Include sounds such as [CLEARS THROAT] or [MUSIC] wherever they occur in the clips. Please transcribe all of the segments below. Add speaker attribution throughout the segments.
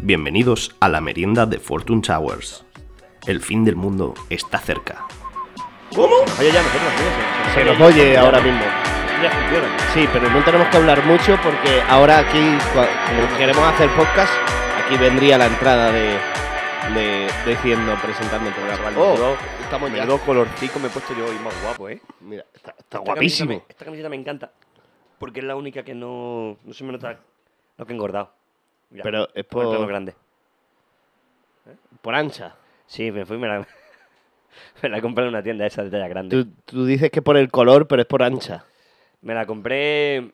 Speaker 1: Bienvenidos a la merienda de Fortune Towers. El fin del mundo está cerca.
Speaker 2: ¿Cómo?
Speaker 3: Oye, ya nosotros, tío,
Speaker 2: Se nos oye
Speaker 3: ya,
Speaker 2: ahora mismo.
Speaker 3: Ya funciona.
Speaker 2: Sí, pero no tenemos que hablar mucho porque ahora aquí, cua- como queremos hacer podcast, aquí vendría la entrada de, de- diciendo, presentando el programa. Vale,
Speaker 3: Oh,
Speaker 2: menudo- estamos ya.
Speaker 3: Menudo colorcico me he puesto yo hoy más guapo, ¿eh?
Speaker 2: Mira, está, está
Speaker 3: Esta
Speaker 2: guapísimo.
Speaker 3: camiseta me- esta camiseta me encanta. Porque es la única que no. No se me nota lo que he engordado. Mira,
Speaker 2: Pero es
Speaker 3: con el pelo
Speaker 2: por-
Speaker 3: grande.
Speaker 2: Por ancha.
Speaker 3: Sí, me fui y me la. [LAUGHS] Me la compré en una tienda esa de talla grande.
Speaker 2: Tú, tú dices que por el color, pero es por ancha.
Speaker 3: Me la compré en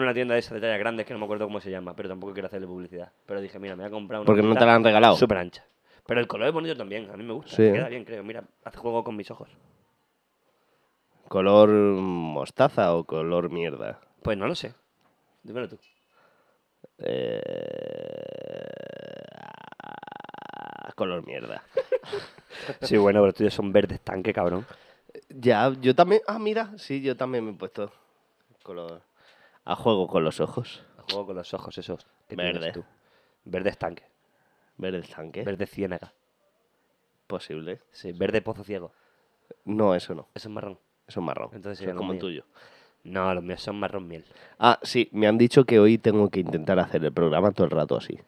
Speaker 3: una tienda de esas de talla grande, que no me acuerdo cómo se llama, pero tampoco quiero hacerle publicidad. Pero dije, mira, me voy a comprar una.
Speaker 2: Porque no te la han regalado.
Speaker 3: Súper ancha. Pero el color es bonito también, a mí me gusta.
Speaker 2: Sí, ¿eh?
Speaker 3: Queda bien, creo. Mira, hace juego con mis ojos.
Speaker 2: ¿Color mostaza o color mierda?
Speaker 3: Pues no lo sé. Dímelo tú.
Speaker 2: Eh,
Speaker 3: ah,
Speaker 2: Color mierda.
Speaker 3: Sí, bueno, pero los tuyos son verdes tanque, cabrón.
Speaker 2: [LAUGHS] Ya, yo también. Ah, mira, sí, yo también me he puesto color. A juego con los ojos.
Speaker 3: Juego con los ojos esos. que tienes
Speaker 2: Verde. ¿Eh?
Speaker 3: tú. Verde estanque.
Speaker 2: Ver el tanque.
Speaker 3: Verde ciénaga.
Speaker 2: Posible.
Speaker 3: Sí, verde pozo ciego.
Speaker 2: No, eso no.
Speaker 3: Eso es marrón.
Speaker 2: Eso es marrón.
Speaker 3: Entonces
Speaker 2: Eso
Speaker 3: sería
Speaker 2: es
Speaker 3: lo
Speaker 2: como el
Speaker 3: mío.
Speaker 2: tuyo.
Speaker 3: No, los míos son marrón miel.
Speaker 2: Ah, sí, me han dicho que hoy tengo que intentar hacer el programa todo el rato así.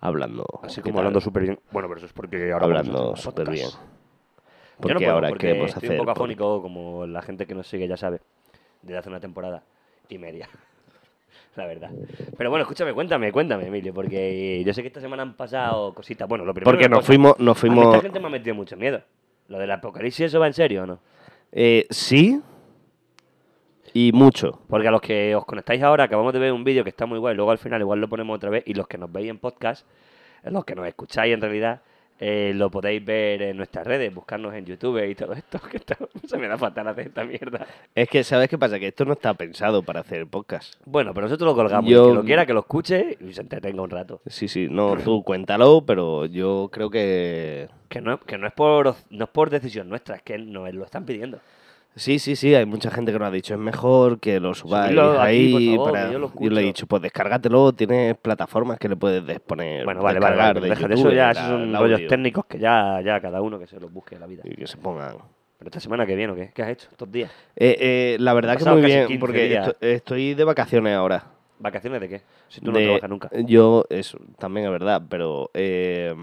Speaker 2: Hablando.
Speaker 3: Así
Speaker 2: Oh, ¿Qué
Speaker 3: como
Speaker 2: tal?
Speaker 3: hablando súper bien. Bueno, pero eso es porque ahora vamos a
Speaker 2: Hablando
Speaker 3: hacer un
Speaker 2: súper bien.
Speaker 3: podcast.
Speaker 2: Porque
Speaker 3: Yo no puedo,
Speaker 2: ahora
Speaker 3: porque
Speaker 2: queremos
Speaker 3: estoy
Speaker 2: hacer.
Speaker 3: un poco
Speaker 2: pod-
Speaker 3: afónico, como la gente que nos sigue ya sabe, desde hace una temporada y media. [LAUGHS] La verdad. Pero bueno, escúchame, cuéntame, cuéntame, Emilio, porque yo sé que esta semana han pasado cositas. Bueno, lo primero.
Speaker 2: Porque
Speaker 3: una
Speaker 2: nos
Speaker 3: cosa,
Speaker 2: fuimos. Nos
Speaker 3: A mí
Speaker 2: fuimos
Speaker 3: esta gente me ha metido mucho miedo. Lo del apocalipsis, ¿eso va en serio o no?
Speaker 2: eh, sí. Y mucho.
Speaker 3: Porque a los que os conectáis ahora, acabamos de ver un vídeo que está muy guay, luego al final igual lo ponemos otra vez, y los que nos veis en podcast, eh, los que nos escucháis en realidad, eh, lo podéis ver en nuestras redes, buscarnos en YouTube y todo esto, [LAUGHS] que está- se me da fatal hacer esta mierda.
Speaker 2: Es que, ¿sabes qué pasa? Que esto no está pensado para hacer podcast.
Speaker 3: Bueno, pero nosotros lo colgamos,
Speaker 2: Yo-
Speaker 3: el que lo quiera que lo escuche y se entretenga un rato.
Speaker 2: Sí, sí, no,
Speaker 3: [LAUGHS]
Speaker 2: tú cuéntalo, pero yo creo que.
Speaker 3: Que no, que no es por no es por decisión nuestra, es que nos lo están pidiendo.
Speaker 2: Sí, sí, sí, hay mucha gente que nos ha dicho es mejor que lo subáis
Speaker 3: Subidlo aquí,
Speaker 2: ahí.
Speaker 3: por favor,
Speaker 2: para-".
Speaker 3: que yo lo
Speaker 2: le he
Speaker 3: escucho.
Speaker 2: dicho, pues descárgatelo, tienes plataformas que le puedes des- poner.
Speaker 3: Bueno, vale, vale,
Speaker 2: descargar
Speaker 3: vale.
Speaker 2: de
Speaker 3: deja de
Speaker 2: YouTube,
Speaker 3: eso ya,
Speaker 2: la-
Speaker 3: esos son
Speaker 2: el
Speaker 3: rollos
Speaker 2: audio,
Speaker 3: técnicos que ya, ya cada uno que se los busque en la vida.
Speaker 2: Y que se pongan.
Speaker 3: Pero esta semana que viene, ¿o qué? ¿Qué has hecho estos días?
Speaker 2: Eh, eh, la verdad que
Speaker 3: pasado
Speaker 2: muy
Speaker 3: casi
Speaker 2: bien,
Speaker 3: 15
Speaker 2: porque
Speaker 3: días.
Speaker 2: esto- estoy de vacaciones ahora.
Speaker 3: ¿Vacaciones de qué? Si tú no
Speaker 2: de-
Speaker 3: trabajas nunca.
Speaker 2: Yo, eso también es verdad, pero eh,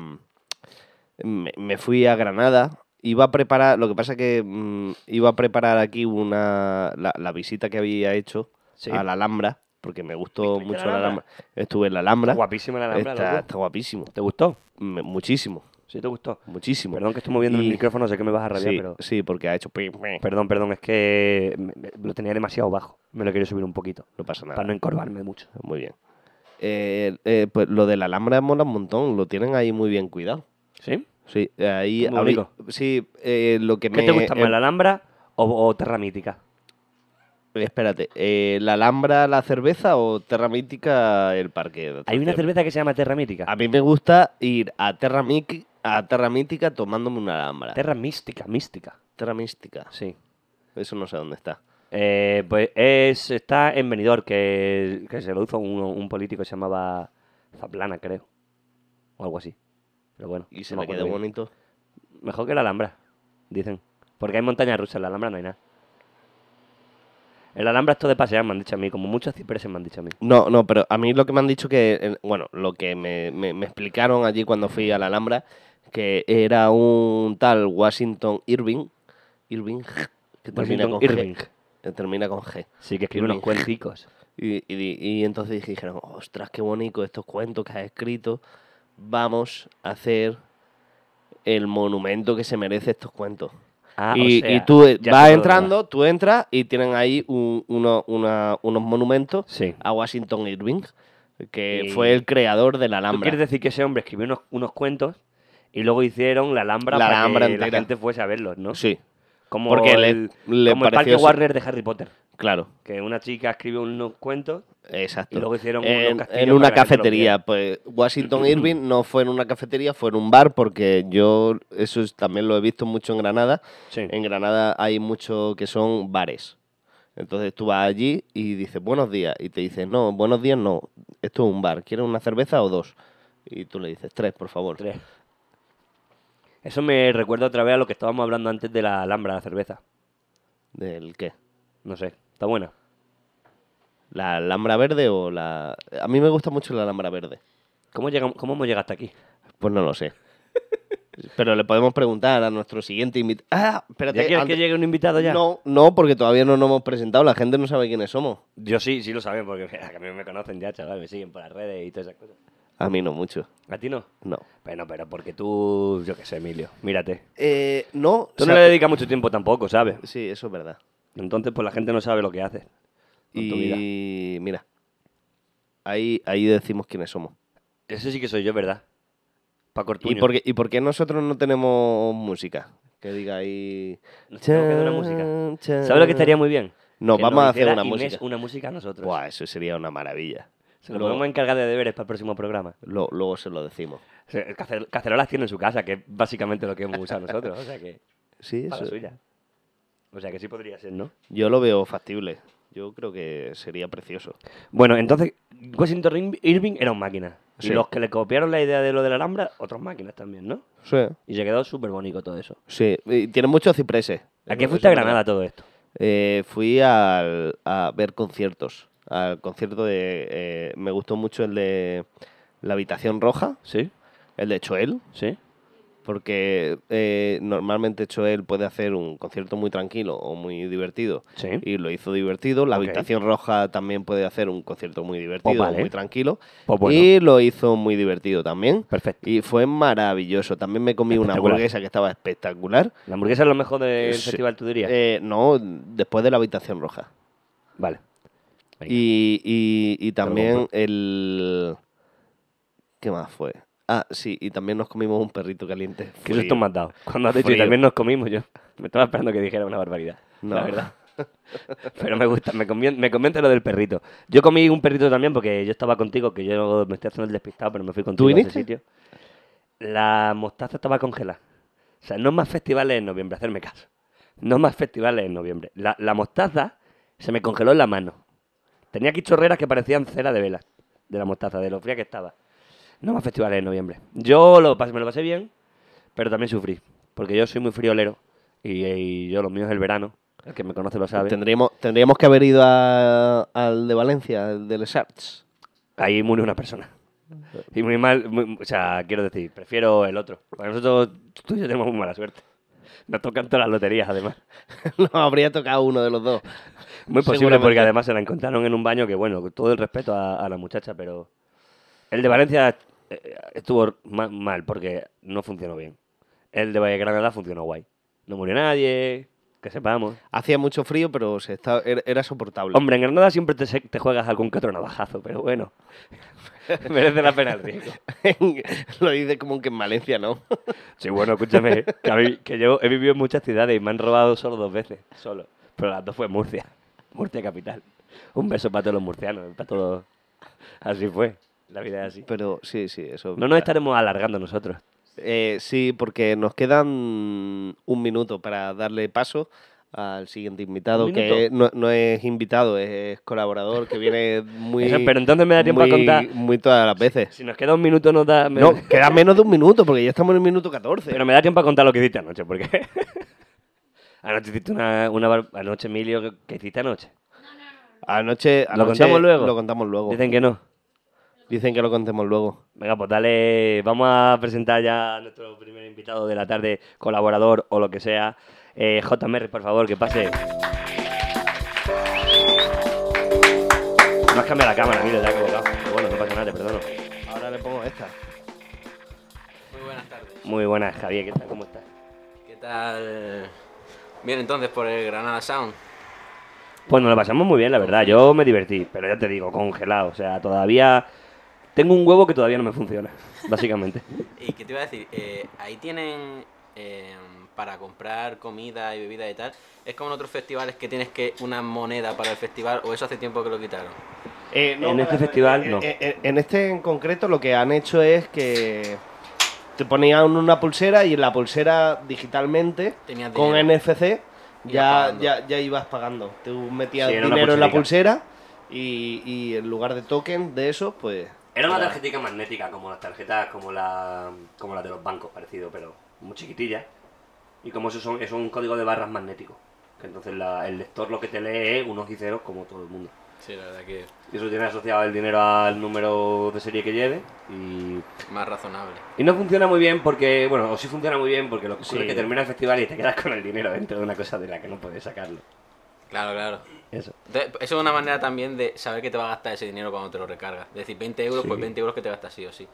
Speaker 2: me, me fui a Granada. Iba a preparar, lo que pasa que mm, iba a preparar aquí una la, la visita que había hecho
Speaker 3: Sí.
Speaker 2: a la Alhambra, porque me gustó
Speaker 3: ¿Estuviste en
Speaker 2: mucho
Speaker 3: la
Speaker 2: la Alhambra.
Speaker 3: Alhambra?
Speaker 2: Estuve en la Alhambra.
Speaker 3: Guapísima la Alhambra,
Speaker 2: está,
Speaker 3: loco.
Speaker 2: está guapísimo.
Speaker 3: ¿Te gustó?
Speaker 2: Me- muchísimo,
Speaker 3: Sí, te gustó.
Speaker 2: muchísimo.
Speaker 3: Perdón que estoy moviendo
Speaker 2: Y-
Speaker 3: el micrófono, sé que me vas a rabiar,
Speaker 2: sí,
Speaker 3: pero...
Speaker 2: sí, porque ha hecho... pim, pim.
Speaker 3: Perdón, perdón, es que me- me- lo tenía demasiado bajo. Me lo quiero subir un poquito,
Speaker 2: No pasa nada.
Speaker 3: para no encorvarme mucho.
Speaker 2: Muy bien. Eh, eh, pues lo de la Alhambra mola un montón. Lo tienen ahí muy bien cuidado.
Speaker 3: ¿Sí?
Speaker 2: Sí, ahí.
Speaker 3: Muy
Speaker 2: a mí-
Speaker 3: rico.
Speaker 2: sí, eh, lo que
Speaker 3: ¿Qué
Speaker 2: me.
Speaker 3: te gusta más,
Speaker 2: eh,
Speaker 3: la Alhambra o, o Terra Mítica?
Speaker 2: Espérate, eh, ¿la Alhambra la cerveza o Terra Mítica el parque? de
Speaker 3: Hay una
Speaker 2: atracciones?
Speaker 3: cerveza que se llama Terra Mítica.
Speaker 2: A mí me gusta ir a Terra, Mic- a Terra Mítica tomándome una Alhambra.
Speaker 3: Terra Mística, Mística.
Speaker 2: Terra Mística.
Speaker 3: Sí.
Speaker 2: Eso no sé dónde está.
Speaker 3: Eh, pues es, está en Benidorm, que, que se lo hizo un, un político que se llamaba Zaplana, creo. O algo así. Pero bueno.
Speaker 2: Y se
Speaker 3: no me
Speaker 2: le
Speaker 3: acuerdo
Speaker 2: quedó
Speaker 3: bien.
Speaker 2: bonito.
Speaker 3: Mejor que la Alhambra, dicen. Porque hay montañas rusas, en la Alhambra no hay nada. En la Alhambra esto de pasear me han dicho a mí, como muchos cipreses me han dicho a mí.
Speaker 2: No, no, pero a mí lo que me han dicho que, eh, bueno, lo que me, me- me explicaron allí cuando fui a la Alhambra, que era un tal Washington Irving, Irving, [LAUGHS] que termina
Speaker 3: Washington
Speaker 2: con
Speaker 3: Irving.
Speaker 2: G, que termina con G.
Speaker 3: Sí, que escribe unos
Speaker 2: Irving. [LAUGHS]
Speaker 3: cuenticos.
Speaker 2: Y, y di- y entonces dije- dijeron, ostras, qué bonito estos cuentos que has escrito. Vamos a hacer el monumento que se merece estos cuentos.
Speaker 3: Ah, o
Speaker 2: y, y
Speaker 3: sea,
Speaker 2: tú eh, vas
Speaker 3: ya sé por dónde
Speaker 2: entrando, tú entras y tienen ahí un- uno- una- unos monumentos
Speaker 3: Sí.
Speaker 2: a Washington Irving, que
Speaker 3: Y-
Speaker 2: fue el creador de la
Speaker 3: ¿Tú
Speaker 2: Alhambra.
Speaker 3: quieres decir que ese hombre escribió unos, unos cuentos y luego hicieron la Alhambra
Speaker 2: La
Speaker 3: para
Speaker 2: Alhambra
Speaker 3: que la
Speaker 2: entera.
Speaker 3: gente fuese a verlos, ¿no?
Speaker 2: Sí,
Speaker 3: Como
Speaker 2: porque le-
Speaker 3: el,
Speaker 2: le
Speaker 3: como
Speaker 2: pareció
Speaker 3: el Parque
Speaker 2: eso.
Speaker 3: Warner de Harry Potter.
Speaker 2: claro,
Speaker 3: Que una chica escribe unos cuentos.
Speaker 2: exacto.
Speaker 3: Y luego hicieron unos
Speaker 2: en,
Speaker 3: castillos
Speaker 2: en una
Speaker 3: para que la gente los
Speaker 2: cafetería.
Speaker 3: viera.
Speaker 2: Pues Washington Irving no fue en una cafetería, fue en un bar, porque yo eso es- también lo he visto mucho en Granada.
Speaker 3: Sí.
Speaker 2: En Granada hay mucho que son bares. Entonces tú vas allí y dices buenos días y te dicen no, buenos días no, esto es un bar, ¿quieres una cerveza o dos? Y tú le dices, tres, por favor.
Speaker 3: Tres. Eso me recuerda otra vez a lo que estábamos hablando antes de la alhambra, la cerveza.
Speaker 2: ¿Del qué?
Speaker 3: No sé, está buena.
Speaker 2: ¿La alhambra verde o la...? A mí me gusta mucho la alhambra verde.
Speaker 3: ¿Cómo, llegamos, cómo hemos llegado hasta aquí?
Speaker 2: Pues no lo
Speaker 3: [LAUGHS]
Speaker 2: sé. Pero le podemos preguntar a nuestro siguiente invitado. Ah, espérate.
Speaker 3: ¿Ya quieres
Speaker 2: antes-
Speaker 3: que llegue un invitado ya?
Speaker 2: No, no, porque todavía no nos hemos presentado. La gente no sabe quiénes somos.
Speaker 3: Yo sí, sí lo saben, porque [LAUGHS] a mí me conocen ya, chaval, me siguen por las redes y todas esas cosas.
Speaker 2: A mí no mucho.
Speaker 3: ¿A ti no?
Speaker 2: No.
Speaker 3: Bueno, pero porque tú, yo qué sé, Emilio, mírate.
Speaker 2: Eh, no.
Speaker 3: Tú
Speaker 2: o
Speaker 3: no eh,
Speaker 2: sea,
Speaker 3: le dedicas mucho tiempo tampoco, ¿sabes?
Speaker 2: Sí, eso es verdad.
Speaker 3: Entonces, pues la gente no sabe lo que haces. con tu vida.
Speaker 2: Y mira, ahí, ahí decimos quiénes somos.
Speaker 3: Ese sí que soy yo, ¿verdad?
Speaker 2: ¿Y
Speaker 3: Paco Ortuño.
Speaker 2: por, qué, ¿Y por qué nosotros no tenemos música? Que diga ahí...
Speaker 3: Nos tenemos que hacer una música.
Speaker 2: Chan, chan.
Speaker 3: ¿Sabes lo que estaría muy bien?
Speaker 2: No,
Speaker 3: Que
Speaker 2: vamos
Speaker 3: nos
Speaker 2: a hacer
Speaker 3: hiciera
Speaker 2: una
Speaker 3: Inés
Speaker 2: música.
Speaker 3: una música a nosotros.
Speaker 2: Buah, eso sería una maravilla.
Speaker 3: Se lo
Speaker 2: Luego-
Speaker 3: podemos encargar de deberes para el próximo programa.
Speaker 2: Lo- luego se lo decimos.
Speaker 3: O sea, Eh, cacer- Cacerolas tiene en su casa, que es básicamente lo que hemos usado nosotros. O sea que.
Speaker 2: Sí,
Speaker 3: para la
Speaker 2: eso-
Speaker 3: suya. O sea que sí podría ser, ¿no?
Speaker 2: Yo lo veo factible. Yo creo que sería precioso.
Speaker 3: Bueno, entonces, Washington Irv- Irving era un máquina. Y
Speaker 2: Sí.
Speaker 3: los que le copiaron la idea de lo de la Alhambra, otros máquinas también, ¿no?
Speaker 2: Sí.
Speaker 3: Y se quedó súper bonito todo eso.
Speaker 2: Sí. Y tiene muchos cipreses.
Speaker 3: ¿A qué
Speaker 2: Eso
Speaker 3: fuiste
Speaker 2: es
Speaker 3: a
Speaker 2: verdad.
Speaker 3: Granada todo esto?
Speaker 2: Eh, fui al- a ver conciertos. Al concierto de... eh, me gustó mucho el de La Habitación Roja,
Speaker 3: ¿Sí?
Speaker 2: el de Choel,
Speaker 3: ¿Sí?
Speaker 2: porque eh, normalmente Choel puede hacer un concierto muy tranquilo o muy divertido.
Speaker 3: Sí.
Speaker 2: Y lo hizo divertido. La
Speaker 3: Ok. Pues
Speaker 2: Habitación Roja también puede hacer un concierto muy divertido,
Speaker 3: vale.
Speaker 2: muy tranquilo.
Speaker 3: Pues bueno.
Speaker 2: Y lo hizo muy divertido también.
Speaker 3: Perfecto.
Speaker 2: Y fue maravilloso. También me comí una
Speaker 3: Espectacular.
Speaker 2: hamburguesa que estaba espectacular.
Speaker 3: ¿La hamburguesa es lo mejor del
Speaker 2: Sí.
Speaker 3: festival, tú dirías?
Speaker 2: Eh, no, después de la habitación roja.
Speaker 3: vale. Venga.
Speaker 2: Y, y- y
Speaker 3: lo
Speaker 2: también el... ¿Qué más fue? Ah, sí, y también nos comimos un perrito caliente.
Speaker 3: [LAUGHS] ¿Qué
Speaker 2: frío.
Speaker 3: susto me has dado? Cuando has dicho y
Speaker 2: Frío.
Speaker 3: también nos comimos yo. [LAUGHS] Me estaba esperando que dijera una barbaridad.
Speaker 2: No.
Speaker 3: La verdad. [LAUGHS] Pero me gusta, me, convien- me convence lo del perrito. Yo comí un perrito también porque yo estaba contigo, que yo me estoy haciendo el despistado, pero me fui contigo a ese
Speaker 2: viniste?
Speaker 3: sitio. La mostaza estaba congelada. O sea, no más festivales en noviembre, hacerme caso. No más festivales en noviembre. La, la mostaza se me congeló en la mano. Tenía aquí chorreras que parecían cera de velas, de la mostaza, de lo fría que estaba. No más festivales en noviembre. Yo lo pas- me lo pasé bien, pero también sufrí, porque yo soy muy friolero y, y yo lo mío es el verano. El que me conoce lo sabe.
Speaker 2: Tendríamos, tendríamos que haber ido a- al de Valencia, al de Les Arts. [LAUGHS]
Speaker 3: Ahí muere una persona. Y muy mal, muy- o sea, quiero decir, prefiero el otro. Porque nosotros, tú y yo tenemos muy mala suerte. Nos tocan todas las loterías, además.
Speaker 2: nos habría tocado uno de los dos.
Speaker 3: Muy posible,
Speaker 2: Seguramente.
Speaker 3: porque además se la encontraron en un baño que, bueno, con todo el respeto a, a la muchacha, pero. El de Valencia eh, estuvo ma- mal, porque no funcionó bien. El de Valle Granada funcionó guay. No murió nadie, que sepamos.
Speaker 2: Hacía mucho frío, pero se estaba- era, era soportable.
Speaker 3: Hombre, en Granada siempre te, se- te juegas algún que otro navajazo, pero bueno. [LAUGHS] merece la pena el riesgo.
Speaker 2: [LAUGHS] Lo dice como que en Valencia, ¿no?
Speaker 3: Sí, bueno, escúchame, que, a mí- que yo he vivido en muchas ciudades y me han robado solo dos veces, solo. Pero las dos fue en Murcia, Murcia capital. Un beso para todos los murcianos, para todos. Así fue, la vida es así.
Speaker 2: Pero sí, sí, eso. es
Speaker 3: No nos
Speaker 2: verdad.
Speaker 3: estaremos alargando nosotros.
Speaker 2: Eh, sí, porque nos quedan un minuto para darle paso al siguiente invitado,
Speaker 3: ¿Un
Speaker 2: que no, no es invitado, es colaborador, que
Speaker 3: [LAUGHS]
Speaker 2: viene muy...
Speaker 3: Eso, pero entonces me da tiempo a
Speaker 2: muy-
Speaker 3: contar.
Speaker 2: Muy todas las veces.
Speaker 3: Si nos queda un minuto, nos da. me-
Speaker 2: No, queda menos de un minuto, porque ya estamos en el minuto 14.
Speaker 3: Pero me da tiempo a contar lo que hiciste anoche, porque. [LAUGHS] anoche hiciste una. una bar- Anoche, Emilio, ¿qué- ¿qué hiciste anoche?
Speaker 2: Anoche,
Speaker 3: ¿Lo
Speaker 2: anoche
Speaker 3: contamos luego?
Speaker 2: Lo contamos luego. Dicen...
Speaker 3: Dicen que no.
Speaker 2: que lo contemos luego.
Speaker 3: Venga, pues dale, vamos a presentar ya a nuestro primer invitado de la tarde, colaborador o lo que sea. Eh, J. Merry, por favor, que pase. No has cambiado la cámara, mira, te has equivocado. Pero bueno, no pasa nada, te perdono.
Speaker 2: Ahora le pongo esta.
Speaker 4: Muy buenas tardes.
Speaker 3: Muy buenas, Javier, ¿qué tal? ¿Cómo estás?
Speaker 4: ¿Qué tal? Bien, entonces por el Granada Sound.
Speaker 3: Pues nos lo pasamos muy bien, la verdad. Yo me divertí, pero ya te digo, congelado. O sea, todavía tengo un huevo que todavía no me funciona, [LAUGHS] básicamente.
Speaker 4: ¿Y qué te iba a decir? Eh, ahí tienen eh, para comprar comida y bebida y tal. Es como en otros festivales que tienes que una moneda para el festival o eso hace tiempo que lo quitaron.
Speaker 2: Eh,
Speaker 3: En este festival,
Speaker 2: eh,
Speaker 3: no.
Speaker 2: eh, eh, En, este en concreto lo que han hecho es que te ponían una pulsera y en la pulsera digitalmente
Speaker 4: Tenías
Speaker 2: con
Speaker 4: dinero.
Speaker 2: NFC ya,
Speaker 4: pagando.
Speaker 2: ya, ya ibas pagando. Tú metías
Speaker 3: Sí, era una
Speaker 2: dinero en la
Speaker 3: pulserica.
Speaker 2: pulsera y, y en lugar de token de eso, pues
Speaker 3: Era una tarjetita magnética, como las tarjetas, como la, como las de los bancos, parecido, pero muy chiquitilla. Y como eso son, es un código de barras magnético. Que entonces la- el lector lo que te lee es unos y ceros como todo el mundo.
Speaker 4: Sí, la verdad que
Speaker 3: Y eso tiene asociado el dinero al número de serie que lleve. Y,
Speaker 4: más razonable.
Speaker 3: y no funciona muy bien porque, bueno, o sí funciona muy bien porque lo que ocurre
Speaker 2: Sí.
Speaker 3: es que termina el festival y te quedas con el dinero dentro de una cosa de la que no puedes sacarlo.
Speaker 4: Claro, claro.
Speaker 3: Eso.
Speaker 4: Entonces, eso es una manera también de saber que te va a gastar ese dinero cuando te lo recargas. Es decir, 20 euros,
Speaker 3: Sí.
Speaker 4: pues 20 euros que te gastas sí o sí.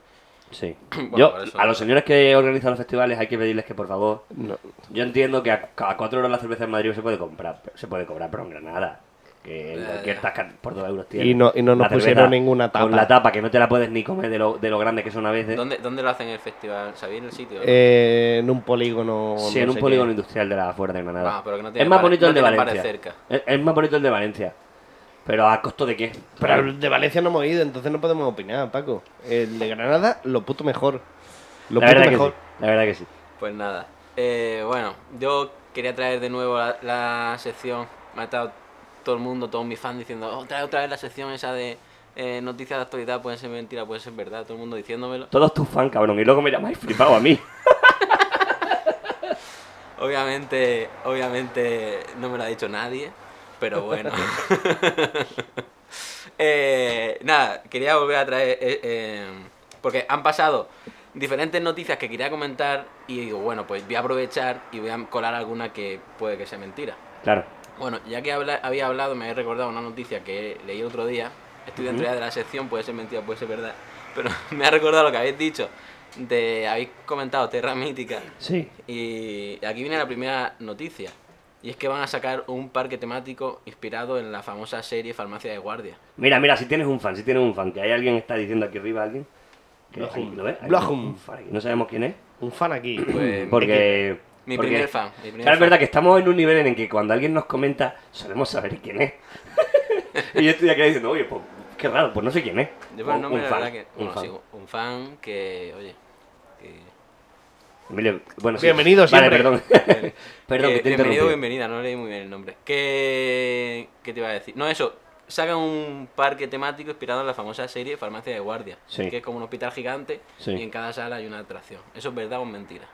Speaker 3: Sí.
Speaker 4: Bueno,
Speaker 3: Yo,
Speaker 4: para eso
Speaker 3: a
Speaker 4: no.
Speaker 3: los señores que organizan los festivales hay que pedirles que por favor
Speaker 2: No.
Speaker 3: Yo entiendo que a, a 4 euros la cerveza en Madrid se puede comprar, pero- se puede cobrar, pero en Granada. Que en
Speaker 4: Ya,
Speaker 3: cualquier
Speaker 4: ya.
Speaker 3: tasca por 2 euros tiene.
Speaker 2: Y no- y no nos
Speaker 3: La cerveza
Speaker 2: pusieron ninguna tapa.
Speaker 3: Con la tapa, que no te la puedes ni comer de lo, de lo grande que son a veces.
Speaker 4: ¿Dónde, ¿Dónde lo hacen el festival? ¿Sabéis el sitio?
Speaker 2: Eh, en un polígono.
Speaker 3: Sí,
Speaker 2: no
Speaker 3: en un
Speaker 2: sé
Speaker 3: polígono
Speaker 2: qué.
Speaker 3: industrial de la afuera de Granada.
Speaker 4: Ah, pero que no tiene
Speaker 3: es más
Speaker 4: pare-
Speaker 3: bonito
Speaker 4: no
Speaker 3: el de
Speaker 4: tiene
Speaker 3: Valencia.
Speaker 4: pared cerca.
Speaker 3: Es, es más bonito el de Valencia. Pero ¿a costo de qué?
Speaker 2: Pero el de Valencia no hemos ido, entonces no podemos opinar, Paco. El de Granada, lo puto mejor. Lo
Speaker 3: la
Speaker 2: puto
Speaker 3: verdad
Speaker 2: mejor.
Speaker 3: que sí. La verdad que sí.
Speaker 4: Pues nada. Eh, bueno, yo quería traer de nuevo la, la sección. Me ha estado todo el mundo, todos mis fans diciendo, otra vez, otra vez la sección esa de eh, noticias de actualidad, pueden ser mentira, pueden ser verdad, todo el mundo diciéndomelo.
Speaker 3: Todos tus fans, cabrón. Y luego me llamáis flipado a mí. [LAUGHS]
Speaker 4: Obviamente, obviamente no me lo ha dicho nadie, pero bueno. Eh, nada, quería volver a traer, eh, eh, porque han pasado diferentes noticias que quería comentar y digo, bueno, pues voy a aprovechar y voy a colar alguna que puede que sea mentira.
Speaker 3: Claro.
Speaker 4: Bueno, ya que habla- había hablado, me he recordado una noticia que leí el otro día. Estoy dentro ya de la sección, puede ser mentira, puede ser verdad. Pero [LAUGHS] me ha recordado lo que habéis dicho. De, habéis comentado Terra Mítica.
Speaker 3: Sí.
Speaker 4: Y aquí viene la primera noticia. Y es que van a sacar un parque temático inspirado en la famosa serie Farmacia
Speaker 3: [CLEARS THROAT]
Speaker 4: de Guardia.
Speaker 3: Mira, mira, si tienes un fan, si tienes un fan, que hay alguien que está diciendo aquí arriba, alguien. que-
Speaker 2: Blojum.
Speaker 3: ahí, ¿Lo ves? Hay
Speaker 2: Blojum.
Speaker 3: un fan aquí. No sabemos quién es.
Speaker 2: Un fan aquí.
Speaker 3: [CLEARS THROAT]
Speaker 4: Pues,
Speaker 3: Porque.
Speaker 4: Mi
Speaker 3: porque-
Speaker 4: primer fan. Mi primer
Speaker 3: Claro, es
Speaker 4: fan.
Speaker 3: verdad que estamos en un nivel en el que cuando alguien nos comenta, solemos saber quién
Speaker 4: [LAUGHS]
Speaker 3: es. y yo estoy aquí diciendo, oye, pues qué raro, pues no sé quién es.
Speaker 4: Yo por el
Speaker 3: Un-
Speaker 4: nombre,
Speaker 3: un
Speaker 4: la
Speaker 3: fan,
Speaker 4: verdad que.
Speaker 3: un
Speaker 4: bueno,
Speaker 3: fan.
Speaker 4: sí, un fan que. Oye. que-
Speaker 3: Emilio, bueno, sí.
Speaker 2: Bienvenido
Speaker 3: Vale,
Speaker 2: siempre.
Speaker 3: perdón. [LAUGHS] perdón,
Speaker 4: [LAUGHS]
Speaker 3: que te he
Speaker 4: Eh, bienvenido,
Speaker 3: interrumpido.
Speaker 4: bienvenida, no leí muy bien el nombre. ¿Qué, qué te iba a decir? No, eso, sacan un parque temático inspirado en la famosa serie Farmacia de Guardia,
Speaker 3: Sí.
Speaker 4: que es como un hospital gigante
Speaker 3: Sí.
Speaker 4: y en cada sala hay una atracción. ¿Eso es verdad o es mentira?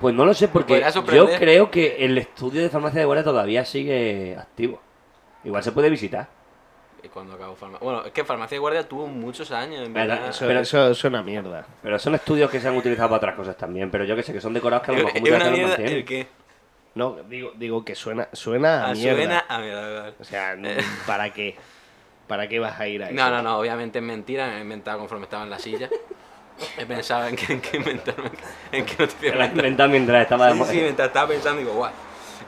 Speaker 3: Pues no lo sé, porque
Speaker 4: podría
Speaker 3: yo
Speaker 4: sorprender.
Speaker 3: creo que el estudio de farmacia de guardia todavía sigue activo. Igual se puede visitar.
Speaker 4: Eh, Cuando acabó Farmacia... Bueno, es que Farmacia de Guardia tuvo muchos años, en
Speaker 3: Verdad,
Speaker 4: verdad.
Speaker 2: Eso,
Speaker 3: Pero-
Speaker 2: eso suena a mierda.
Speaker 3: Pero son estudios que se han utilizado para otras cosas también. Pero yo que sé, que son decorados que a lo
Speaker 4: Es
Speaker 3: mejor
Speaker 4: es
Speaker 3: muchas
Speaker 4: una
Speaker 3: veces los
Speaker 4: mierda
Speaker 3: mantienen.
Speaker 4: el que
Speaker 2: No, digo, digo que suena, suena a
Speaker 4: ah,
Speaker 2: mierda.
Speaker 4: suena a mierda, verdad.
Speaker 2: O sea, [LAUGHS] no- ¿para qué? ¿Para qué vas a ir a eso?
Speaker 4: No, no, no, obviamente es mentira, me lo he inventado conforme estaba en la silla. [LAUGHS] He pensado en que, en que inventarme, en que
Speaker 3: [LAUGHS]
Speaker 4: no te
Speaker 3: Me [LAUGHS] la he inventado mientras estaba de
Speaker 4: Sí,
Speaker 3: moda.
Speaker 4: sí, mientras estaba pensando, digo, guau.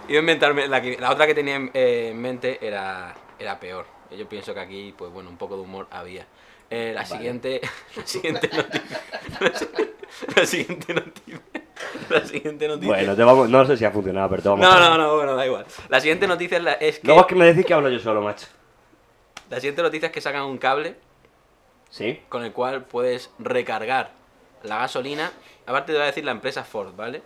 Speaker 4: Iba a inventarme, la, que- la otra que tenía en, eh, en mente era, era peor. Yo pienso que aquí, pues bueno, un poco de humor había. Eh, la, siguiente, [LAUGHS] la siguiente noticia. [LAUGHS] La siguiente noticia. La siguiente noticia.
Speaker 3: Bueno, te vamos, no sé si ha funcionado, pero te vamos
Speaker 4: no,
Speaker 3: a-
Speaker 4: no, no, bueno, da igual. La siguiente noticia es, la- es que.
Speaker 3: Luego es que me decís que hablo yo solo, macho.
Speaker 4: La siguiente noticia es que sacan un cable
Speaker 3: ¿Sí?
Speaker 4: con el cual puedes recargar la gasolina. Aparte te voy a decir la empresa Ford, ¿vale?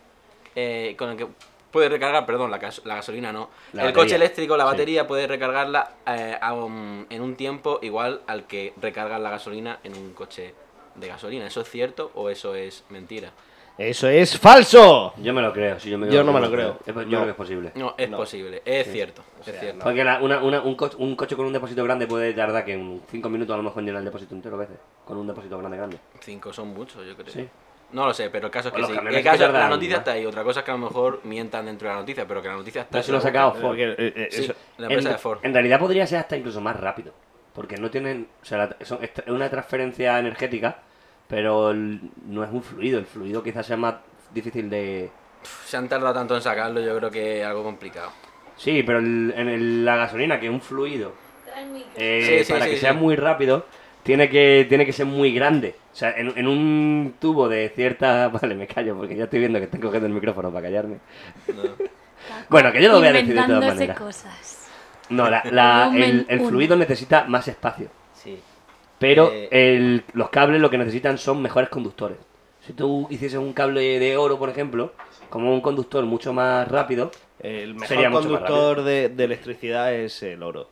Speaker 4: Eh, con el que puedes recargar, perdón, la, gas- la gasolina no.
Speaker 3: La
Speaker 4: el
Speaker 3: batería.
Speaker 4: coche eléctrico, la
Speaker 3: Sí.
Speaker 4: batería, puedes recargarla eh, a un- en un tiempo igual al que recargas la gasolina en un coche de gasolina. ¿Eso es cierto o eso es mentira?
Speaker 2: ¡Eso es falso!
Speaker 3: Yo me lo creo. sí, yo me
Speaker 2: Yo no me lo creo.
Speaker 3: Es po- Yo
Speaker 2: No.
Speaker 3: creo que es posible.
Speaker 4: No, es
Speaker 2: No.
Speaker 4: posible, es cierto, es
Speaker 2: sea,
Speaker 4: cierto.
Speaker 3: Porque la- una- una- un, coche, un coche con un depósito grande puede tardar que en 5 minutos a lo mejor en llenar el depósito entero a veces. Con un depósito grande, grande.
Speaker 4: Cinco son muchos, yo creo.
Speaker 3: Sí.
Speaker 4: No lo sé, pero el caso es
Speaker 3: Pues
Speaker 4: que
Speaker 3: los
Speaker 4: sí.
Speaker 3: camiones
Speaker 4: El caso,
Speaker 3: tardan
Speaker 4: la noticia
Speaker 3: más.
Speaker 4: está ahí. Otra cosa es que a lo mejor mientan dentro de la noticia, pero que la noticia está.
Speaker 3: Pero si lo ha
Speaker 4: seguro.
Speaker 3: sacado Ford.
Speaker 2: Porque, eh, eh,
Speaker 4: Sí,
Speaker 2: eso-
Speaker 4: la empresa
Speaker 3: en,
Speaker 4: de Ford.
Speaker 3: en realidad podría ser hasta incluso más rápido. Porque no tienen. O sea, la- son- es tra- una transferencia energética, pero el- no es un fluido. El fluido quizás sea más difícil de.
Speaker 4: Se han tardado tanto en sacarlo, yo creo que es algo complicado.
Speaker 3: Sí, pero el- en el- la gasolina, que es un fluido, eh,
Speaker 4: Sí, sí,
Speaker 3: para
Speaker 4: sí,
Speaker 3: que
Speaker 4: sí.
Speaker 3: sea muy rápido, tiene que, tiene que ser muy grande. O sea, en, en un tubo de cierta... [LAUGHS] Vale, me callo porque ya estoy viendo que estoy cogiendo el micrófono para callarme.
Speaker 4: No.
Speaker 3: Bueno, que yo lo voy a decir de todas
Speaker 5: Inventándose
Speaker 3: maneras.
Speaker 5: cosas.
Speaker 3: No, la- la- el, el
Speaker 5: Volumen
Speaker 3: fluido necesita más espacio.
Speaker 4: Sí.
Speaker 3: Pero
Speaker 4: Eh,
Speaker 3: el- los cables lo que necesitan son mejores conductores. Si tú hicieses un cable de oro, por ejemplo, como un conductor mucho más rápido,
Speaker 2: El mejor
Speaker 3: Sería mucho más
Speaker 2: conductor de, de electricidad es el oro.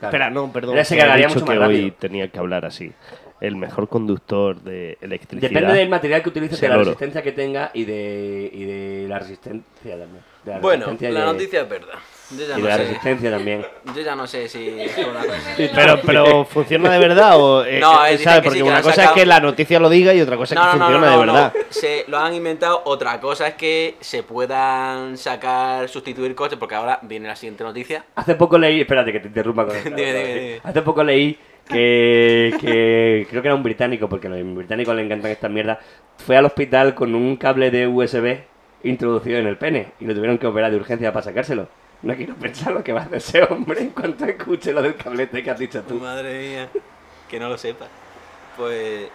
Speaker 2: Espera, no, perdón.
Speaker 3: Ahora se
Speaker 2: que había
Speaker 3: ganaría
Speaker 2: dicho
Speaker 3: mucho más
Speaker 2: que
Speaker 3: rápido.
Speaker 2: hoy tenía que hablar así. El mejor conductor de electricidad.
Speaker 3: Depende del material que utilices, de
Speaker 2: Ser
Speaker 3: la
Speaker 2: oro.
Speaker 3: resistencia que tenga y de, y de la resistencia también. De la
Speaker 4: Bueno,
Speaker 3: resistencia
Speaker 4: la
Speaker 3: de-
Speaker 4: noticia es verdad. Yo ya
Speaker 3: Y
Speaker 4: no
Speaker 3: de la
Speaker 4: sé.
Speaker 3: resistencia también.
Speaker 4: Yo ya no sé [LAUGHS] si es una cosa.
Speaker 2: Pero,
Speaker 3: [LAUGHS]
Speaker 2: pero funciona de verdad o eh,
Speaker 4: No, a
Speaker 2: eh,
Speaker 4: ver, dicen
Speaker 2: ¿sabes?
Speaker 4: que sí,
Speaker 2: Porque
Speaker 4: que
Speaker 2: una
Speaker 4: han
Speaker 2: cosa
Speaker 4: sacado-
Speaker 2: es que la noticia lo diga y otra cosa es que funciona de verdad.
Speaker 4: Se lo han inventado. Otra cosa es que se puedan sacar, sustituir coches, porque ahora viene la siguiente noticia.
Speaker 3: Hace poco leí, espérate que te interrumpa
Speaker 4: [LAUGHS]
Speaker 3: con esto.
Speaker 4: Dime, dime, dime.
Speaker 3: Hace poco leí que, que creo que era un británico, porque a los británicos les encantan estas mierdas. Fue al hospital con un cable de USB introducido en el pene y lo tuvieron que operar de urgencia para sacárselo. No quiero pensar lo que va a hacer ese hombre en cuanto escuche lo del cablete que has dicho tú.
Speaker 4: Madre mía, que no lo sepa. Pues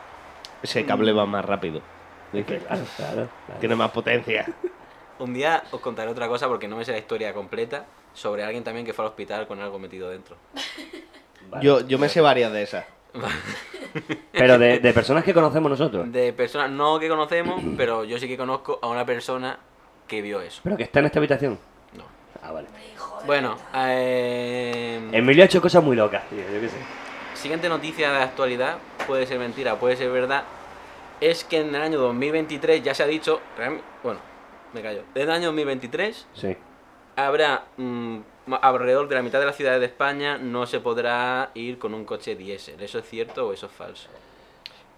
Speaker 2: Ese cable va más rápido.
Speaker 3: Claro, claro, claro.
Speaker 2: Tiene más potencia.
Speaker 4: un día os contaré otra cosa porque no me sé la historia completa sobre alguien también que fue al hospital con algo metido dentro.
Speaker 3: Vale.
Speaker 2: Yo, yo me sé varias de esas.
Speaker 3: Pero de, de personas que conocemos nosotros.
Speaker 4: De personas no que conocemos, pero yo sí que conozco a una persona que vio eso.
Speaker 3: Pero que está en esta habitación.
Speaker 4: No.
Speaker 3: Ah, vale.
Speaker 4: Bueno, eh,
Speaker 2: Em.
Speaker 3: Emilio ha hecho cosas muy locas, tío. Yo qué sé.
Speaker 4: Siguiente noticia de actualidad, puede ser mentira, puede ser verdad, es que en el año 2023 ya se ha dicho, realm- bueno, me callo, en el año 2023
Speaker 3: Sí.
Speaker 4: habrá mm, ma- alrededor de la mitad de las ciudades de España no se podrá ir con un coche diésel. ¿Eso es cierto o eso es falso?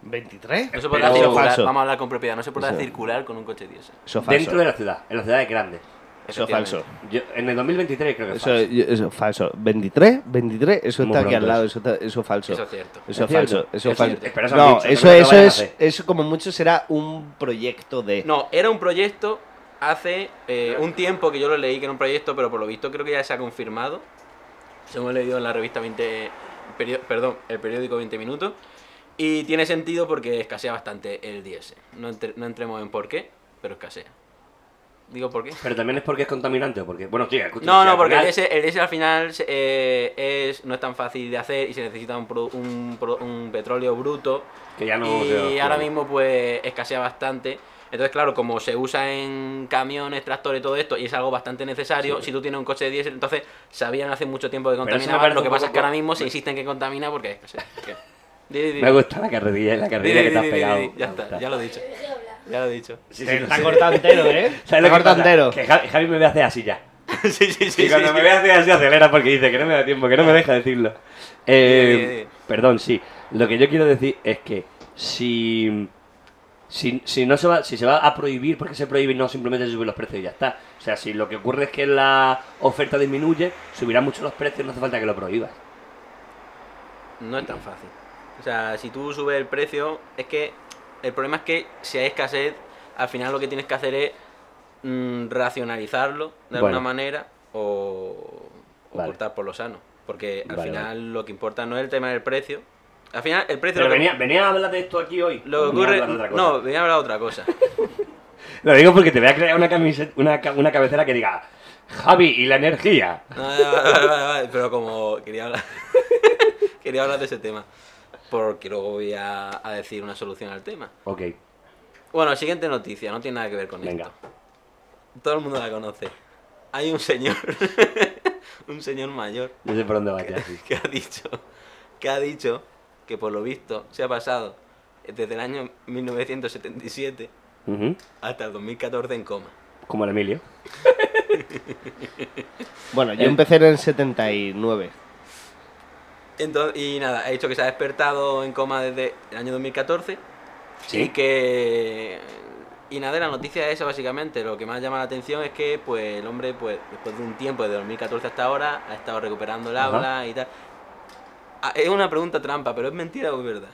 Speaker 2: ¿23?
Speaker 4: No se podrá
Speaker 2: Pero
Speaker 4: circular,
Speaker 2: falso.
Speaker 4: vamos a hablar con propiedad, no se podrá
Speaker 2: Eso.
Speaker 4: circular con un coche diésel.
Speaker 2: Eso es falso.
Speaker 3: Dentro de la ciudad, en las ciudades grandes.
Speaker 2: Eso es falso.
Speaker 3: Yo, en el 2023 creo que
Speaker 2: Eso,
Speaker 3: fue.
Speaker 2: yo- eso es falso. ¿23? ¿23? Eso
Speaker 3: Muy
Speaker 2: está aquí
Speaker 3: pronto
Speaker 2: al lado.
Speaker 3: eso.
Speaker 2: Eso, está- eso es falso.
Speaker 4: Eso es cierto.
Speaker 2: Eso
Speaker 3: Es
Speaker 2: es falso.
Speaker 3: cierto.
Speaker 2: Eso es
Speaker 4: Es
Speaker 2: falso.
Speaker 4: cierto.
Speaker 3: Espero eso han
Speaker 2: No,
Speaker 3: dicho,
Speaker 2: eso,
Speaker 3: espero que lo
Speaker 2: eso
Speaker 3: vayan a
Speaker 2: es.
Speaker 3: hacer.
Speaker 2: Eso como mucho será un proyecto de.
Speaker 4: No, era un proyecto hace eh, un tiempo que yo lo leí que era un proyecto, pero por lo visto creo que ya se ha confirmado. Según he leído en la revista 20. perio- perdón, el periódico 20 Minutos. Y tiene sentido porque escasea bastante el diésel. No, entre- no entremos en por qué, pero escasea. Digo por qué.
Speaker 3: Pero también es porque es contaminante o porque. Bueno, sí, escucha.
Speaker 4: No,
Speaker 3: sí,
Speaker 4: no,
Speaker 3: al
Speaker 4: porque el
Speaker 3: final-
Speaker 4: diésel, el diésel al final se- eh, es, no es tan fácil de hacer y se necesita un, pro- un pro- un petróleo bruto
Speaker 3: Que ya no.
Speaker 4: y
Speaker 3: se-
Speaker 4: ahora mismo pues escasea bastante. Entonces, claro, como se usa en camiones, tractores y todo esto, y es algo bastante necesario, si tú tienes un coche de diésel, entonces sabían hace mucho tiempo que
Speaker 3: Pero eso me
Speaker 4: contaminaba,
Speaker 3: parece
Speaker 4: lo que
Speaker 3: un
Speaker 4: pasa es
Speaker 3: poco
Speaker 4: que ahora
Speaker 3: co-
Speaker 4: mismo se insiste en que contamina
Speaker 3: [LAUGHS]
Speaker 4: porque escasea. ¿Qué? Di, di, di.
Speaker 3: Me gusta la carrerilla, la
Speaker 4: Di, di,
Speaker 3: carrerilla que
Speaker 4: di,
Speaker 3: te has
Speaker 4: di, di,
Speaker 3: pegado.
Speaker 4: di. Ya
Speaker 3: Me
Speaker 4: está,
Speaker 3: gusta.
Speaker 4: ya lo he dicho. Ya lo he dicho. [LAUGHS]
Speaker 3: Sí, sí,
Speaker 2: Te
Speaker 3: lo
Speaker 2: está
Speaker 3: sé.
Speaker 2: cortado entero, [LAUGHS] ¿eh? Te
Speaker 3: ¿Sabes lo
Speaker 2: está
Speaker 3: que pasa?
Speaker 2: cortado entero.
Speaker 3: Que Javi, Javi me ve hacer así ya.
Speaker 4: Sí, sí,
Speaker 3: [LAUGHS]
Speaker 4: sí.
Speaker 3: y
Speaker 4: sí,
Speaker 3: cuando
Speaker 4: sí.
Speaker 3: me ve hacer así acelera porque dice que no me da tiempo, que no me deja decirlo. Eh,
Speaker 4: Sí, sí, sí.
Speaker 3: Perdón, sí. Lo que yo quiero decir es que si. Si, si no se va, si se va a prohibir, ¿por qué se prohíbe y no simplemente se suben los precios y ya está? O sea, si lo que ocurre es que la oferta disminuye, subirán mucho los precios, no hace falta que lo prohíbas.
Speaker 4: No es tan fácil. O sea, si tú subes el precio, es que el problema es que si hay escasez, al final lo que tienes que hacer es mm, racionalizarlo de alguna
Speaker 3: Bueno.
Speaker 4: manera o, o
Speaker 3: Vale.
Speaker 4: cortar por lo sano. Porque al
Speaker 3: Vale,
Speaker 4: final lo que importa no es el tema del precio. Al final el precio...
Speaker 3: Pero
Speaker 4: lo que,
Speaker 3: venía, venía a hablar de esto aquí hoy.
Speaker 4: lo que
Speaker 3: Venía a
Speaker 4: ocurre...
Speaker 3: hablar de otra cosa.
Speaker 4: No, venía a hablar de
Speaker 3: [LAUGHS]
Speaker 4: otra cosa.
Speaker 3: Lo digo porque te voy a crear una camiseta, una, ca- una cabecera que diga Javi y la energía.
Speaker 4: No, vale, vale, vale, vale, pero como quería hablar, [LAUGHS] quería hablar de ese tema. Porque luego voy a, a decir una solución al tema.
Speaker 3: Ok,
Speaker 4: Bueno, siguiente noticia, no tiene nada que ver con
Speaker 3: venga.
Speaker 4: esto. Todo el mundo la conoce. Hay un señor, [LAUGHS] un señor mayor,
Speaker 3: Yo sé por dónde vas ya.
Speaker 4: [LAUGHS]
Speaker 3: sí.
Speaker 4: que ha dicho, que ha dicho que por lo visto se ha pasado desde el año 1977
Speaker 3: Ujú.
Speaker 4: hasta el 2014 en coma.
Speaker 3: Como el Emilio.
Speaker 2: Bueno, yo
Speaker 3: Eh.
Speaker 2: empecé en el 79.
Speaker 4: Entonces, y nada, ha dicho que se ha despertado en coma desde el año 2014
Speaker 3: Sí.
Speaker 4: y que... Y nada, la noticia es esa básicamente. Lo que más llama la atención es que pues el hombre, pues después de un tiempo, desde 2014 hasta ahora, ha estado recuperando el
Speaker 3: Ajá.
Speaker 4: habla y tal. Ah, Es una pregunta trampa, pero ¿es mentira o es verdad?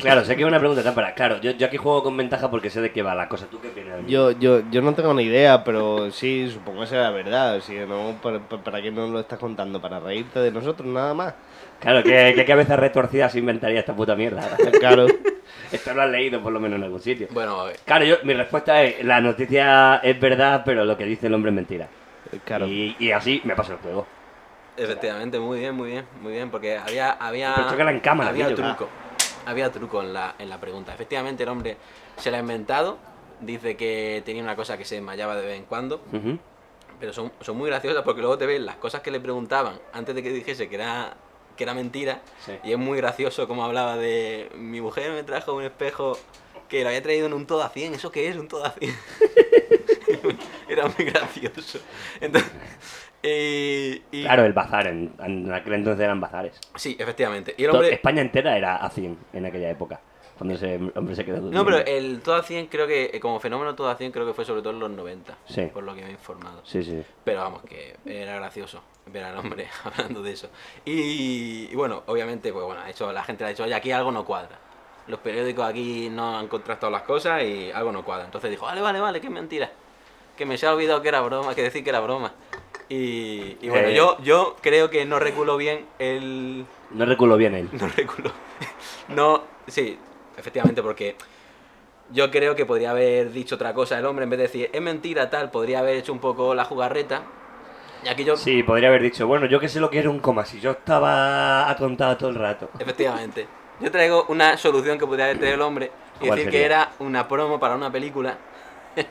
Speaker 3: Claro, sé que es una pregunta tan para. Claro, yo, yo aquí juego con ventaja porque sé de qué va la cosa. ¿Tú qué opinas? Emilio?
Speaker 2: Yo, yo, yo no tengo ni idea, pero sí, supongo que será verdad. Si no, ¿para, para, para qué nos lo estás contando? ¿Para reírte de nosotros? Nada más.
Speaker 3: Claro, ¿qué, qué cabeza retorcida se inventaría esta puta mierda?
Speaker 2: Claro.
Speaker 3: Esto lo has leído por lo menos en algún sitio.
Speaker 4: Bueno, a ver.
Speaker 3: Claro, yo, mi respuesta es, la noticia es verdad, pero lo que dice el hombre es mentira.
Speaker 2: Claro.
Speaker 3: Y, y así me pasa el juego.
Speaker 4: Efectivamente, muy bien, muy bien, muy bien, porque había había
Speaker 3: Pero chócala en cámara,
Speaker 4: había
Speaker 3: tío,
Speaker 4: truco. Había truco en la, en la pregunta. Efectivamente, el hombre se la ha inventado. Dice que tenía una cosa que se desmayaba de vez en cuando,
Speaker 3: Ujú.
Speaker 4: pero son, son muy graciosas porque luego te ves las cosas que le preguntaban antes de que dijese que era, que era mentira.
Speaker 3: Sí.
Speaker 4: Y es muy gracioso como hablaba de mi mujer me trajo un espejo que lo había traído en un todo a 100. ¿Eso qué es? Un todo a 100. [LAUGHS] era muy gracioso. Entonces, y- y-
Speaker 3: Claro, el bazar, en, en aquel entonces eran bazares.
Speaker 4: Sí, efectivamente. Y el
Speaker 3: To-
Speaker 4: hombre...
Speaker 3: España entera era a 100 en aquella época, cuando ese hombre se quedó durmiendo.
Speaker 4: No, pero eh, el todo a 100 creo que, eh, como fenómeno todo a 100 creo que fue sobre todo en los 90,
Speaker 3: Sí.
Speaker 4: por lo que me he informado.
Speaker 3: Sí, sí.
Speaker 4: Pero vamos, que era gracioso ver al hombre [LAUGHS] hablando de eso. Y, y bueno, obviamente, pues bueno, eso la gente le ha dicho, oye, aquí algo no cuadra. Los periódicos aquí no han contrastado las cosas y algo no cuadra. Entonces dijo, vale, vale, vale, que es mentira. Que me se ha olvidado que era broma, que decir que era broma. Y, y bueno,
Speaker 3: Eh.
Speaker 4: yo, yo creo que no reculo bien el,
Speaker 3: No reculo bien
Speaker 4: [LAUGHS]
Speaker 3: él.
Speaker 4: no reculo. No, sí, efectivamente, porque yo creo que podría haber dicho otra cosa el hombre en vez de decir es mentira tal, podría haber hecho un poco la jugarreta. Y aquí yo,
Speaker 3: Sí, podría haber dicho, bueno, yo que sé lo que era un coma, si yo estaba atontado todo el rato.
Speaker 4: efectivamente, yo traigo una solución que podría haber traído el hombre y
Speaker 3: ¿Cuál
Speaker 4: decir que
Speaker 3: sería?
Speaker 4: era una promo para una película. [LAUGHS]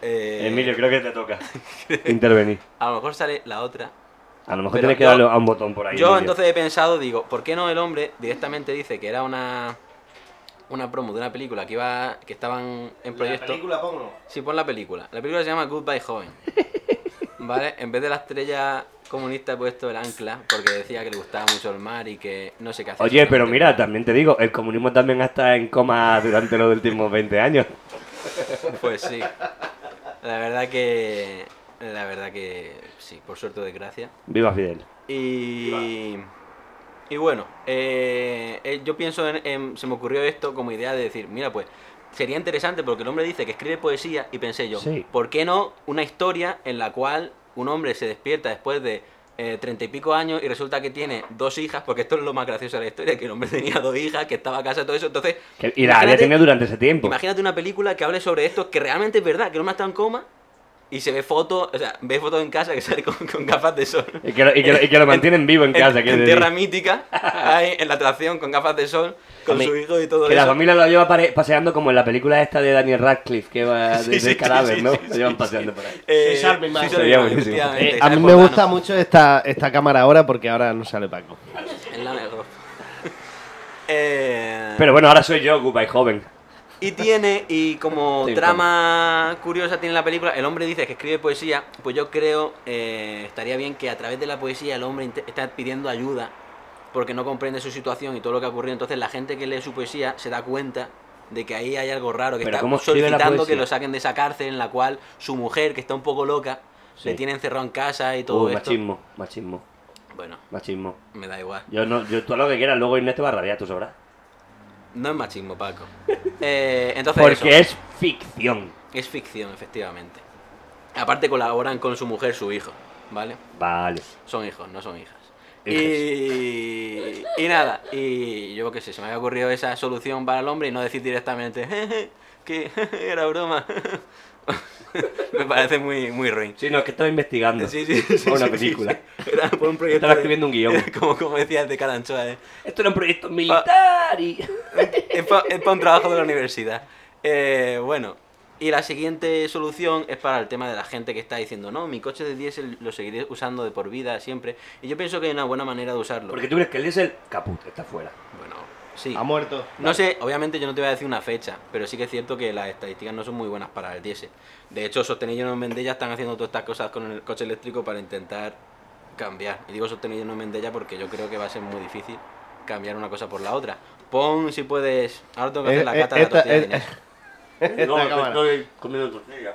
Speaker 4: Eh,
Speaker 3: Emilio, creo que te toca [LAUGHS] intervenir.
Speaker 4: A lo mejor sale la otra.
Speaker 3: A lo mejor
Speaker 4: Pero
Speaker 3: tienes que
Speaker 4: yo-
Speaker 3: darle a un botón por ahí.
Speaker 4: Yo
Speaker 3: Emilio.
Speaker 4: entonces he pensado, digo, ¿por qué no el hombre directamente dice que era una una promo de una película que iba que estaban en proyecto?
Speaker 2: pongo.
Speaker 4: Sí, pon la película. La película se llama Goodbye Joven. ¿Vale? En vez de la estrella comunista he puesto el ancla porque decía que le gustaba mucho el mar y que no sé qué hacía.
Speaker 3: Oye, pero mira, también
Speaker 4: también.
Speaker 3: te digo, el comunismo también ha estado en coma durante los últimos 20 años.
Speaker 4: Pues sí. La verdad que. La verdad que. Sí, por suerte o desgracia.
Speaker 3: Viva Fidel.
Speaker 4: Y. Y bueno, eh, eh, yo pienso en, en- Se me ocurrió esto como idea de decir, mira, pues. Sería interesante porque el hombre dice que escribe poesía y pensé yo,
Speaker 3: Sí.
Speaker 4: ¿por qué no una historia en la cual un hombre se despierta después de eh, treinta y pico años y resulta que tiene dos hijas, porque esto es lo más gracioso de la historia, que el hombre [LAUGHS] tenía dos hijas, que estaba a casa, todo eso, entonces...
Speaker 3: Que- y la había
Speaker 4: imagínate-
Speaker 3: tenido durante ese tiempo.
Speaker 4: Imagínate una película que hable sobre esto, que realmente es verdad, que el hombre está en coma y se ve fotos, o sea, ve fotos en casa que sale con, con gafas de sol.
Speaker 3: Y que, lo, y que lo- y
Speaker 4: [LAUGHS]
Speaker 3: que lo mantienen vivo en casa. quiero
Speaker 4: en
Speaker 3: decir.
Speaker 4: tierra mítica, ahí, en la atracción, con gafas de sol, con
Speaker 3: Hombre,
Speaker 4: su hijo y todo
Speaker 3: Que
Speaker 4: eso.
Speaker 3: la familia lo lleva pare- paseando como en la película esta de Daniel Radcliffe, que va
Speaker 4: [LAUGHS] Sí,
Speaker 3: desde
Speaker 4: sí,
Speaker 3: el cadáver,
Speaker 4: sí,
Speaker 3: ¿no?
Speaker 4: sí,
Speaker 3: lo
Speaker 4: sí,
Speaker 3: llevan paseando por ahí.
Speaker 4: Eh,
Speaker 2: Swiss Army Man.
Speaker 4: Swiss
Speaker 3: Sería
Speaker 4: Man,
Speaker 3: buenísimo.
Speaker 4: efectivamente,
Speaker 2: Eh, a
Speaker 4: Isaac
Speaker 2: mí me gusta
Speaker 4: Bordano.
Speaker 2: mucho esta, esta cámara ahora porque ahora no sale Paco.
Speaker 4: [LAUGHS] Es la mejor. Eh,
Speaker 3: Pero bueno, ahora soy yo, Goodbye Joven.
Speaker 4: Y tiene, y como
Speaker 3: [LAUGHS] Sí,
Speaker 4: trama curiosa tiene la película, el hombre dice que escribe poesía, pues yo creo, eh, estaría bien que a través de la poesía el hombre inte- está pidiendo ayuda porque no comprende su situación y todo lo que ha ocurrido. Entonces la gente que lee su poesía se da cuenta de que ahí hay algo raro, que
Speaker 3: Pero
Speaker 4: está
Speaker 3: ¿cómo escribe la
Speaker 4: solicitando que
Speaker 3: poesía?
Speaker 4: lo saquen de esa cárcel en la cual su mujer, que está un poco loca,
Speaker 3: Sí.
Speaker 4: le tiene encerrado en casa y todo
Speaker 3: Uy,
Speaker 4: esto.
Speaker 3: Uh, machismo, machismo,
Speaker 4: Bueno,
Speaker 3: machismo.
Speaker 4: me da igual.
Speaker 3: Yo no, yo tú haz lo que quieras, luego Inés te va a rabiar, tú sabrás.
Speaker 4: No es machismo, Paco. [LAUGHS] Eh, entonces eso.
Speaker 3: Porque es ficción.
Speaker 4: Es ficción, efectivamente. Aparte colaboran con su mujer, su hijo, ¿vale?
Speaker 3: Vale.
Speaker 4: Son hijos, no son hijas.
Speaker 3: Hijas.
Speaker 4: Y, y nada, y yo qué sé, se me había ocurrido esa solución para el hombre y no decir directamente "Jeje, que [LAUGHS] era broma. me parece muy, muy ruin.
Speaker 3: Sí, no, es que estaba investigando.
Speaker 4: Sí, sí, sí,
Speaker 3: Para una
Speaker 4: sí,
Speaker 3: película.
Speaker 4: sí, sí. Era por un proyecto.
Speaker 3: Estaba
Speaker 4: de-
Speaker 3: escribiendo un guión.
Speaker 4: [LAUGHS] Como, como decía el de Caranchoa, ¿eh?
Speaker 3: Esto era un proyecto militar y...
Speaker 4: es para un trabajo de la universidad. Eh, bueno, y la siguiente solución es para el tema de la gente que está diciendo, no, mi coche de diésel lo seguiré usando de por vida siempre. Y yo pienso que hay una buena manera de usarlo.
Speaker 3: Porque tú crees que el diésel... Caput, está fuera.
Speaker 4: Bueno, sí.
Speaker 2: Ha muerto.
Speaker 4: No sé, obviamente yo no te voy a decir una fecha, pero sí que es cierto que las estadísticas no son muy buenas para el diésel. De hecho, Sostenillo y Mendella están haciendo todas estas cosas con el coche eléctrico para intentar cambiar. Y digo Sostenillo y Mendella porque yo creo que va a ser muy difícil cambiar una cosa por la otra. Pon si puedes. Ahora tengo que hacer la
Speaker 2: Eh, eh,
Speaker 4: cata de la
Speaker 2: esta-
Speaker 4: tortilla de
Speaker 2: eh,
Speaker 4: Ignacio.
Speaker 2: [LAUGHS] Esta cámara.
Speaker 3: estoy comiendo tortilla.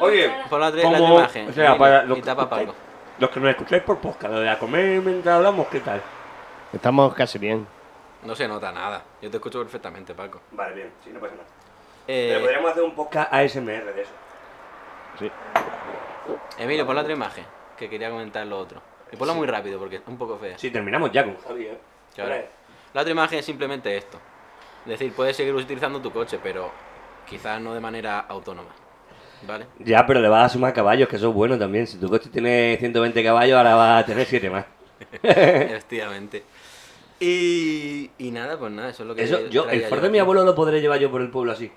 Speaker 3: Oye,
Speaker 5: Oye,
Speaker 4: Pon la, tre- la
Speaker 3: ¿Cómo?
Speaker 4: otra imagen.
Speaker 3: O sea,
Speaker 4: Emilio,
Speaker 3: para lo
Speaker 4: y
Speaker 3: que-
Speaker 4: tapa a Paco.
Speaker 3: Los que nos escucháis por podcast, lo de a comer mientras hablamos, ¿qué tal?
Speaker 2: Estamos casi bien.
Speaker 4: No se nota nada. Yo te escucho perfectamente, Paco.
Speaker 3: Vale, bien, sí, no pasa nada.
Speaker 4: Eh,
Speaker 3: Pero podríamos hacer un podcast ASMR de eso.
Speaker 2: Sí.
Speaker 4: Emilio, pon la otra imagen, que quería comentar lo otro. Y ponla muy rápido porque es un poco fea.
Speaker 3: Sí, terminamos ya con Javi, ¿eh?
Speaker 4: Ya verás. La otra imagen es simplemente esto. Es decir, puedes seguir utilizando tu coche, pero quizás no de manera autónoma.
Speaker 3: [LAUGHS]
Speaker 4: ¿Vale?
Speaker 3: Ya, pero le vas a sumar caballos, que eso es bueno también. Si tu coche tiene 120 caballos, ahora vas a tener 7 más.
Speaker 4: Efectivamente. Y, y nada, pues nada, eso es lo que
Speaker 3: Eso, yo, el
Speaker 4: traía
Speaker 3: Ford de mi
Speaker 4: aquí.
Speaker 3: abuelo lo podré llevar yo por el pueblo así.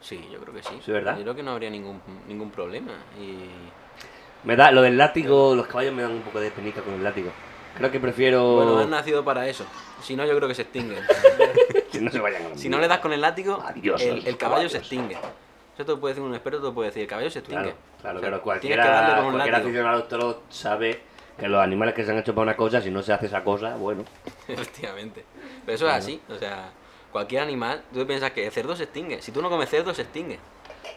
Speaker 4: Sí, yo creo que sí.
Speaker 3: Sí, ¿verdad?
Speaker 4: Yo creo que no habría ningún, ningún problema. Y...
Speaker 3: Me da, lo del látigo, los caballos me dan un poco de penica con el látigo. Creo que prefiero.
Speaker 4: Bueno, han nacido para eso. Si no, yo creo que se extinguen.
Speaker 3: [LAUGHS] que no se vayan a la
Speaker 4: si no le das con el látigo,
Speaker 3: Adiós,
Speaker 4: el, el caballo
Speaker 3: caballos.
Speaker 4: se extingue. Eso te lo puede decir un experto, te lo puede decir. El caballo se extingue.
Speaker 3: Claro, claro,
Speaker 4: O sea,
Speaker 3: claro.
Speaker 4: tienes
Speaker 3: Cualquiera,
Speaker 4: que darle con un
Speaker 3: cualquier
Speaker 4: látigo.
Speaker 3: aficionado al toro sabe que los animales que se han hecho para una cosa, si no se hace esa cosa, bueno.
Speaker 4: [LAUGHS] Efectivamente. Pero eso es así. O sea, cualquier animal, tú piensas que el cerdo se extingue. Si tú no comes cerdo, se extingue.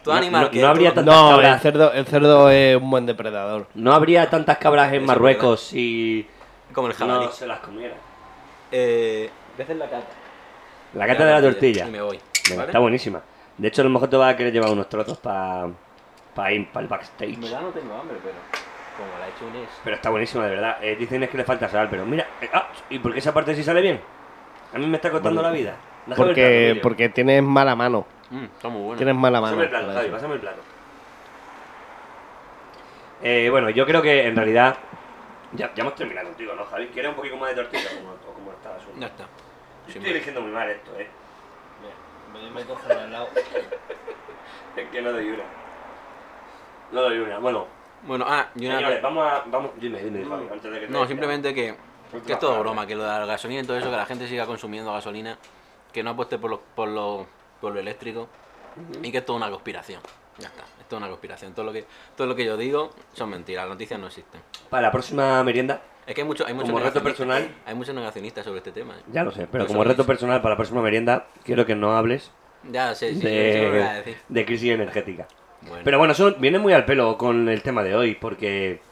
Speaker 4: Todo
Speaker 3: No-
Speaker 4: animal
Speaker 3: no-
Speaker 4: que
Speaker 3: no
Speaker 4: tú
Speaker 3: habría [LAUGHS] tantas
Speaker 2: No, el
Speaker 3: cabras.
Speaker 2: cerdo, el cerdo es un buen depredador.
Speaker 3: No habría tantas cabras en
Speaker 4: Eso
Speaker 3: Marruecos si
Speaker 4: Como el jabalí.
Speaker 3: no se las comiera.
Speaker 4: Eh, voy a hacer la cata.
Speaker 3: La cata de la tortilla.
Speaker 4: Y me voy.
Speaker 3: Venga,
Speaker 4: ¿vale?
Speaker 3: Está buenísima. De hecho, a lo mejor te vas a querer llevar unos trotos para ir para el backstage.
Speaker 4: En verdad no tengo hambre, pero como la he hecho un es.
Speaker 3: Pero está buenísima, de verdad. Eh, dicen es que le falta sal, pero mira, eh, ah, ¿y por qué esa parte sí sale bien? A mí me está costando
Speaker 2: Bueno,
Speaker 3: la vida. Déjame el plato,
Speaker 2: Porque,
Speaker 3: Emilio.
Speaker 2: porque tienes mala mano.
Speaker 4: Mm, está muy bueno.
Speaker 2: Tienes mala mano.
Speaker 3: Pásame el plato,
Speaker 2: para
Speaker 3: Javi,
Speaker 2: eso.
Speaker 3: pásame el plato. Eh, bueno, yo creo que en realidad. Ya, ya hemos terminado contigo, ¿no, Javi? ¿Quieres un poquito más de tortilla? ¿Cómo, o cómo está el asunto?
Speaker 4: Ya está.
Speaker 3: Yo
Speaker 4: Sin
Speaker 3: Estoy
Speaker 4: más.
Speaker 3: eligiendo muy mal esto, ¿eh? Es que no doy una. No doy una. Bueno,
Speaker 4: Bueno, ah, y una.
Speaker 3: señores, vamos a. Vamos, dime, dime, Javi, antes de que te
Speaker 4: No, simplemente que, que
Speaker 3: Última
Speaker 4: es todo
Speaker 3: palabra.
Speaker 4: broma, que lo de la gasolina y todo eso, que la gente siga consumiendo gasolina, que no apueste por lo, por lo, por lo eléctrico y que es toda una conspiración. Ya está, es toda una conspiración. Todo lo que, todo lo que yo digo son mentiras, las noticias no existen.
Speaker 3: Para la próxima merienda,
Speaker 4: Es que hay mucho, hay mucho
Speaker 3: como reto
Speaker 4: negacionista-
Speaker 3: personal.
Speaker 4: Hay muchos negacionistas sobre este tema. ¿eh?
Speaker 3: Ya lo sé, pero
Speaker 4: Pues
Speaker 3: como
Speaker 4: son
Speaker 3: reto
Speaker 4: mis-
Speaker 3: personal para la próxima merienda, quiero que no hables
Speaker 4: Ya sé, sí, eso lo voy a
Speaker 3: de,
Speaker 4: decir.
Speaker 3: de crisis energética.
Speaker 4: Bueno.
Speaker 3: Pero bueno, eso viene muy al pelo con el tema de hoy, porque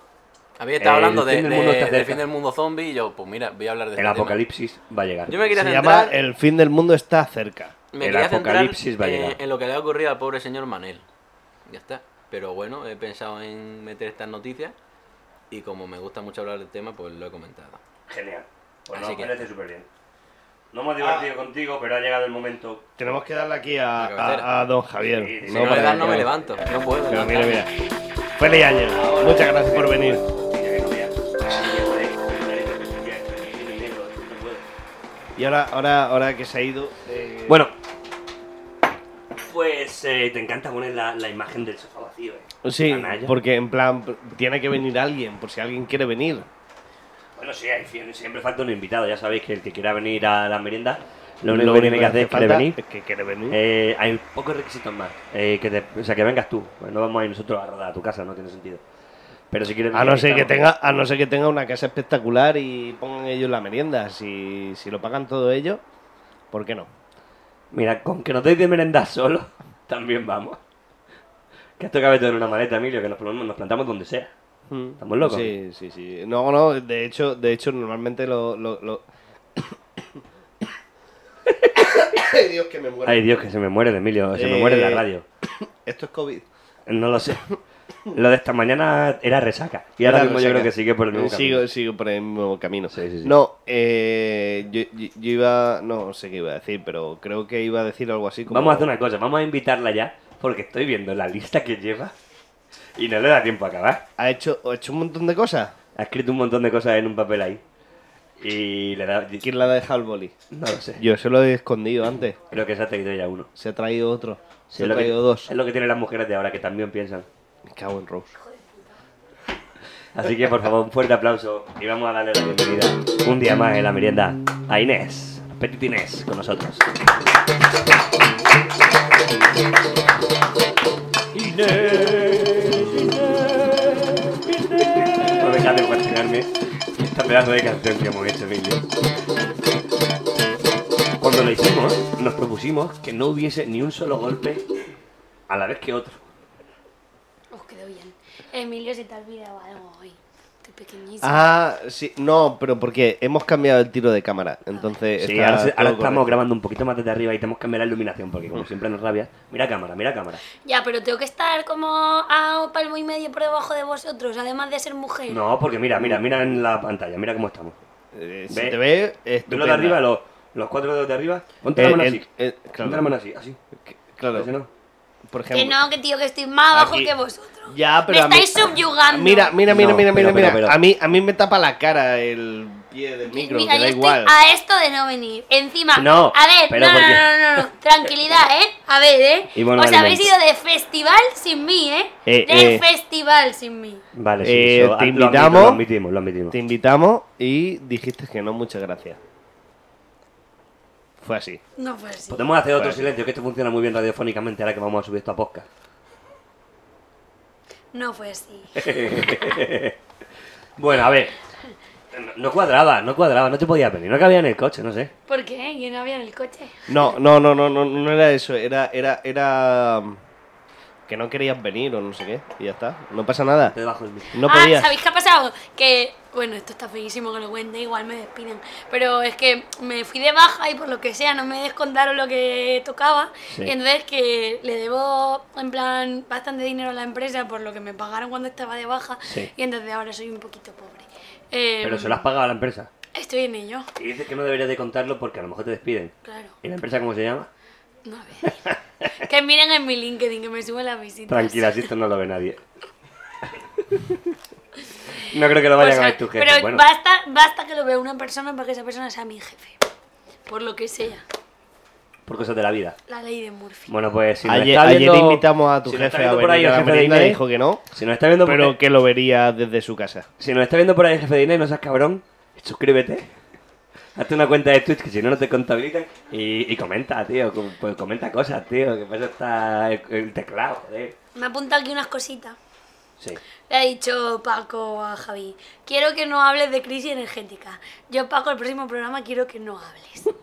Speaker 4: Pues Había estado
Speaker 3: eh, el
Speaker 4: hablando de,
Speaker 3: fin del mundo
Speaker 4: de-
Speaker 3: está
Speaker 4: del
Speaker 3: cerca.
Speaker 4: fin del mundo zombie y yo, pues mira, voy a hablar de
Speaker 3: el
Speaker 4: este tema.
Speaker 3: apocalipsis va a llegar.
Speaker 4: Yo me quería
Speaker 2: Se llama
Speaker 4: centrar,
Speaker 2: El fin del mundo está cerca.
Speaker 4: me
Speaker 3: el
Speaker 4: quería centrar,
Speaker 3: apocalipsis va a
Speaker 4: eh,
Speaker 3: llegar.
Speaker 4: en lo que le ha ocurrido al pobre señor Manel. Ya está. Pero bueno, he pensado en meter estas noticias y como me gusta mucho hablar del tema, pues lo he comentado.
Speaker 3: Genial. Pues
Speaker 4: Así
Speaker 3: nos
Speaker 4: que- Ah.
Speaker 3: parece súper bien. No hemos divertido contigo, pero ha llegado el momento.
Speaker 2: Tenemos que darle aquí a,
Speaker 4: La cabecera.
Speaker 2: a- a don Javier.
Speaker 3: Sí, sí, No,
Speaker 4: Si no, le
Speaker 3: para
Speaker 4: dan,
Speaker 3: que
Speaker 4: no me
Speaker 3: no.
Speaker 4: levanto. No puedo.
Speaker 2: Pero mira, mira. Feliz año. Muchas gracias por venir.
Speaker 3: Ya que no veas. Ya puedes.
Speaker 2: Y ahora, ahora, ahora que se ha ido. eh,
Speaker 3: Bueno, pues eh, te encanta poner la, la imagen del sofá vacío, ¿eh?
Speaker 2: Sí,
Speaker 3: Anaya.
Speaker 2: porque en plan tiene que venir alguien, por si alguien quiere venir.
Speaker 3: Bueno, sí, hay- siempre falta un invitado. Ya sabéis que el que quiera venir a la merienda, lo
Speaker 2: Lo
Speaker 3: único que tiene que hacer es que le
Speaker 2: falta
Speaker 3: venís.
Speaker 2: es que quiere venir.
Speaker 3: Eh, hay pocos requisitos más. Eh, que te- o sea, que vengas tú. Pues No vamos a ir nosotros a rodar a tu casa, no tiene sentido. Pero si quieres
Speaker 2: a no ser que
Speaker 3: estamos.
Speaker 2: tenga, a no ser que tenga una casa espectacular y pongan ellos la merienda, si, si lo pagan todo ellos, ¿por qué no?
Speaker 3: Mira, con que nos deis de merendar solo, [LAUGHS] también vamos. Que esto cabe todo en una maleta, Emilio, que nos, ponemos- nos plantamos donde sea. Estamos locos.
Speaker 2: Mm. Sí, sí, sí. No, no, de hecho, de hecho normalmente lo, lo- lo- [COUGHS] Ay, Dios, que me muero.
Speaker 3: Ay, Dios, que se me muere de Emilio, se me
Speaker 2: Eh,
Speaker 3: muere la radio.
Speaker 2: Esto es COVID.
Speaker 3: No lo sé. Lo de esta mañana era resaca. Y ahora
Speaker 2: Era
Speaker 3: mismo yo
Speaker 2: resaca.
Speaker 3: creo que sigue por el mismo
Speaker 2: sigo,
Speaker 3: camino.
Speaker 2: Sigo por el mismo camino.
Speaker 3: Sí, sí, sí.
Speaker 2: No, eh, yo, yo- yo iba... No sé qué iba a decir, pero creo que iba a decir algo así como...
Speaker 3: Vamos a hacer una cosa, vamos a invitarla ya, porque estoy viendo la lista que lleva y no le da tiempo a acabar.
Speaker 2: Ha hecho, ha hecho un montón de cosas.
Speaker 3: Ha escrito un montón de cosas en un papel ahí. Y le da...
Speaker 2: ¿Quién la ha dejado el boli?
Speaker 3: No lo sé.
Speaker 2: Yo se lo he escondido antes.
Speaker 3: Creo que se ha traído ya uno.
Speaker 2: Se ha traído otro. Se
Speaker 3: es
Speaker 2: ha
Speaker 3: lo que-
Speaker 2: traído dos.
Speaker 3: Es lo que tienen las mujeres de ahora, que también piensan.
Speaker 2: Me cago en Rose.
Speaker 3: Así que, por favor, un fuerte aplauso y vamos a darle la bienvenida un día más en la merienda a Inés, Petit Inés, con nosotros. No dejas de imaginarme esta pedazo de canción que hemos hecho, Emilio. Cuando lo hicimos, nos propusimos que no hubiese ni un solo golpe a la vez que otro.
Speaker 5: Os quedó bien. Emilio, se te ha olvidado algo hoy. Qué pequeñísimo.
Speaker 2: Ah, sí. No, pero porque hemos cambiado el tiro de cámara. Entonces...
Speaker 3: Sí,
Speaker 2: está
Speaker 3: ahora, se- ahora
Speaker 2: todo
Speaker 3: estamos
Speaker 2: correcto. Mm.
Speaker 3: grabando un poquito más desde arriba y tenemos que cambiar la iluminación porque como siempre nos rabia. Mira cámara, mira cámara.
Speaker 5: Ya, pero tengo que estar como a palmo y medio por debajo de vosotros, además de ser mujer.
Speaker 3: No, porque mira, mira, mira en la pantalla, mira cómo estamos.
Speaker 2: Eh,
Speaker 3: Ve-
Speaker 2: se te ve
Speaker 3: Tú
Speaker 2: estupenda.
Speaker 3: lo de arriba, los, los cuatro dedos de arriba, ponte la
Speaker 2: Eh,
Speaker 3: mano
Speaker 2: el-
Speaker 3: así.
Speaker 2: eh,
Speaker 3: Ponte
Speaker 2: claro.
Speaker 3: la mano así, así.
Speaker 2: Claro.
Speaker 3: Ese no.
Speaker 2: Por
Speaker 5: Que
Speaker 2: ejemplo.
Speaker 5: no, que tío, que estoy más abajo
Speaker 2: Aquí.
Speaker 5: que vosotros.
Speaker 2: Ya, pero
Speaker 5: Me
Speaker 2: a mí-
Speaker 5: estáis subyugando.
Speaker 2: Mira, mira, mira,
Speaker 3: No,
Speaker 2: mira,
Speaker 3: pero,
Speaker 2: mira,
Speaker 3: pero,
Speaker 2: mira.
Speaker 3: pero.
Speaker 2: A mí, a mí me tapa la cara el pie del micro,
Speaker 5: Mira,
Speaker 2: que
Speaker 5: yo
Speaker 2: da
Speaker 5: estoy
Speaker 2: igual.
Speaker 5: a esto de no venir. Encima.
Speaker 3: No,
Speaker 5: A ver,
Speaker 3: pero
Speaker 5: no, no,
Speaker 3: porque-
Speaker 5: no, no,
Speaker 3: [LAUGHS]
Speaker 5: no, no. Tranquilidad, ¿eh? A ver, ¿eh?
Speaker 3: Y bueno,
Speaker 5: Os
Speaker 3: alimento.
Speaker 5: habéis ido de festival sin mí, ¿eh?
Speaker 2: Eh,
Speaker 5: de
Speaker 2: eh.
Speaker 5: festival sin mí.
Speaker 3: Vale, sí,
Speaker 2: Eh,
Speaker 3: eso,
Speaker 2: te
Speaker 3: ah, lo admito,
Speaker 2: invitamos.
Speaker 3: Lo admitimos, lo admitimos.
Speaker 2: Te invitamos y dijiste que no, muchas gracias. Fue así.
Speaker 5: No fue así.
Speaker 3: Podemos hacer otro
Speaker 2: Bueno.
Speaker 3: silencio, que esto funciona muy bien radiofónicamente ahora que vamos a subir esta podcast.
Speaker 5: No fue así.
Speaker 3: Bueno, a ver. No- No cuadraba, no cuadraba, no te podías venir, no cabía en el coche, no sé.
Speaker 5: ¿Por qué? Yo no había en el coche.
Speaker 2: No, no, no, no, no, no era eso. Era, era, era mm, que no querías venir o no sé qué. Y ya está. No pasa nada.
Speaker 3: Te debajo del micro.
Speaker 2: No
Speaker 5: ah,
Speaker 2: podías.
Speaker 5: ¿sabéis qué ha pasado? Que, bueno, esto está feísimo que lo cuente, igual me despiden. Pero es que me fui de baja y por lo que sea no me descontaron lo que tocaba.
Speaker 3: Sí.
Speaker 5: Y entonces que le debo, en plan, bastante dinero a la empresa por lo que me pagaron cuando estaba de baja.
Speaker 3: Sí.
Speaker 5: Y entonces ahora soy un poquito pobre. Eh,
Speaker 3: Pero se lo has pagado a la empresa.
Speaker 5: Estoy en ello,
Speaker 3: Y dices que no deberías de contarlo porque a lo mejor te despiden.
Speaker 5: claro.
Speaker 3: ¿Y la empresa cómo se llama?
Speaker 5: No lo voy a decir. [LAUGHS] que miren en mi LinkedIn, que me suben las visitas.
Speaker 3: Tranquila, si esto no lo ve
Speaker 5: [LAUGHS]
Speaker 3: nadie. No creo que lo vayan
Speaker 5: Pues,
Speaker 3: a ver tu jefe.
Speaker 5: Pero
Speaker 3: bueno,
Speaker 5: basta, basta que lo vea una persona para que esa persona sea mi jefe. Por lo que sea.
Speaker 3: por cosas de la vida.
Speaker 5: La ley de Murphy.
Speaker 3: Bueno, pues si nos
Speaker 2: ayer
Speaker 3: está
Speaker 2: ayer
Speaker 3: viendo-
Speaker 2: invitamos a tu
Speaker 3: si nos está
Speaker 2: jefe a
Speaker 3: viendo por
Speaker 2: venir
Speaker 3: ahí el
Speaker 2: a la
Speaker 3: jefe de
Speaker 2: merienda y
Speaker 3: Inés,
Speaker 2: dijo que no.
Speaker 3: Si nos está viendo por
Speaker 2: Pero que lo vería desde su casa.
Speaker 3: Si nos está viendo por ahí el jefe de Inés, no seas cabrón, suscríbete. Hazte una cuenta de Twitch que si no, no te contabilitan. Y, y comenta, tío. com- pues comenta cosas, tío. Que pasa está el, el teclado, joder.
Speaker 5: Me ha apuntado aquí unas cositas.
Speaker 3: Sí.
Speaker 5: Le ha dicho Paco a Javi, quiero que no hables de crisis energética. Yo, Paco, el próximo programa quiero que no hables.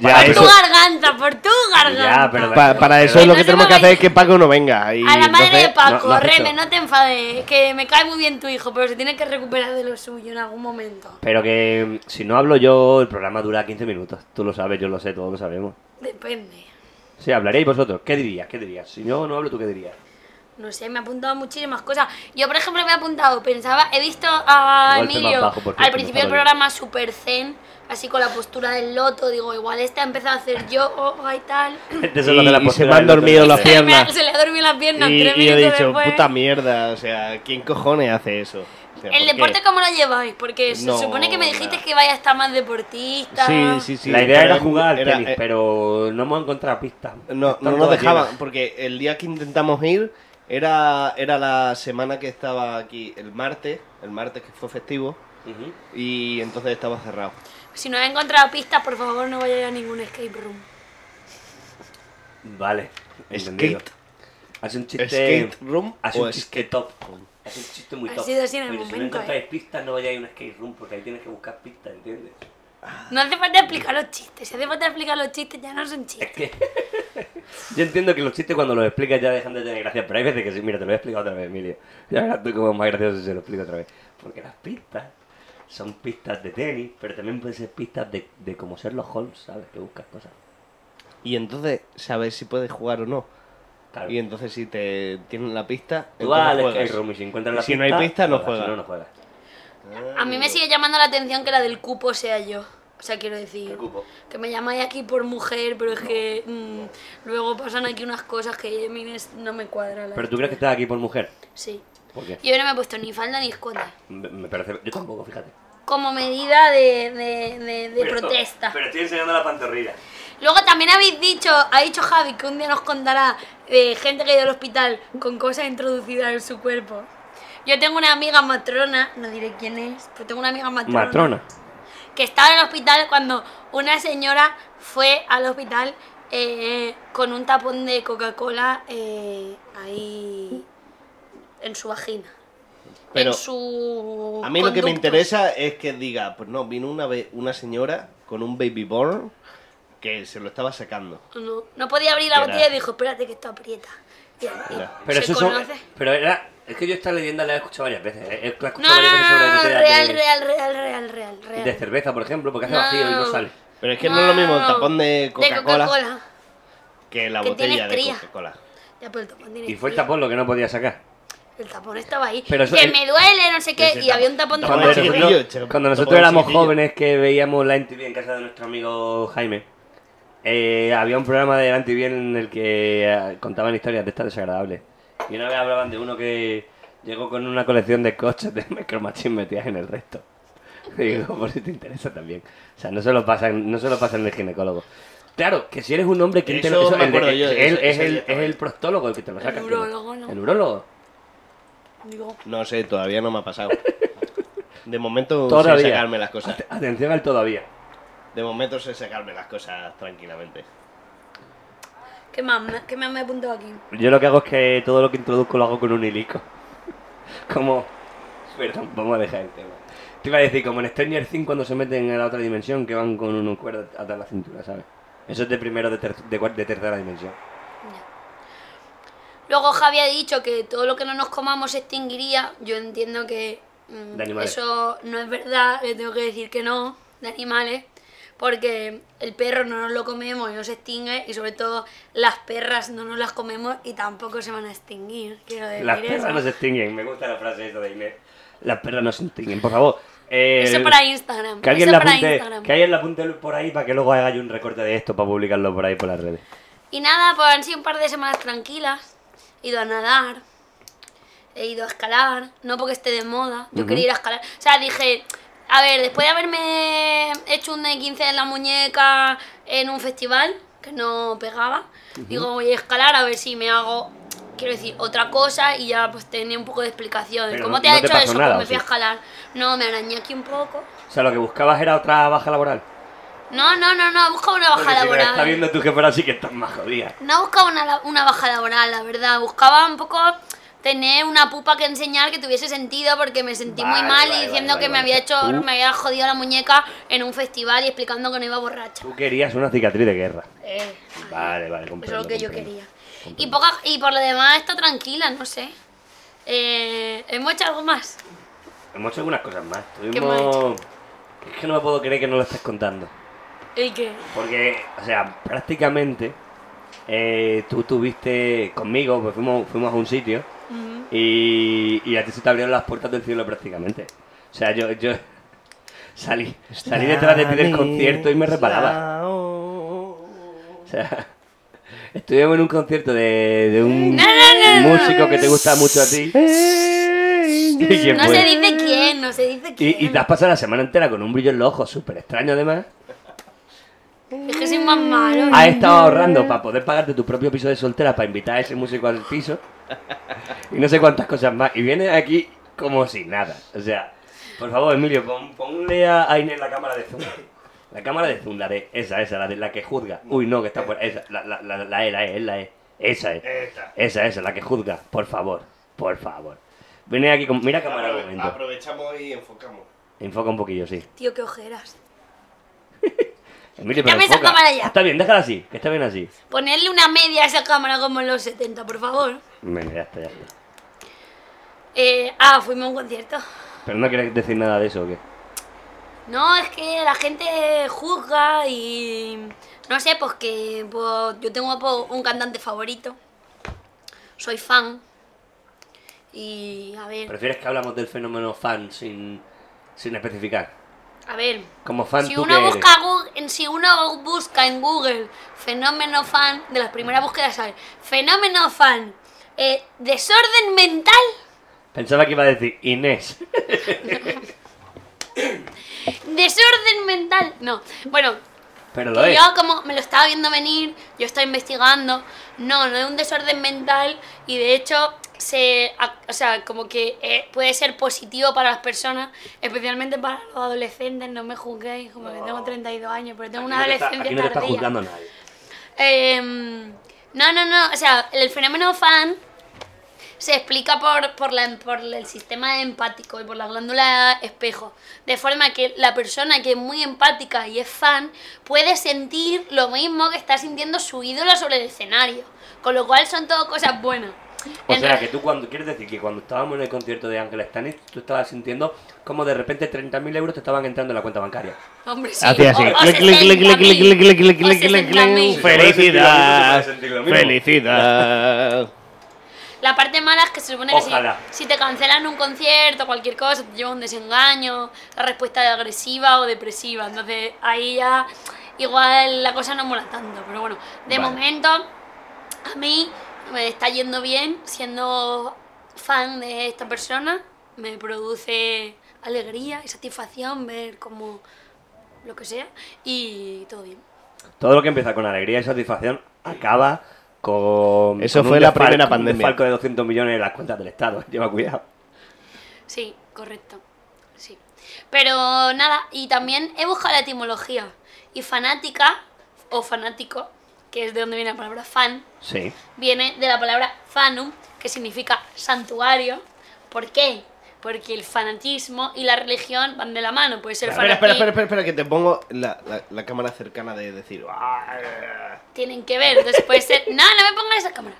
Speaker 2: Ya,
Speaker 5: por
Speaker 2: eso-
Speaker 5: tu garganta, por tu garganta.
Speaker 3: Ya, pero-
Speaker 2: Pa- para eso
Speaker 5: Que
Speaker 2: lo
Speaker 5: no
Speaker 2: que
Speaker 5: se
Speaker 2: tenemos que
Speaker 5: me
Speaker 2: hacer
Speaker 5: vaya-
Speaker 2: es que Paco no venga. Y
Speaker 5: A la madre de
Speaker 2: entonces-
Speaker 5: Paco,
Speaker 3: no, no has
Speaker 5: Reme,
Speaker 3: hecho.
Speaker 5: no te enfades, que me cae muy bien tu hijo, pero se tiene que recuperar de lo suyo en algún momento.
Speaker 3: Pero que mm, si no hablo yo, el programa dura 15 minutos. Tú lo sabes, yo lo sé, todos lo sabemos.
Speaker 5: Depende.
Speaker 3: Sí, hablaríais vosotros. ¿Qué dirías? ¿Qué dirías? Si yo no hablo, ¿tú qué dirías?
Speaker 5: No sé, me ha apuntado muchísimas cosas. Yo, por ejemplo, me he apuntado, pensaba, he visto a
Speaker 3: Igual te
Speaker 5: Emilio
Speaker 3: más bajo, por cierto,
Speaker 5: al
Speaker 3: no
Speaker 5: principio del
Speaker 3: estaba yo.
Speaker 5: programa super zen, así con la postura del loto, digo, igual este ha empezado a hacer yoga y tal.
Speaker 3: Eso es lo [LAUGHS] de la
Speaker 2: Y- y se
Speaker 3: postura
Speaker 2: me han
Speaker 3: del otro
Speaker 2: dormido
Speaker 3: día.
Speaker 2: las
Speaker 5: [LAUGHS] Se me ha-
Speaker 2: piernas.
Speaker 5: Se le ha dormido las piernas
Speaker 2: Y,
Speaker 5: tres
Speaker 2: y he
Speaker 5: minutos
Speaker 2: dicho,
Speaker 5: después.
Speaker 2: puta mierda. O sea, ¿quién cojones hace eso? O sea, ¿por
Speaker 5: ¿El
Speaker 2: qué?
Speaker 5: deporte cómo lo lleváis? Porque se
Speaker 2: No,
Speaker 5: supone que me dijiste
Speaker 2: nada.
Speaker 5: que vaya a estar más deportista.
Speaker 2: Sí, sí, sí.
Speaker 3: la idea
Speaker 2: pero
Speaker 3: era jugar al
Speaker 2: era-
Speaker 3: tenis,
Speaker 2: eh,
Speaker 3: pero no hemos encontrado pistas.
Speaker 2: No,
Speaker 3: Están
Speaker 2: no nos
Speaker 3: todas
Speaker 2: dejaban,
Speaker 3: llenas.
Speaker 2: porque el día que intentamos ir era, era la semana que estaba aquí, el martes, el martes que fue festivo,
Speaker 3: Ujú.
Speaker 2: y entonces estaba cerrado.
Speaker 5: Si no has encontrado pistas, por favor, no vayáis a ningún escape room.
Speaker 3: Vale, entendido.
Speaker 2: Skate.
Speaker 3: Hace un chiste.
Speaker 2: Skate room
Speaker 3: Hace
Speaker 2: o
Speaker 3: un chiste
Speaker 2: skate
Speaker 3: top. Hace un chiste muy
Speaker 5: Ha
Speaker 3: top.
Speaker 5: sido así en el
Speaker 3: Pero Si no
Speaker 5: momento, ¿eh?
Speaker 3: encontráis pistas, no vayáis a un skate room porque ahí tienes que buscar pistas, ¿entiendes?
Speaker 5: No hace falta explicar los chistes. Si hace falta explicar los chistes, ya no son
Speaker 3: Es
Speaker 5: chistes.
Speaker 3: que. Yo entiendo que los chistes cuando los explicas ya dejan de tener gracia, pero hay veces que sí. Mira, te lo he explicado otra vez, Emilio. Ya verás tú cómo es más gracioso si se lo explico otra vez. Porque las pistas son pistas de tenis, pero también pueden ser pistas de, de como ser los Holmes, ¿sabes? Que buscas cosas.
Speaker 2: Y entonces sabes si puedes jugar o no.
Speaker 3: Claro.
Speaker 2: Y entonces si te tienen la pista,
Speaker 3: Tú vas al
Speaker 2: entonces
Speaker 3: skate
Speaker 2: juegas.
Speaker 3: room y si encuentras la
Speaker 2: Si no
Speaker 3: pista.
Speaker 2: hay pista, no
Speaker 3: juegas, Si
Speaker 2: juegas.
Speaker 3: no, no juegas.
Speaker 5: A mí me sigue llamando la atención que la del cupo sea yo. O sea, quiero decir,
Speaker 3: cupo.
Speaker 5: que me llamáis aquí por mujer, pero es que mm, luego pasan aquí unas cosas que a mí me- no me cuadran. la
Speaker 3: Pero tú crees que estás aquí por mujer.
Speaker 5: historia. Sí.
Speaker 3: ¿Por qué?
Speaker 5: Yo no me he puesto ni falda ni escote.
Speaker 3: Me me parece. Yo tampoco, fíjate.
Speaker 5: Como medida de, de- de- de protesta.
Speaker 3: estoy enseñando la pantorrilla.
Speaker 5: Luego también habéis dicho, ha dicho Javi que un día nos contará de gente que ha ido al hospital con cosas introducidas en su cuerpo. Yo tengo una amiga matrona, no diré quién es, pero tengo una amiga matrona.
Speaker 3: Matrona.
Speaker 5: Que estaba en el hospital cuando una señora fue al hospital eh, con un tapón de Coca-Cola eh, ahí en su vagina.
Speaker 2: Pero
Speaker 5: en su
Speaker 2: a mí lo que me
Speaker 5: conducto.
Speaker 2: interesa es que diga, pues no, vino una vez una señora con un baby born que se lo estaba sacando.
Speaker 5: No, no podía abrir la
Speaker 2: Era-
Speaker 5: botella y dijo, espérate que esto aprieta. Y- y
Speaker 2: Era-
Speaker 3: Pero
Speaker 5: se
Speaker 3: eso son.
Speaker 5: conoce.
Speaker 3: Pero era. Es que yo esta leyenda la he escuchado varias veces. eh, eh, la he
Speaker 5: No,
Speaker 3: escuchado
Speaker 5: no,
Speaker 3: varias veces sobre
Speaker 5: no, no,
Speaker 3: botellas
Speaker 5: real,
Speaker 3: de-
Speaker 5: real, real, real, real, real.
Speaker 3: De cerveza, por ejemplo, porque hace
Speaker 5: No.
Speaker 3: vacío y no sale.
Speaker 2: Pero es que no, es lo mismo el
Speaker 5: No,
Speaker 2: tapón de Coca-Cola
Speaker 5: Coca-Cola.
Speaker 2: que la
Speaker 5: que tiene
Speaker 2: botella de
Speaker 5: estría.
Speaker 2: Coca-Cola.
Speaker 5: Ya, pero el tapón tiene
Speaker 3: Y fue el
Speaker 5: frío.
Speaker 3: tapón lo que no podía sacar.
Speaker 5: El tapón estaba ahí.
Speaker 3: Pero eso-
Speaker 5: que
Speaker 3: el-
Speaker 5: me duele, no sé qué.
Speaker 2: Ese
Speaker 5: Y había un
Speaker 2: tapón-
Speaker 5: tapón de
Speaker 2: tapón
Speaker 3: Cuando
Speaker 2: de
Speaker 5: Coca-Cola.
Speaker 2: chiquillo.
Speaker 3: nosotros,
Speaker 2: chiquillo,
Speaker 3: cuando
Speaker 2: tapón
Speaker 3: nosotros éramos
Speaker 2: chiquillo.
Speaker 3: jóvenes que veíamos la MTV en casa de nuestro amigo Jaime, eh, había un programa de la MTV en el que eh, contaban historias de estas desagradables. Y una vez hablaban de uno que... Llego con una colección de coches de [LAUGHS] Micro Machines metidas en el resto. [LAUGHS] Digo, por si te interesa también. O sea, no se lo pasan, no se lo pasan el ginecólogo. Claro, que si eres un hombre, ¿quién te lo
Speaker 6: Eso me
Speaker 3: el de-
Speaker 6: acuerdo yo,
Speaker 3: Él
Speaker 6: eso-
Speaker 3: es,
Speaker 6: eso
Speaker 3: el,
Speaker 6: yo
Speaker 3: es el proctólogo el que te lo
Speaker 5: El
Speaker 3: saca. ¿quién es?
Speaker 5: urólogo, ¿no?
Speaker 3: El urólogo.
Speaker 5: Digo,
Speaker 2: No sé, todavía no me ha pasado. De [LAUGHS] momento
Speaker 3: Todavía.
Speaker 2: sé sacarme las cosas.
Speaker 3: Atención al todavía.
Speaker 2: De momento sé sacarme las cosas tranquilamente.
Speaker 5: ¿qué más? me- ¿Qué más me he apuntado aquí?
Speaker 3: Yo lo que hago es que todo lo que introduzco lo hago con un hilico. [LAUGHS] Como. Perdón, vamos a dejar el tema. Te iba a decir, como en Stranger Things cuando se meten en la otra dimensión que van con un cuerda atada a la cintura, ¿sabes? Eso es de primero de, ter- de cuar- de tercera dimensión.
Speaker 5: Luego Javi ha dicho que todo lo que no nos comamos se extinguiría. Yo entiendo que mm,
Speaker 3: De animales.
Speaker 5: eso no es verdad, le tengo que decir que no, de animales, porque el perro no nos lo comemos y no se extingue, y sobre todo las perras no nos las comemos y tampoco se van a extinguir. Quiero decir ¿eh?
Speaker 3: Las
Speaker 5: eso.
Speaker 3: perras no se extinguen, me gusta la frase esa de Inés. Las perras no se extinguen, por favor. Eh,
Speaker 5: Eso para Instagram.
Speaker 3: Que alguien,
Speaker 5: eso
Speaker 3: la
Speaker 5: para
Speaker 3: apunte,
Speaker 5: Instagram.
Speaker 3: que alguien la apunte por ahí para que luego haga yo un recorte de esto para publicarlo por ahí por las redes.
Speaker 5: Y nada, pues han sido un par de semanas tranquilas. He ido a nadar, he ido a escalar, no porque esté de moda, yo quería ir a escalar. O sea, dije, a ver, después de haberme hecho un de 15 en la muñeca en un festival, que no pegaba, digo, voy a escalar a ver si me hago, quiero decir, otra cosa y ya pues tenía un poco de explicación.
Speaker 3: Pero
Speaker 5: ¿Cómo
Speaker 3: no-
Speaker 5: te ha
Speaker 3: no te
Speaker 5: hecho
Speaker 3: pasó
Speaker 5: eso?
Speaker 3: nada,
Speaker 5: Pues
Speaker 3: ¿o
Speaker 5: me fui a
Speaker 3: sí?
Speaker 5: escalar. No, me arañé aquí un poco.
Speaker 3: O sea, lo que buscabas era otra baja laboral.
Speaker 5: No, no, no, no, busca una baja
Speaker 3: Porque si
Speaker 5: laboral.
Speaker 3: nos está viendo tu jefa así que estás más jodida.
Speaker 5: No buscaba una, la- una baja laboral, la verdad. Buscaba un poco tener una pupa que enseñar que tuviese sentido porque me sentí muy
Speaker 3: Vale,
Speaker 5: mal
Speaker 3: vale,
Speaker 5: y diciendo
Speaker 3: vale,
Speaker 5: que me
Speaker 3: vale,
Speaker 5: había
Speaker 3: vale.
Speaker 5: hecho,
Speaker 3: Tú-
Speaker 5: me había jodido la muñeca en un festival y explicando que no iba borracha.
Speaker 3: Tú querías una cicatriz de guerra.
Speaker 5: Eh,
Speaker 3: Vale, vale, comprendo.
Speaker 5: eso es lo que yo
Speaker 3: comprendo.
Speaker 5: quería. Y, poca- y por lo demás está tranquila, no sé. Eh, ¿Hemos hecho algo más?
Speaker 3: Hemos hecho algunas cosas más. Tuvimos...
Speaker 5: ¿Qué hemos
Speaker 3: Es que no me puedo creer que no lo estés contando.
Speaker 5: ¿El qué?
Speaker 3: Porque, o sea, prácticamente eh, tú tuviste conmigo, pues fuimos, fuimos a un sitio y, y a ti se te abrieron las puertas del cielo prácticamente. O sea, yo, yo salí, salí detrás de ti del concierto y me reparaba. O sea, estuvimos en un concierto de, de un músico que te gusta mucho a ti. [LAUGHS] ¿Y quién
Speaker 5: No
Speaker 3: fue?
Speaker 5: se dice quién, no se dice quién.
Speaker 3: Y, y te has pasado la semana entera con un brillo en los ojos súper extraño además.
Speaker 5: Es que soy más malo.
Speaker 3: Has estado ahorrando para poder pagarte tu propio piso de soltera para invitar a ese músico al piso. Y no sé cuántas cosas más. Y vienes aquí como si nada. O sea, por favor, Emilio, pon- ponle a a Inés la cámara de Zoom. La cámara de Zoom, la de esa, esa, la de la que juzga. Uy, no, que está por esa, la, la, la, la E, la E, es la E. Esa es.
Speaker 6: Esta.
Speaker 3: Esa, esa, la que juzga. Por favor, por favor. Viene aquí con. Mira cámara un
Speaker 2: Aprove-
Speaker 3: momento.
Speaker 2: aprovechamos y enfocamos.
Speaker 3: Enfoca un poquillo, sí.
Speaker 5: Tío, qué ojeras.
Speaker 3: Emilio,
Speaker 5: Ya
Speaker 3: pero
Speaker 5: me saco
Speaker 3: enfoca.
Speaker 5: cámara ya.
Speaker 3: Está bien, déjala así, que está bien así.
Speaker 5: Ponerle una media a esa cámara como en los 70, por favor.
Speaker 3: Venga, ya está, ya está.
Speaker 5: Eh, ah, fuimos a un concierto.
Speaker 3: Pero no quieres decir nada de eso, ¿o qué?
Speaker 5: No, es que la gente juzga y no sé, pues que pues, yo tengo pues, un cantante favorito. Soy fan. Y a ver,
Speaker 3: ¿Prefieres que hablamos del fenómeno fan sin, sin especificar?
Speaker 5: a ver.
Speaker 3: Como fan,
Speaker 5: Si
Speaker 3: ¿tú
Speaker 5: uno,
Speaker 3: qué
Speaker 5: busca Gu- en- si uno busca en Google fenómeno fan, de las primeras búsquedas sale fenómeno fan, eh, desorden mental,
Speaker 3: eres? Pensaba que iba a decir
Speaker 5: [LAUGHS]
Speaker 3: Inés.
Speaker 5: desorden mental. No, bueno,
Speaker 3: Pero lo
Speaker 5: Que
Speaker 3: es.
Speaker 5: yo como me lo estaba viendo venir, yo estaba investigando, no, no es un desorden mental y de hecho se, a- o sea, como que eh, puede ser positivo para las personas, especialmente para los adolescentes, no me juzguéis, como que tengo 32 años, pero tengo una
Speaker 3: Aquí no te está-
Speaker 5: adolescencia
Speaker 3: Aquí no te está
Speaker 5: tardía.
Speaker 3: juzgando nadie.
Speaker 5: Em, no, no, no, o sea, el fenómeno fan se explica por, por, la, por el sistema empático y por la glándula espejo. De forma que la persona que es muy empática y es fan puede sentir lo mismo que está sintiendo su ídolo sobre el escenario. Con lo cual son todo cosas buenas.
Speaker 3: O sea,
Speaker 5: Entonces-
Speaker 3: que tú cuando quieres decir que cuando estábamos en el concierto de Ángel Stanis, tú estabas sintiendo como de repente 30.000 euros te estaban entrando en la cuenta bancaria.
Speaker 5: Hombre, sí.
Speaker 2: Hacía así.
Speaker 5: o- o
Speaker 2: Clic, clic, clic,
Speaker 5: 60.000,
Speaker 2: clic, clic, clic, clic,
Speaker 5: o
Speaker 2: clic, clic, eh.
Speaker 5: 60.000.
Speaker 2: clic,
Speaker 3: Felicidad.
Speaker 2: Felicidad. Felicidad.
Speaker 5: La parte mala es que se supone que si,
Speaker 3: Ojalá.
Speaker 5: si te cancelan un concierto, cualquier cosa, te lleva un desengaño, la respuesta de agresiva o depresiva. Entonces ahí ya igual la cosa no mola tanto. Pero bueno, de
Speaker 3: Vale.
Speaker 5: momento a mí me está yendo bien siendo fan de esta persona, me produce alegría y satisfacción ver como lo que sea y todo bien.
Speaker 3: Todo lo que empieza con alegría y satisfacción acaba con.
Speaker 2: Eso
Speaker 3: con un
Speaker 2: fue la
Speaker 3: desfal-
Speaker 2: primera
Speaker 3: con un
Speaker 2: pandemia.
Speaker 3: desfalco de 200 millones en las cuentas del Estado. [LAUGHS] Lleva cuidado.
Speaker 5: Sí, correcto. Sí. Pero nada, y también he buscado la etimología. Y fanática, o fanático, que es de donde viene la palabra fan,
Speaker 3: Sí.
Speaker 5: viene de la palabra fanum, que significa santuario. ¿Por qué? Porque el fanatismo y la religión van de la mano. Puede ser
Speaker 2: Espera, espera,
Speaker 5: fanati-
Speaker 2: espera, espera, espera, que te pongo la, la- la cámara cercana de decir. "Ah".
Speaker 5: tienen que ver. Entonces
Speaker 3: [LAUGHS]
Speaker 5: puede ser. No, no me pongan esa cámara.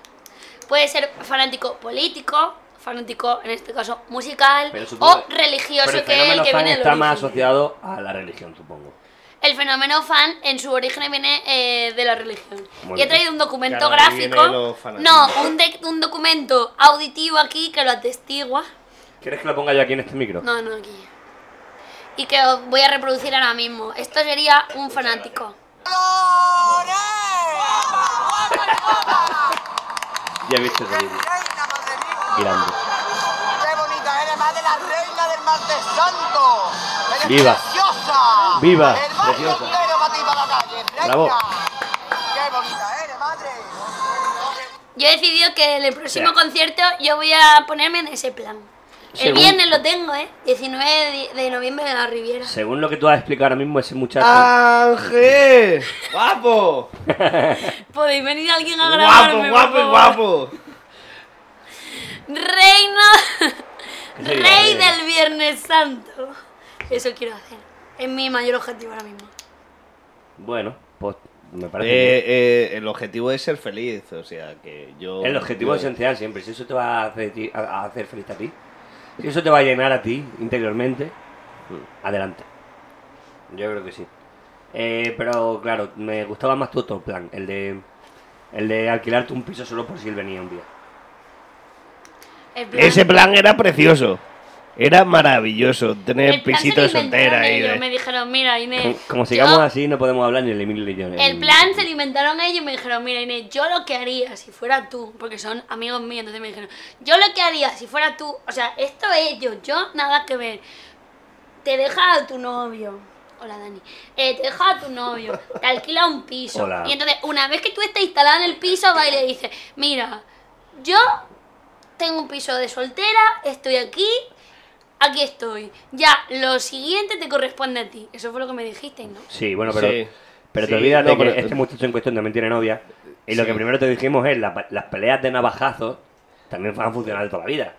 Speaker 5: Puede ser fanático político, fanático en este caso musical
Speaker 3: Pero supongo
Speaker 5: o
Speaker 3: que-
Speaker 5: religioso,
Speaker 3: Pero el
Speaker 5: que es el
Speaker 3: fenómeno
Speaker 5: que
Speaker 3: fan
Speaker 5: viene del
Speaker 3: está más
Speaker 5: origen.
Speaker 3: asociado a la religión, supongo.
Speaker 5: El fenómeno fan en su origen viene eh, de la religión.
Speaker 3: Muy
Speaker 5: y he
Speaker 3: bien.
Speaker 5: traído un documento
Speaker 2: Claro, ahí viene
Speaker 5: gráfico.
Speaker 2: lo fanático.
Speaker 5: No, un, de- un documento auditivo aquí que lo atestigua.
Speaker 3: ¿Quieres que lo ponga yo aquí en este micro?
Speaker 5: No, no, aquí. Y que os voy a reproducir ahora mismo. Esto sería un fanático.
Speaker 3: Ya he visto ese vídeo.
Speaker 6: reina, madre mía!
Speaker 3: Grande.
Speaker 6: ¡Qué bonita eres, madre, la reina del martes santo! ¡Eres
Speaker 3: Viva.
Speaker 6: preciosa!
Speaker 3: Viva,
Speaker 6: ¡El barrio
Speaker 3: preciosa.
Speaker 6: entero para ti, para la calle! ¡Reina!
Speaker 3: Bravo.
Speaker 6: ¡Qué bonita eres, madre!
Speaker 5: Yo he decidido que en el próximo
Speaker 3: Ya.
Speaker 5: concierto yo voy a ponerme en ese plan. El
Speaker 3: Según-
Speaker 5: viernes lo tengo, ¿eh? 19 de- de noviembre de la Riviera.
Speaker 3: Según lo que tú has explicado ahora mismo, ese muchacho.
Speaker 2: Ah. ¡Ángel! ¡Guapo!
Speaker 5: ¿Podéis venir alguien a
Speaker 2: ¡Guapo,
Speaker 5: grabarme?
Speaker 2: guapo,
Speaker 5: por favor?
Speaker 2: guapo!
Speaker 5: Reino.
Speaker 3: ¿Qué sería,
Speaker 5: Rey
Speaker 3: reina?
Speaker 5: del Viernes Santo. Eso quiero hacer. Es mi mayor objetivo ahora mismo.
Speaker 3: Bueno, pues me parece.
Speaker 2: Eh, eh, el objetivo es ser feliz, o sea que yo.
Speaker 3: bien. el objetivo
Speaker 2: yo-
Speaker 3: esencial siempre. Si eso te va a hacer, ti- a- a hacer feliz a ti, si eso te va a llenar a ti interiormente, adelante. Yo creo que sí. Eh, pero claro, me gustaba más tu otro plan, el de. El de alquilarte un piso solo por si él venía un día.
Speaker 5: El plan-
Speaker 2: Ese plan era precioso. Era maravilloso tener
Speaker 5: el plan se
Speaker 2: pisito
Speaker 5: lo
Speaker 2: de
Speaker 5: inventaron
Speaker 2: soltera y
Speaker 5: ellos.
Speaker 2: de-
Speaker 5: Me dijeron, mira, Inés.
Speaker 3: Como, como sigamos
Speaker 5: Eh, yo-
Speaker 3: así, no podemos hablar ni el Emilio ni yo.
Speaker 5: El plan se lo inventaron ellos y me dijeron, mira Inés, yo lo que haría si fuera tú, porque son amigos míos, entonces me dijeron, yo lo que haría si fuera tú, o sea, esto ellos, yo nada que ver. Te deja a tu novio. Hola Dani. Eh, te deja a tu novio, te alquila un piso.
Speaker 3: Hola.
Speaker 5: Y entonces, una vez que tú estás instalada en el piso, va y le dice, mira, yo tengo un piso de soltera, estoy aquí, aquí estoy. Ya, lo siguiente te corresponde a ti. Eso fue lo que me dijiste, ¿no?
Speaker 3: Sí, bueno, pero,
Speaker 2: Sí.
Speaker 3: pero te
Speaker 2: Sí,
Speaker 3: olvidas de
Speaker 2: no,
Speaker 3: que
Speaker 2: pero-
Speaker 3: este muchacho en cuestión también tiene novia. Y lo
Speaker 2: Sí.
Speaker 3: que primero te dijimos es, la- las peleas de navajazos también van a funcionar de toda la vida.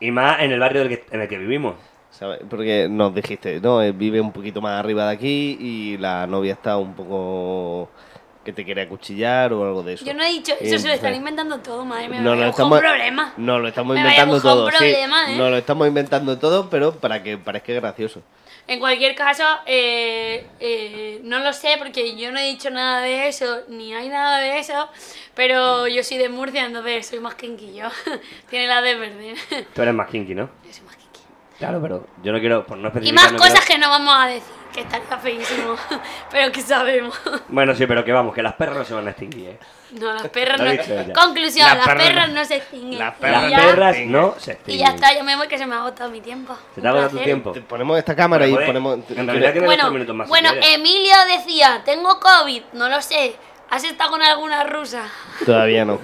Speaker 3: Y más en el barrio del que- en el que vivimos.
Speaker 2: ¿sabes? Porque nos dijiste, no, eh, vive un poquito más arriba de aquí y la novia está un poco que te quiere acuchillar o algo de eso.
Speaker 5: Yo no he dicho
Speaker 2: Y
Speaker 5: eso, se lo están
Speaker 2: entonces-
Speaker 5: inventando todo, madre mía.
Speaker 2: No, lo
Speaker 5: me voy a buscar
Speaker 2: estamos,
Speaker 5: un problema.
Speaker 2: no, lo estamos
Speaker 5: Me voy a
Speaker 2: inventando
Speaker 5: buscar un
Speaker 2: todo.
Speaker 5: problema,
Speaker 2: sí,
Speaker 5: ¿eh?
Speaker 2: No lo estamos inventando todo, pero para que parezca gracioso.
Speaker 5: En cualquier caso, eh, eh, no lo sé porque yo no he dicho nada de eso, ni hay nada de eso, pero yo soy de Murcia, entonces soy más kinky yo. [LAUGHS] Tiene la de verde. [LAUGHS] yo
Speaker 3: Tú eres más kinky, ¿no?
Speaker 5: soy más kinky.
Speaker 3: Claro, pero yo no quiero, por no
Speaker 5: Y
Speaker 3: especificar...
Speaker 5: más
Speaker 3: no
Speaker 5: cosas
Speaker 3: quiero-
Speaker 5: que no vamos a decir, que estaría feísimo, [LAUGHS] pero que sabemos. [LAUGHS]
Speaker 3: Bueno, sí, pero que vamos, que las perras no se van a extinguir, ¿eh?
Speaker 5: No, las perras
Speaker 3: Lo he
Speaker 5: no.
Speaker 3: dicho ya.
Speaker 5: Conclusión,
Speaker 2: Las
Speaker 5: las
Speaker 2: perras
Speaker 5: perras
Speaker 2: no.
Speaker 5: no se extinguen.
Speaker 2: Las Perras
Speaker 3: Las
Speaker 5: y, ya,
Speaker 3: perras
Speaker 2: extinguen.
Speaker 3: no se
Speaker 5: y
Speaker 3: extinguen.
Speaker 5: ya está, yo me voy que se me ha agotado mi tiempo.
Speaker 3: Se
Speaker 5: Un
Speaker 3: te ha agotado tu
Speaker 5: placer.
Speaker 3: tiempo.
Speaker 2: Te ponemos esta cámara y
Speaker 3: Joder,
Speaker 2: ponemos...
Speaker 3: En realidad tiene
Speaker 5: Bueno,
Speaker 3: ocho minutos más. si
Speaker 5: bueno
Speaker 3: quieres.
Speaker 5: Emilio decía, tengo COVID, no lo sé. ¿Has estado con alguna rusa?
Speaker 2: Todavía no.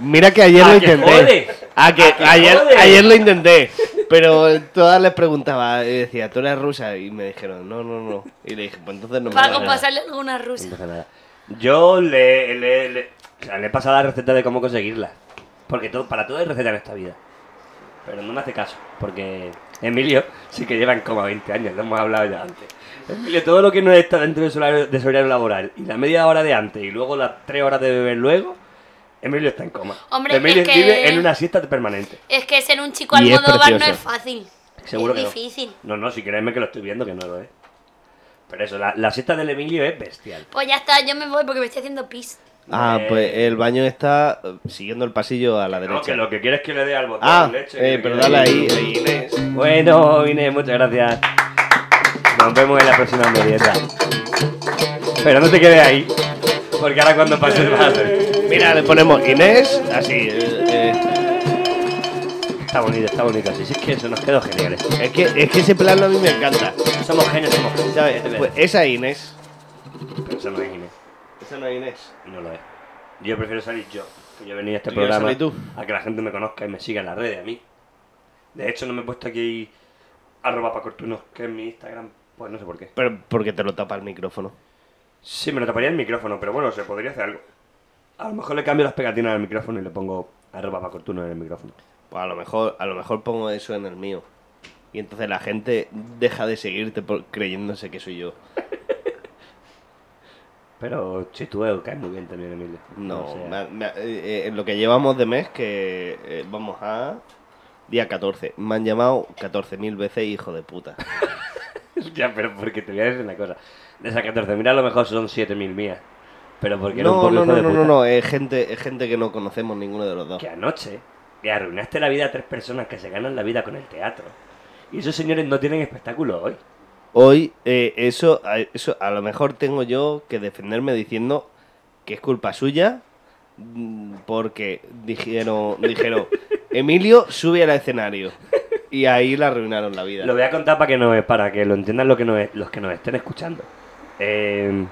Speaker 2: Mira que ayer
Speaker 3: ¿A
Speaker 2: lo
Speaker 3: Ah, que
Speaker 2: intenté.
Speaker 3: jodes?
Speaker 2: A que,
Speaker 3: ¿A que
Speaker 2: ayer,
Speaker 3: jodes?
Speaker 2: ayer lo intenté. Pero todas les preguntaba, y decía, ¿tú eres rusa? Y me dijeron, no, no, no. Y le dije, pues entonces no me
Speaker 5: Paco,
Speaker 2: vale".
Speaker 5: pasarle alguna rusa.
Speaker 3: No pasa nada. [LAUGHS] Yo le, le- le- o sea, le he pasado la receta de cómo conseguirla. Porque todo, para todo hay receta en esta vida. Pero no me hace caso, porque Emilio sí que lleva en coma 20 años, lo hemos hablado ya antes. Emilio, todo lo que no está dentro de su horario, de su horario laboral y la media hora de antes y luego las 3 horas de beber luego, Emilio está en coma.
Speaker 5: Hombre,
Speaker 3: Emilio
Speaker 5: es que-
Speaker 3: vive en una siesta permanente.
Speaker 5: Es que ser un chico
Speaker 2: Y es
Speaker 5: almodóvar no
Speaker 2: precioso.
Speaker 5: es fácil.
Speaker 3: Seguro
Speaker 5: es
Speaker 3: que no.
Speaker 5: difícil.
Speaker 3: No, no, si créeme que lo estoy viendo, que no lo es. Pero eso, la, la siesta del Emilio es bestial.
Speaker 5: Pues ya está, yo me voy porque me estoy haciendo pis.
Speaker 2: Ah,
Speaker 3: Eh,
Speaker 2: pues el baño está eh, siguiendo el pasillo a la
Speaker 3: No,
Speaker 2: derecha.
Speaker 3: que lo que quieres que le dé al botón
Speaker 2: Ah,
Speaker 3: leche.
Speaker 2: eh,
Speaker 3: que
Speaker 2: pero
Speaker 3: le-
Speaker 2: dale ahí, ahí, Inés.
Speaker 3: Bueno, Inés, muchas gracias. Nos vemos en la próxima merienda. Pero no te quedes ahí, porque ahora cuando pases vas a hacer-
Speaker 2: Mira, le ponemos Inés, así. eh, eh.
Speaker 3: está bonito, está bonito. Así es que eso nos quedó genial. eh.
Speaker 2: Es que, es que ese plano a mí me encanta.
Speaker 3: Somos genios, somos genios.
Speaker 2: ¿Sabes?
Speaker 3: Es de
Speaker 2: Pues
Speaker 3: verdad.
Speaker 2: esa es Inés.
Speaker 3: Pero eso no es Inés.
Speaker 2: Esa no es Inés.
Speaker 3: No lo es. Yo prefiero salir yo. Que yo he venido a este
Speaker 2: ¿Tú quieres
Speaker 3: programa
Speaker 2: salir tú?
Speaker 3: a que la gente me conozca y me siga en las redes a mí. De hecho, no me he puesto aquí arroba pacortunos, que es mi Instagram. Pues no sé por qué.
Speaker 2: Pero porque te lo tapa el micrófono.
Speaker 3: Sí, me lo taparía el micrófono, pero bueno, se podría hacer algo. A lo mejor le cambio las pegatinas al micrófono y le pongo arroba pacortunos en el micrófono.
Speaker 2: Pues a lo mejor, a lo mejor pongo eso en el mío. Y entonces la gente deja de seguirte por, creyéndose que soy yo.
Speaker 3: Pero Chitueo cae muy bien también, Emilio.
Speaker 2: No,
Speaker 3: O sea,
Speaker 2: me ha- me ha- eh, eh, en lo que llevamos de mes, que eh, vamos a día 14. Me han llamado 14.000 veces hijo de
Speaker 3: [LAUGHS]
Speaker 2: puta.
Speaker 3: [LAUGHS] ya, pero porque te voy a decir una cosa. De esas 14.000 a lo mejor son 7.000 mías. Pero porque era un
Speaker 2: No,
Speaker 3: pueblo
Speaker 2: no,
Speaker 3: hijo
Speaker 2: no,
Speaker 3: de
Speaker 2: no,
Speaker 3: puta.
Speaker 2: no, no, es gente, es gente que no conocemos ninguno de los dos.
Speaker 3: que anoche le arruinaste la vida a tres personas que se ganan la vida con el teatro. Y esos señores no tienen espectáculo hoy.
Speaker 2: Hoy, eh, eso, a- eso a lo mejor tengo yo que defenderme diciendo que es culpa suya, mm, porque dijeron,
Speaker 3: [LAUGHS]
Speaker 2: dijeron, Emilio sube al escenario. Y ahí le arruinaron la vida.
Speaker 3: Lo voy a contar para que nos, para que lo entiendan lo que nos- los que nos estén escuchando. Eh,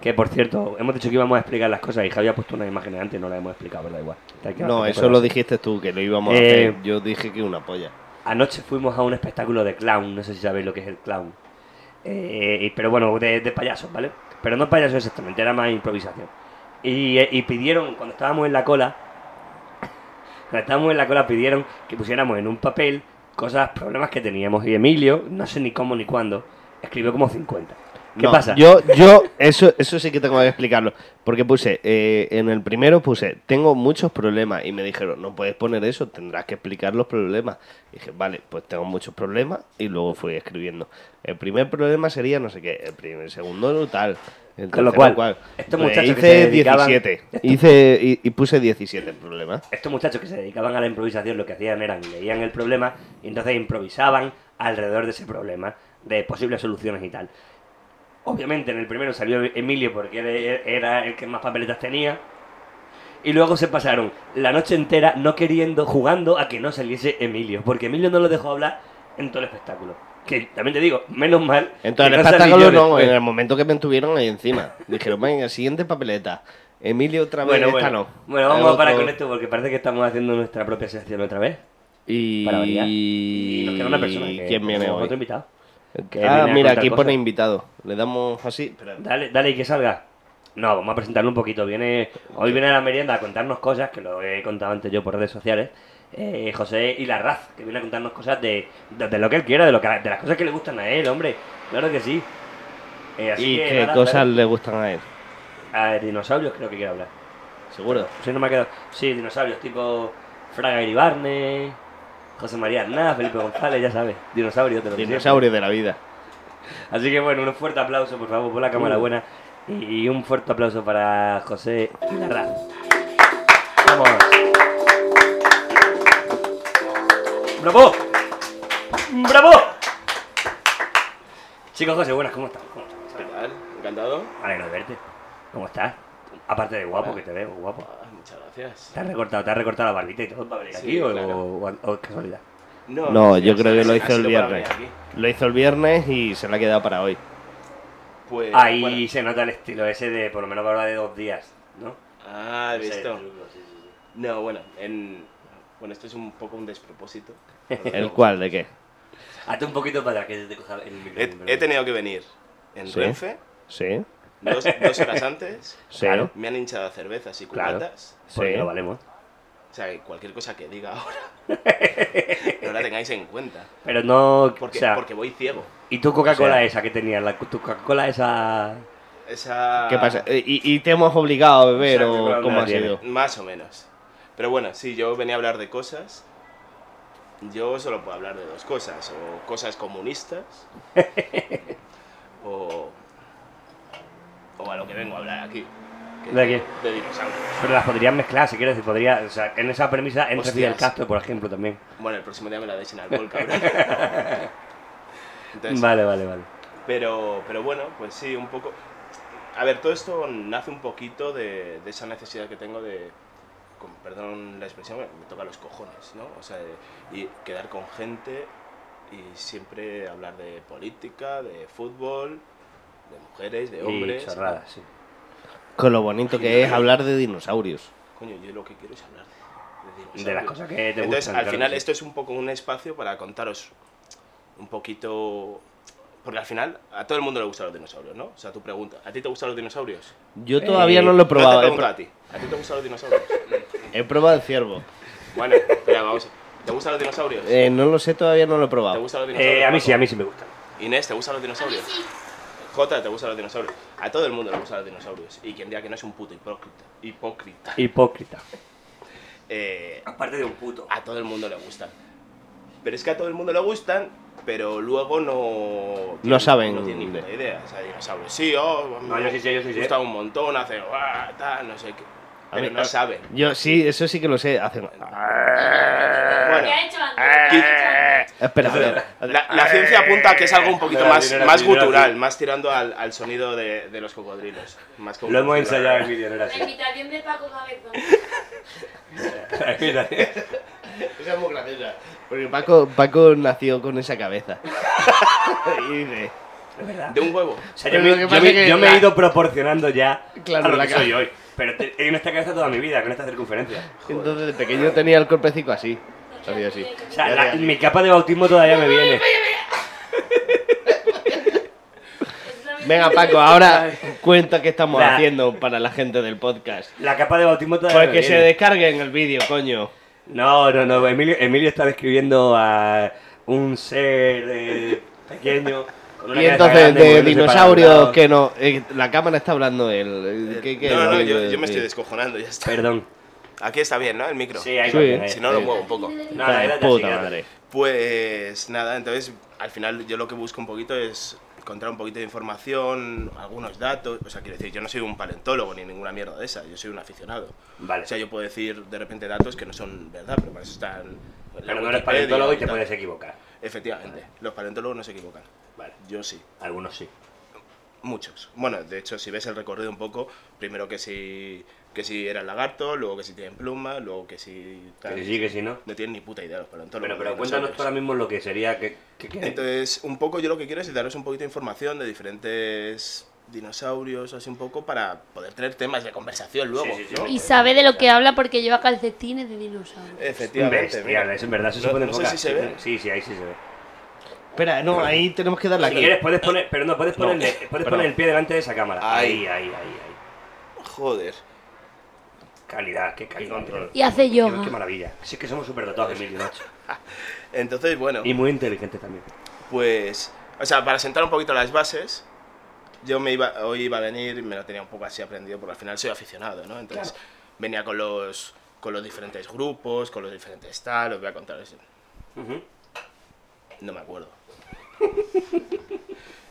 Speaker 3: que por cierto, hemos dicho que íbamos a explicar las cosas y Javi ha puesto unas imágenes antes y no las hemos explicado, pero da igual. Está aquí
Speaker 2: No,
Speaker 3: bastante
Speaker 2: eso
Speaker 3: claro.
Speaker 2: lo dijiste tú, que lo íbamos
Speaker 3: Eh,
Speaker 2: a hacer. Yo dije que una polla.
Speaker 3: Anoche fuimos a un espectáculo de clown, no sé si sabéis lo que es el clown. Eh, y- pero bueno, de, de payasos, ¿vale? Pero no payasos exactamente, era más improvisación. Y, eh, y pidieron, cuando estábamos en la cola, [LAUGHS] cuando estábamos en la cola pidieron que pusiéramos en un papel cosas, problemas que teníamos. Y Emilio, no sé ni cómo ni cuándo, escribió como 50. ¿Qué
Speaker 2: No,
Speaker 3: pasa?
Speaker 2: Yo, yo, eso, eso sí que tengo que explicarlo. Porque puse, eh, en el primero puse, tengo muchos problemas. Y me dijeron, no puedes poner eso, tendrás que explicar los problemas. Y dije, vale, pues tengo muchos problemas. Y luego fui escribiendo. El primer problema sería, no sé qué, el primer, el segundo, no tal. El
Speaker 3: Con lo
Speaker 2: tercero,
Speaker 3: cual, estos
Speaker 2: Pues
Speaker 3: muchachos
Speaker 2: hice
Speaker 3: que se dedicaban-
Speaker 2: 17.
Speaker 3: [LAUGHS]
Speaker 2: Hice, y, y puse 17 problemas.
Speaker 3: Estos muchachos que se dedicaban a la improvisación lo que hacían eran leían el problema y entonces improvisaban alrededor de ese problema, de posibles soluciones y tal. Obviamente en el primero salió Emilio porque era- era el que más papeletas tenía. Y luego se pasaron la noche entera no queriendo, jugando a que no saliese Emilio, porque Emilio no lo dejó hablar en todo el espectáculo. Que también te digo, menos mal.
Speaker 2: Entonces, en
Speaker 3: que
Speaker 2: el
Speaker 3: no pues. salí yo
Speaker 2: espectáculo no,
Speaker 3: después.
Speaker 2: en el momento que me tuvieron ahí encima. Dijeron, venga, siguiente papeleta. Emilio otra vez,
Speaker 3: Bueno,
Speaker 2: esta
Speaker 3: bueno,
Speaker 2: no.
Speaker 3: bueno, vamos
Speaker 2: Otro-
Speaker 3: a parar con esto porque parece que estamos haciendo nuestra propia sección otra vez.
Speaker 2: Y...
Speaker 3: Para variar. Y nos queda una persona. que-
Speaker 2: ¿Quién viene
Speaker 3: tenemos
Speaker 2: hoy?
Speaker 3: Otro invitado. que
Speaker 2: ah,
Speaker 3: viene a
Speaker 2: mira,
Speaker 3: contar
Speaker 2: aquí
Speaker 3: cosas.
Speaker 2: pone invitado. Le damos así. espera.
Speaker 3: Dale, dale y que salga. No, vamos a presentarlo un poquito. Viene, hoy viene a la merienda a contarnos cosas, que lo he contado antes yo por redes sociales. Eh, José Ilarraz, que viene a contarnos cosas de, de, de lo que él quiera, de, lo que, de las cosas que le gustan a él, hombre. Claro que sí. Eh, así
Speaker 2: ¿Y
Speaker 3: que
Speaker 2: qué
Speaker 3: nada,
Speaker 2: cosas
Speaker 3: dale.
Speaker 2: le gustan a él?
Speaker 3: A ver, dinosaurios creo que quiere hablar.
Speaker 2: Seguro.
Speaker 3: Sí, no me ha quedado. Sí, dinosaurios, tipo Fraga Iribarne, José María Aznar, Felipe González, ya sabes. Dinosaurios, te lo decía.
Speaker 2: Dinosaurio de la vida.
Speaker 3: Así que bueno, un fuerte aplauso, por favor, por la
Speaker 7: Uh.
Speaker 3: cámara buena. Y, y un fuerte aplauso para José Ilarraz. Vamos. ¡Bravo! ¡Bravo! Chicos, José, buenas, ¿cómo estás? ¿Cómo estás?
Speaker 7: ¿Qué tal? Encantado.
Speaker 3: Me alegro de verte. ¿Cómo estás? Aparte de guapo, que te veo, guapo.
Speaker 7: Ah, muchas gracias.
Speaker 3: ¿Te has recortado, te has recortado la barbita y todo para venir
Speaker 7: Sí,
Speaker 3: aquí o,
Speaker 7: claro.
Speaker 3: o- o es casualidad?
Speaker 2: No, yo
Speaker 7: o sea,
Speaker 2: creo que lo
Speaker 7: ha
Speaker 2: hizo el
Speaker 7: sido para
Speaker 2: viernes.
Speaker 7: venir aquí.
Speaker 2: Lo hizo el viernes y se la ha quedado para hoy.
Speaker 7: Pues,
Speaker 3: Ahí
Speaker 7: bueno.
Speaker 3: se nota el estilo ese de por lo menos ahora de dos días, ¿no?
Speaker 7: Ah, he
Speaker 3: Ese
Speaker 7: visto.
Speaker 3: truco, sí, sí, sí.
Speaker 7: No, bueno, en... bueno, esto es un poco un despropósito.
Speaker 2: [LAUGHS] ¿El cual de qué?
Speaker 3: Hazte un poquito para atrás, que se te coja el
Speaker 7: He,
Speaker 3: micrófono.
Speaker 7: he tenido que venir en
Speaker 2: Sí.
Speaker 7: Renfe
Speaker 2: Sí,
Speaker 7: dos, dos horas antes.
Speaker 2: [LAUGHS] sí,
Speaker 3: Claro.
Speaker 7: Me han hinchado cervezas y
Speaker 3: Claro.
Speaker 7: cubatas.
Speaker 3: Porque
Speaker 2: sí.
Speaker 3: lo valemos.
Speaker 7: O sea, que cualquier cosa que
Speaker 3: [LAUGHS]
Speaker 7: diga ahora no la tengáis en cuenta.
Speaker 3: Pero no.
Speaker 7: Porque,
Speaker 3: o sea,
Speaker 7: porque voy ciego.
Speaker 3: ¿Y tu Coca-Cola
Speaker 2: o sea-
Speaker 3: esa que tenías? La, ¿Tu Coca-Cola esa.?
Speaker 7: Esa...
Speaker 2: ¿Qué pasa? Eh, ¿Y, y te hemos obligado a beber
Speaker 3: Ah. Exacto,
Speaker 2: o
Speaker 3: claro,
Speaker 2: cómo ha
Speaker 3: nadie.
Speaker 2: sido?
Speaker 7: Más o menos. Pero bueno, sí, yo venía a hablar de cosas. Yo solo puedo hablar de dos cosas. O cosas comunistas. o, o a lo que vengo a hablar aquí. que-
Speaker 3: ¿De qué?
Speaker 7: De dinosaurios.
Speaker 3: Pero las podrías mezclar, si quieres. Podría, o sea, en esa premisa entra
Speaker 7: Hostias.
Speaker 3: Fidel Castro, por ejemplo, también.
Speaker 7: Bueno, el próximo día me la deis sin alcohol, cabrón. Entonces,
Speaker 3: Vale, vale, vale.
Speaker 7: Pero, pero bueno, pues sí, un poco. A ver, todo esto nace un poquito de, de esa necesidad que tengo de con- perdón la expresión, me toca los cojones, ¿no? O sea, y quedar con gente y siempre hablar de política, de fútbol, de mujeres, de hombres.
Speaker 3: Y chorradas, sí.
Speaker 2: Con lo bonito que es hablar de dinosaurios.
Speaker 7: Coño, yo lo que quiero es hablar de, de dinosaurios.
Speaker 3: De las cosas que te
Speaker 7: Entonces,
Speaker 3: gustan,
Speaker 7: al
Speaker 3: claro
Speaker 7: final,
Speaker 3: que sí.
Speaker 7: esto es un poco un espacio para contaros un poquito. Porque al final, a todo el mundo le gustan los dinosaurios, ¿no? O sea, tu pregunta, ¿a ti te gustan los dinosaurios?
Speaker 2: Yo
Speaker 3: Eh,
Speaker 2: todavía no lo he
Speaker 7: No
Speaker 2: probado.
Speaker 7: te
Speaker 2: he,
Speaker 7: pregunto
Speaker 2: pro-
Speaker 7: a ti. ¿A ti te gustan
Speaker 3: [LAUGHS]
Speaker 7: los dinosaurios?
Speaker 2: he probado el ciervo.
Speaker 7: bueno, espera, vamos. ¿Te gustan los dinosaurios?
Speaker 2: Eh, no lo sé, todavía no lo he
Speaker 7: ¿Te
Speaker 2: probado.
Speaker 7: gustan los dinosaurios?
Speaker 3: Eh, a mí sí, a
Speaker 7: Paco?
Speaker 3: mí sí me gusta.
Speaker 7: Inés, ¿te gustan los dinosaurios? Jota, ¿te gustan los dinosaurios? A todo el mundo le gustan los dinosaurios. Y quien diga que no es un puto hipócrita. Hipócrita.
Speaker 3: Hipócrita.
Speaker 7: Eh,
Speaker 3: Aparte de un puto.
Speaker 7: a todo el mundo le gustan. Pero es que a todo el mundo le gustan, pero luego no.
Speaker 2: No saben
Speaker 7: No tienen ni
Speaker 2: de-
Speaker 7: puta idea. O sea, dinosaurios, sí, oh,
Speaker 3: No, yo sí sé, yo sí
Speaker 7: me
Speaker 3: sé.
Speaker 7: gusta un montón, hace. "Uah", tal, no sé qué.
Speaker 2: A
Speaker 7: Pero
Speaker 2: mí-
Speaker 7: no
Speaker 2: a-
Speaker 7: saben.
Speaker 2: Eh, Yo sí, eso sí que lo sé. Ah, Hacen.
Speaker 7: Bueno,
Speaker 5: ha hecho antes? ¿Qué ha hecho antes?
Speaker 2: Espera, a
Speaker 7: [LAUGHS]
Speaker 2: ver.
Speaker 7: la, la ciencia apunta a que es algo un poquito
Speaker 3: Mira,
Speaker 7: más,
Speaker 3: mira,
Speaker 7: más
Speaker 3: mira,
Speaker 7: gutural,
Speaker 3: mira.
Speaker 7: más tirando al, al sonido de, de los cocodrilos. Más que un
Speaker 3: Lo hemos
Speaker 7: gutural.
Speaker 3: ensayado en vídeo, no era
Speaker 5: La [LAUGHS]
Speaker 3: así. [LAUGHS]
Speaker 5: invitación de Paco Cabezón.
Speaker 3: Mira,
Speaker 2: Esa es muy graciosa. Porque Paco, Paco nació con esa cabeza. y dice.
Speaker 7: De un huevo.
Speaker 3: O sea, yo,
Speaker 2: Pero
Speaker 3: me,
Speaker 2: lo que
Speaker 3: yo
Speaker 2: pasa
Speaker 3: me-
Speaker 2: es que
Speaker 3: yo me he
Speaker 2: la-
Speaker 3: ido proporcionando ya
Speaker 2: Claro,
Speaker 3: a lo
Speaker 2: la
Speaker 3: que
Speaker 2: ca-
Speaker 3: soy hoy. Pero te- en esta cabeza toda mi vida, con esta circunferencia.
Speaker 2: Entonces de pequeño tenía el cuerpecico así. Así, así.
Speaker 3: O sea, la- mi capa de bautismo todavía me viene.
Speaker 2: Venga, Paco, ahora cuenta qué estamos
Speaker 3: La-
Speaker 2: haciendo para la gente del podcast.
Speaker 3: La capa de bautismo todavía
Speaker 2: Pues
Speaker 3: me
Speaker 2: que se
Speaker 3: viene.
Speaker 2: descarguen el vídeo, coño.
Speaker 3: No, no, no. Emilio, Emilio está describiendo a un ser eh, pequeño. con una
Speaker 2: Y
Speaker 3: cabeza
Speaker 2: entonces,
Speaker 3: grande,
Speaker 2: de
Speaker 3: moviéndose para los
Speaker 2: dinosaurios
Speaker 3: lados.
Speaker 2: que no. eh, la cámara está hablando él. Eh, ¿Qué- qué
Speaker 7: no,
Speaker 2: es
Speaker 7: no,
Speaker 2: lo que
Speaker 7: yo,
Speaker 2: quiere
Speaker 7: yo me estoy
Speaker 2: decir?
Speaker 7: descojonando, ya está.
Speaker 3: Perdón.
Speaker 7: Aquí está bien, ¿no? El micro.
Speaker 3: Sí, ahí
Speaker 2: Sí.
Speaker 3: va bien, ahí
Speaker 7: si no, lo
Speaker 3: va.
Speaker 7: muevo un poco.
Speaker 3: No, la verdad, ya
Speaker 2: Puta
Speaker 3: sí, ya.
Speaker 2: madre.
Speaker 7: Pues nada, entonces al final yo lo que busco un poquito es encontrar un poquito de información, algunos datos. O sea, quiero decir, yo no soy un paleontólogo ni ninguna mierda de esa, yo soy un aficionado.
Speaker 3: Vale.
Speaker 7: O sea, yo puedo decir de repente datos que no son verdad, pero para eso están. la
Speaker 3: Pero no eres
Speaker 7: Wikipedia
Speaker 3: paleontólogo y te
Speaker 7: tal.
Speaker 3: puedes equivocar.
Speaker 7: Efectivamente, los paleontólogos no se equivocan.
Speaker 3: Vale.
Speaker 7: Yo sí.
Speaker 3: Algunos sí.
Speaker 7: Muchos. Bueno, de hecho, si ves el recorrido un poco, primero que si, que si eran lagartos, luego que si tienen plumas, luego que si... tal.
Speaker 3: Que sí, que sí, ¿no?
Speaker 7: No tienen ni puta idea los paleontólogos.
Speaker 3: Pero,
Speaker 7: los
Speaker 3: pero cuéntanos tú
Speaker 7: dinosaurios.
Speaker 3: ahora mismo lo que sería que... que- que-
Speaker 7: Entonces, un poco yo lo que quiero es daros un poquito de información de diferentes dinosaurios, así un poco, para poder tener temas de conversación luego.
Speaker 3: sí, sí.
Speaker 7: ¿no?
Speaker 5: Y sabe de lo que habla porque lleva calcetines de dinosaurio.
Speaker 7: Efectivamente.
Speaker 3: Bestial,
Speaker 7: mira.
Speaker 3: es en verdad, eso se
Speaker 7: No-
Speaker 3: puede
Speaker 7: no sé
Speaker 3: enfocar.
Speaker 7: si se ve.
Speaker 3: Sí, sí, ahí sí se ve.
Speaker 2: Espera, no, ahí tenemos que darle
Speaker 3: si
Speaker 2: aquí.
Speaker 3: quieres, puedes poner, pero no, puedes,
Speaker 2: No.
Speaker 3: ponerle- puedes
Speaker 2: Perdón.
Speaker 3: poner el pie delante de esa cámara. Ahí,
Speaker 7: Ahí.
Speaker 3: ahí, ahí, ahí.
Speaker 7: Joder.
Speaker 3: Calidad, qué calidad.
Speaker 7: control.
Speaker 5: Y hace
Speaker 3: Qué,
Speaker 5: yoga.
Speaker 3: qué maravilla. Sí, es que somos súper dotados, Emilio, macho. [LAUGHS]
Speaker 7: Entonces, bueno,
Speaker 3: Y muy inteligentes también.
Speaker 7: pues... O sea, para sentar un poquito las bases, yo me iba, hoy iba a venir, me lo tenía un poco así aprendido, porque al final soy aficionado, ¿no? Entonces, venía con los, con los diferentes grupos, con los diferentes tal, os voy a contar... No me acuerdo. [LAUGHS]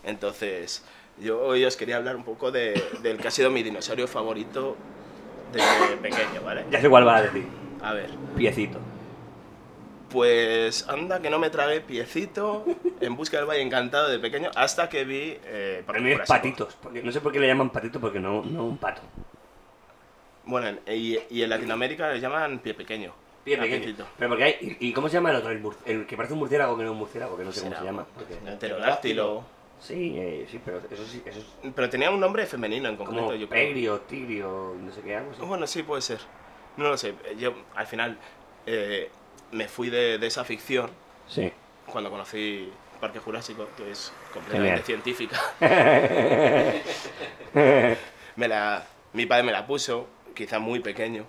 Speaker 7: Entonces, yo hoy os quería hablar un poco de, del que ha sido mi dinosaurio favorito desde pequeño, ¿vale?
Speaker 3: Ya sé cuál va a decir.
Speaker 7: A ver,
Speaker 3: Piecito.
Speaker 7: pues anda que no me tragué piecito en busca del Valle Encantado de pequeño hasta que vi... Eh, Parque
Speaker 3: Para mí es
Speaker 7: Jurásico.
Speaker 3: patitos. porque- no sé por qué le llaman patito porque no, no un pato.
Speaker 7: Bueno, en- y, y en Latinoamérica le llaman pie pequeño.
Speaker 3: Bien,
Speaker 7: A
Speaker 3: pequeñito.
Speaker 7: piecito.
Speaker 3: Pero porque hay. ¿Y, y cómo se llama el otro? El, mur- el que parece un murciélago que no es un murciélago, que no sé cómo se
Speaker 7: Será
Speaker 3: llama.
Speaker 7: un
Speaker 3: porque-
Speaker 7: Pterodáctilo.
Speaker 3: Sí, eh, sí, pero eso sí, eso es
Speaker 7: Pero tenía un nombre femenino en concreto,
Speaker 3: como
Speaker 7: yo creo.
Speaker 3: pegrio, tigrio, no sé qué, algo así.
Speaker 7: Bueno, sí, puede ser. No lo sé. Yo, al final, eh, me fui de, de esa ficción
Speaker 3: Sí.
Speaker 7: cuando conocí Parque Jurásico, que es completamente
Speaker 3: Genial. [LAUGHS]
Speaker 7: científica. me la, mi padre me la puso, quizá muy pequeño.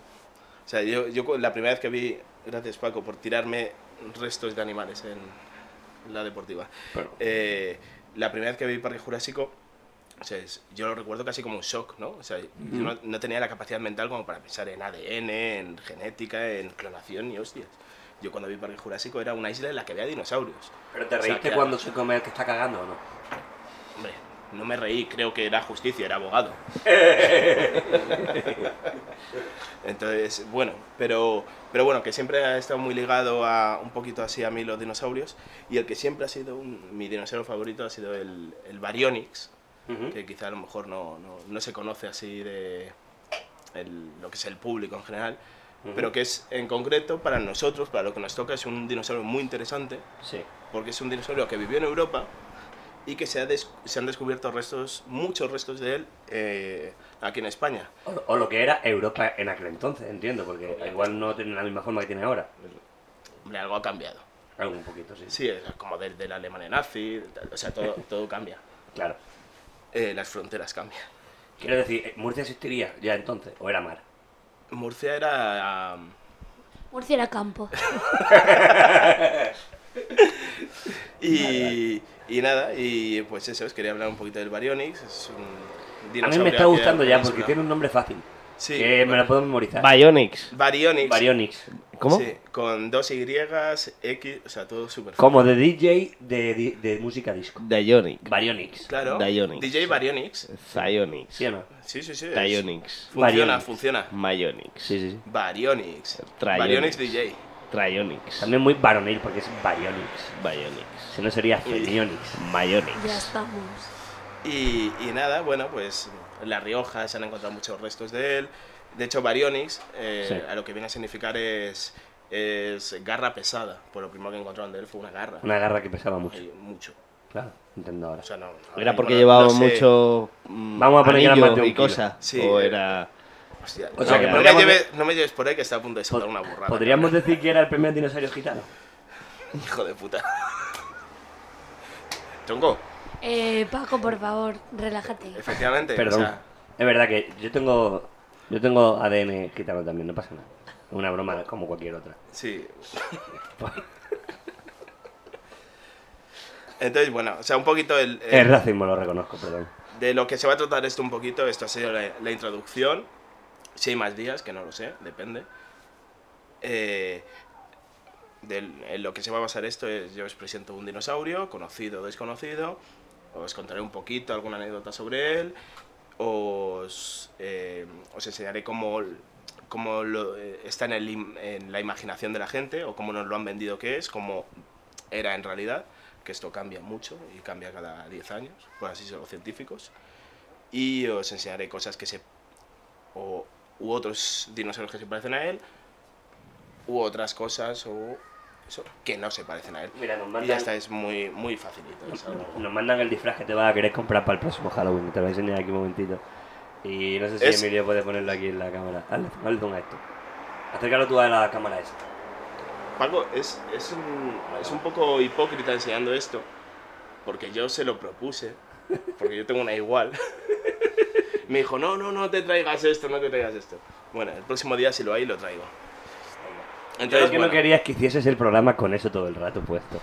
Speaker 7: O sea, yo, yo cu- la primera vez que vi, gracias Paco, por tirarme restos de animales en la deportiva.
Speaker 3: Pero-
Speaker 7: Eh, la primera vez que vi Parque Jurásico, o sea, es- yo lo recuerdo casi como un shock, ¿no? O sea, yo no, no tenía la capacidad mental como para pensar en ADN, en genética, en clonación y hostias. Yo cuando vi Parque Jurásico era una isla en la que había dinosaurios.
Speaker 3: Pero te
Speaker 7: O sea,
Speaker 3: reíste
Speaker 7: que-
Speaker 3: cuando se come el que está cagando o no.
Speaker 7: Hombre, no me reí, creo que era justicia, era abogado. [LAUGHS] Entonces, bueno, pero, pero bueno, que siempre ha estado muy ligado a un poquito así a mí los dinosaurios. Y el que siempre ha sido un- mi dinosaurio favorito ha sido el, el Baryonyx, que quizá a lo mejor no, no- no se conoce así de el- lo que es el público en general. pero que es en concreto para nosotros, para lo que nos toca, es un dinosaurio muy interesante,
Speaker 3: Sí.
Speaker 7: porque es un dinosaurio que vivió en Europa y que se, ha des- se han descubierto restos, muchos restos de él eh, aquí en España.
Speaker 3: O, lo- o lo que era Europa en aquel entonces, entiendo, porque igual no tiene la misma forma que tiene ahora.
Speaker 7: Hombre, algo ha cambiado.
Speaker 3: Algo un poquito, sí.
Speaker 7: Sí, es como del, del alemán nazi, tal, o sea, todo, todo cambia.
Speaker 3: Claro.
Speaker 7: Eh, las fronteras cambian.
Speaker 3: Quiero decir, eh, ¿Murcia existiría ya entonces? ¿O era mar?
Speaker 7: Murcia era... um,
Speaker 5: Murcia era campo.
Speaker 7: Y, y nada, y pues eso, os quería hablar un poquito del Baryonyx. Es un
Speaker 3: A mí
Speaker 7: dinosaurio
Speaker 3: me está
Speaker 7: aquí de la
Speaker 3: gustando ya porque
Speaker 7: península.
Speaker 3: tiene un nombre fácil.
Speaker 7: Sí.
Speaker 3: Que me lo puedo memorizar.
Speaker 2: Bionics.
Speaker 7: Baryonyx.
Speaker 3: Baryonyx.
Speaker 2: ¿Cómo?
Speaker 7: Sí, con dos Y, X, o sea, todo súper
Speaker 3: Como de DJ de, di- de música disco.
Speaker 2: Dionic.
Speaker 3: Baryonyx.
Speaker 7: Claro.
Speaker 2: Baryonyx.
Speaker 7: DJ Baryonyx.
Speaker 2: Zionics.
Speaker 3: ¿Sí o no?
Speaker 7: Sí, sí, sí. es-
Speaker 2: Dionics.
Speaker 7: Funciona,
Speaker 3: Baryonyx.
Speaker 7: funciona.
Speaker 2: Myonics.
Speaker 3: Sí, sí, sí.
Speaker 7: Baryonyx.
Speaker 2: Trionics.
Speaker 7: Baryonyx DJ.
Speaker 2: Trionics.
Speaker 3: También muy varonil porque es Baryonyx.
Speaker 2: Bionics.
Speaker 3: Si no sería Fenionics.
Speaker 5: Ya
Speaker 2: Myonics.
Speaker 5: estamos.
Speaker 7: Y, y nada, bueno, pues en La Rioja se han encontrado muchos restos de él. De hecho, Baryonyx eh,
Speaker 3: Sí.
Speaker 7: a lo que viene a significar es, es garra pesada. Por lo primero que encontraron de él fue una garra.
Speaker 3: Una garra que pesaba mucho.
Speaker 7: Eh, mucho.
Speaker 3: Claro, entiendo ahora.
Speaker 7: O sea, no, no-
Speaker 2: ¿Era porque
Speaker 7: no-
Speaker 2: llevaba
Speaker 7: no sé.
Speaker 2: mucho mm,
Speaker 3: Vamos a poner que era
Speaker 2: anillo
Speaker 3: más de un
Speaker 2: y
Speaker 3: kilo. eh.
Speaker 2: cosas?
Speaker 7: Sí.
Speaker 2: ¿O era...?
Speaker 7: Hostia,
Speaker 3: O sea,
Speaker 7: no,
Speaker 3: que
Speaker 7: no, me
Speaker 3: podríamos-
Speaker 7: lleves, no me lleves por ahí que está a punto de soltar una burrada.
Speaker 3: Podríamos decir que era el primer dinosaurio gitano.
Speaker 7: [LAUGHS] Hijo de puta. Chongo,
Speaker 5: Eh, Paco, por favor, relájate.
Speaker 7: efectivamente.
Speaker 3: Perdón.
Speaker 7: o sea,
Speaker 3: Es verdad que yo tengo yo tengo ADN gitano también, no pasa nada. Es Una broma como cualquier otra.
Speaker 7: sí. [LAUGHS] Entonces, bueno, o sea, un poquito el, el-
Speaker 3: Es racismo, lo reconozco, perdón.
Speaker 7: de lo que se va a tratar esto un poquito. Esto ha sido la, la introducción. Si hay más días, que no lo sé, depende. Eh, del- en lo que se va a basar esto es, yo os presento un dinosaurio, conocido o desconocido. Os contaré un poquito, alguna anécdota sobre él. Os, eh, os enseñaré cómo, cómo lo- eh, está en, el im- en la imaginación de la gente o cómo nos lo han vendido que es, cómo era en realidad, que esto cambia mucho y cambia cada 10 años, por así son los científicos. Y os enseñaré cosas que se... O, u otros dinosaurios que se parecen a él, u otras cosas o eso, que no se parecen a él.
Speaker 3: Mira, nos
Speaker 7: Y
Speaker 3: mandan,
Speaker 7: ya está, es muy, muy facilito. es algo-
Speaker 3: nos mandan el disfraz que te vas a querer comprar para el próximo Halloween. Te lo voy a enseñar aquí un momentito. Y no sé si
Speaker 7: Es-
Speaker 3: Emilio puede ponerlo aquí en la cámara. Hazle, hazle zoom a esto. Acércalo tú a la cámara esa.
Speaker 7: Paco, es, es, un, es un poco hipócrita enseñando esto, porque yo se lo propuse, porque yo tengo una igual. [LAUGHS] Me dijo, no, no, no te traigas esto, no te traigas esto. Bueno, el próximo día si lo hay, lo traigo.
Speaker 3: Yo lo
Speaker 7: Entonces,
Speaker 3: que no
Speaker 7: bueno,
Speaker 3: quería es que hicieses el programa con eso todo el rato puesto.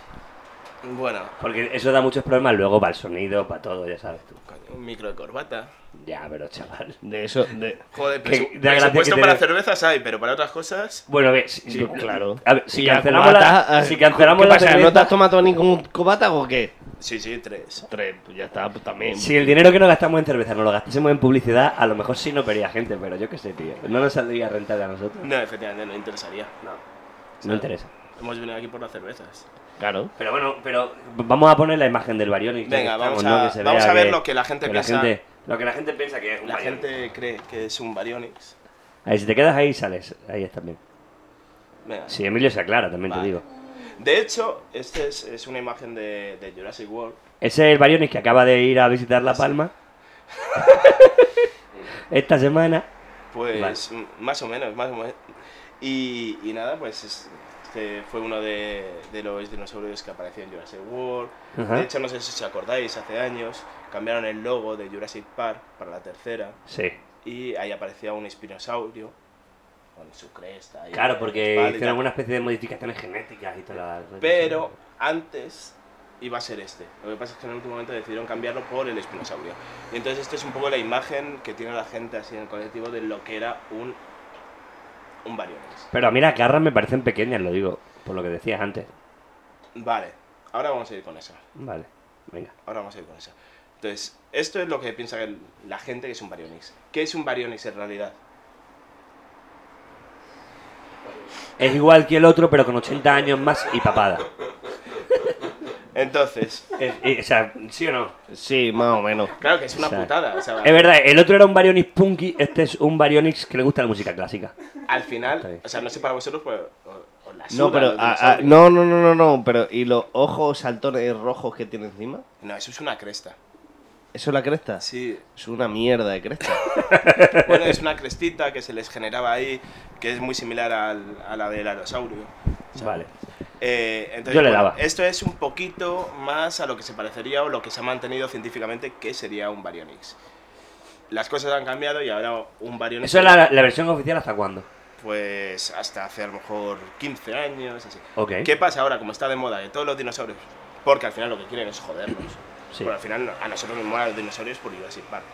Speaker 7: bueno,
Speaker 3: Porque eso da muchos problemas luego para el sonido, para todo, ya sabes tú.
Speaker 7: coño, un micro de corbata.
Speaker 3: [LAUGHS] Ya, pero chaval.
Speaker 2: De eso... De...
Speaker 7: Joder,
Speaker 3: Que-
Speaker 7: presu-
Speaker 3: da gracia
Speaker 7: presupuesto
Speaker 3: que
Speaker 7: para
Speaker 3: tener-
Speaker 7: cervezas hay, pero para otras cosas...
Speaker 3: Bueno, a ver, si,
Speaker 2: Sí,
Speaker 3: si-
Speaker 2: claro.
Speaker 3: A ver, si
Speaker 2: Y la
Speaker 3: cancelamos
Speaker 2: cubata,
Speaker 3: la,
Speaker 2: ah,
Speaker 3: si cancelamos
Speaker 2: ¿Qué
Speaker 3: la
Speaker 2: pasa? ¿No te
Speaker 3: cerveza-
Speaker 2: has tomado ningún cobata o qué?
Speaker 7: Sí, sí, tres.
Speaker 2: Tres, pues ya está, pues
Speaker 7: Em.
Speaker 2: también.
Speaker 3: si el dinero que nos gastamos en cerveza no lo gastásemos en publicidad, a lo mejor sí no vería gente, pero yo qué sé, tío. No nos saldría rentable a nosotros.
Speaker 7: No, efectivamente, no interesaría.
Speaker 3: No, no interesa.
Speaker 7: Hemos venido aquí por las cervezas.
Speaker 2: Claro.
Speaker 3: Pero bueno, pero vamos a poner la imagen del Baryonyx. ya que
Speaker 7: Venga,
Speaker 3: estamos,
Speaker 7: vamos a-
Speaker 3: Que se
Speaker 7: vamos
Speaker 3: vea
Speaker 7: a ver lo que la gente piensa.
Speaker 3: gente- lo que la gente piensa que es un
Speaker 7: La
Speaker 3: Baryonyx.
Speaker 7: gente cree que es un Baryonyx.
Speaker 3: Ahí, si te quedas ahí, sales. Ahí está bien.
Speaker 7: Venga.
Speaker 3: Si Emilio se aclara, también te
Speaker 7: Vale.
Speaker 3: digo.
Speaker 7: De hecho, esta es, es una imagen de, de Jurassic World.
Speaker 3: Ese es el Baryonyx que acaba de ir a visitar
Speaker 7: Ah,
Speaker 3: La
Speaker 7: [LAUGHS]
Speaker 3: Palma. Esta semana.
Speaker 7: Pues m- más o menos, más o menos. Y, y nada, pues es- este fue uno de, de los dinosaurios que apareció en Jurassic World.
Speaker 3: Ajá.
Speaker 7: De hecho, no sé si os acordáis, hace años cambiaron el logo de Jurassic Park para la tercera
Speaker 3: Sí.
Speaker 7: y ahí aparecía un espinosaurio con su cresta. y
Speaker 3: Claro,
Speaker 7: el
Speaker 3: porque
Speaker 7: espalda y
Speaker 3: hicieron
Speaker 7: tal.
Speaker 3: una especie de modificaciones genéticas y toda la...
Speaker 7: Pero antes iba a ser este. Lo que pasa es que en el último momento decidieron cambiarlo por el espinosaurio. Y entonces esto es un poco la imagen que tiene la gente así en el colectivo de lo que era un un Baryonyx.
Speaker 3: Pero a mí las garras me parecen pequeñas, lo digo, por lo que decías antes.
Speaker 7: Vale, ahora vamos a ir con eso.
Speaker 3: Vale, venga.
Speaker 7: Ahora vamos a ir con eso. Entonces, esto es lo que piensa el- la gente que es un Baryonyx. ¿Qué es un Baryonyx en realidad?
Speaker 3: Es igual que el otro, pero con 80 años más y papada.
Speaker 7: Entonces,
Speaker 3: Eh, eh, o sea, ¿sí o no?
Speaker 2: Sí, más o menos.
Speaker 7: claro que es una
Speaker 3: O sea,
Speaker 7: putada. o sea,
Speaker 3: Es verdad, el otro era un Baryonyx punky, este es un Baryonyx que le gusta la música clásica.
Speaker 7: Al
Speaker 3: Está
Speaker 7: final,
Speaker 3: bien.
Speaker 7: o sea, no sé para vosotros, pues. o- o la
Speaker 2: No,
Speaker 7: suda,
Speaker 2: pero.
Speaker 7: los
Speaker 2: ah, ah,
Speaker 7: dinosaurios.
Speaker 2: no, no, no, no, no. Pero, ¿y los ojos saltones rojos que tiene encima?
Speaker 7: No, eso es una cresta.
Speaker 2: ¿Eso es la cresta?
Speaker 7: Sí.
Speaker 2: Es una mierda de cresta.
Speaker 7: Bueno, es una crestita que se les generaba ahí, que es muy similar al- a la del aerosaurio.
Speaker 3: Vale.
Speaker 7: Eh, entonces,
Speaker 3: Yo le
Speaker 7: bueno,
Speaker 3: daba.
Speaker 7: Esto es un poquito más a lo que se parecería o lo que se ha mantenido científicamente que sería un Baryonyx. Las cosas han cambiado y ahora un Baryonyx.
Speaker 3: ¿Eso es la, la versión oficial hasta cuándo?
Speaker 7: Pues hasta hace a lo mejor 15 años, así.
Speaker 3: Ok.
Speaker 7: ¿Qué pasa ahora? Como está de moda de todos los dinosaurios, porque al final lo que quieren es jodernos.
Speaker 3: Sí.
Speaker 7: Pero al final no- a nosotros nos molan los dinosaurios por Jurassic Park.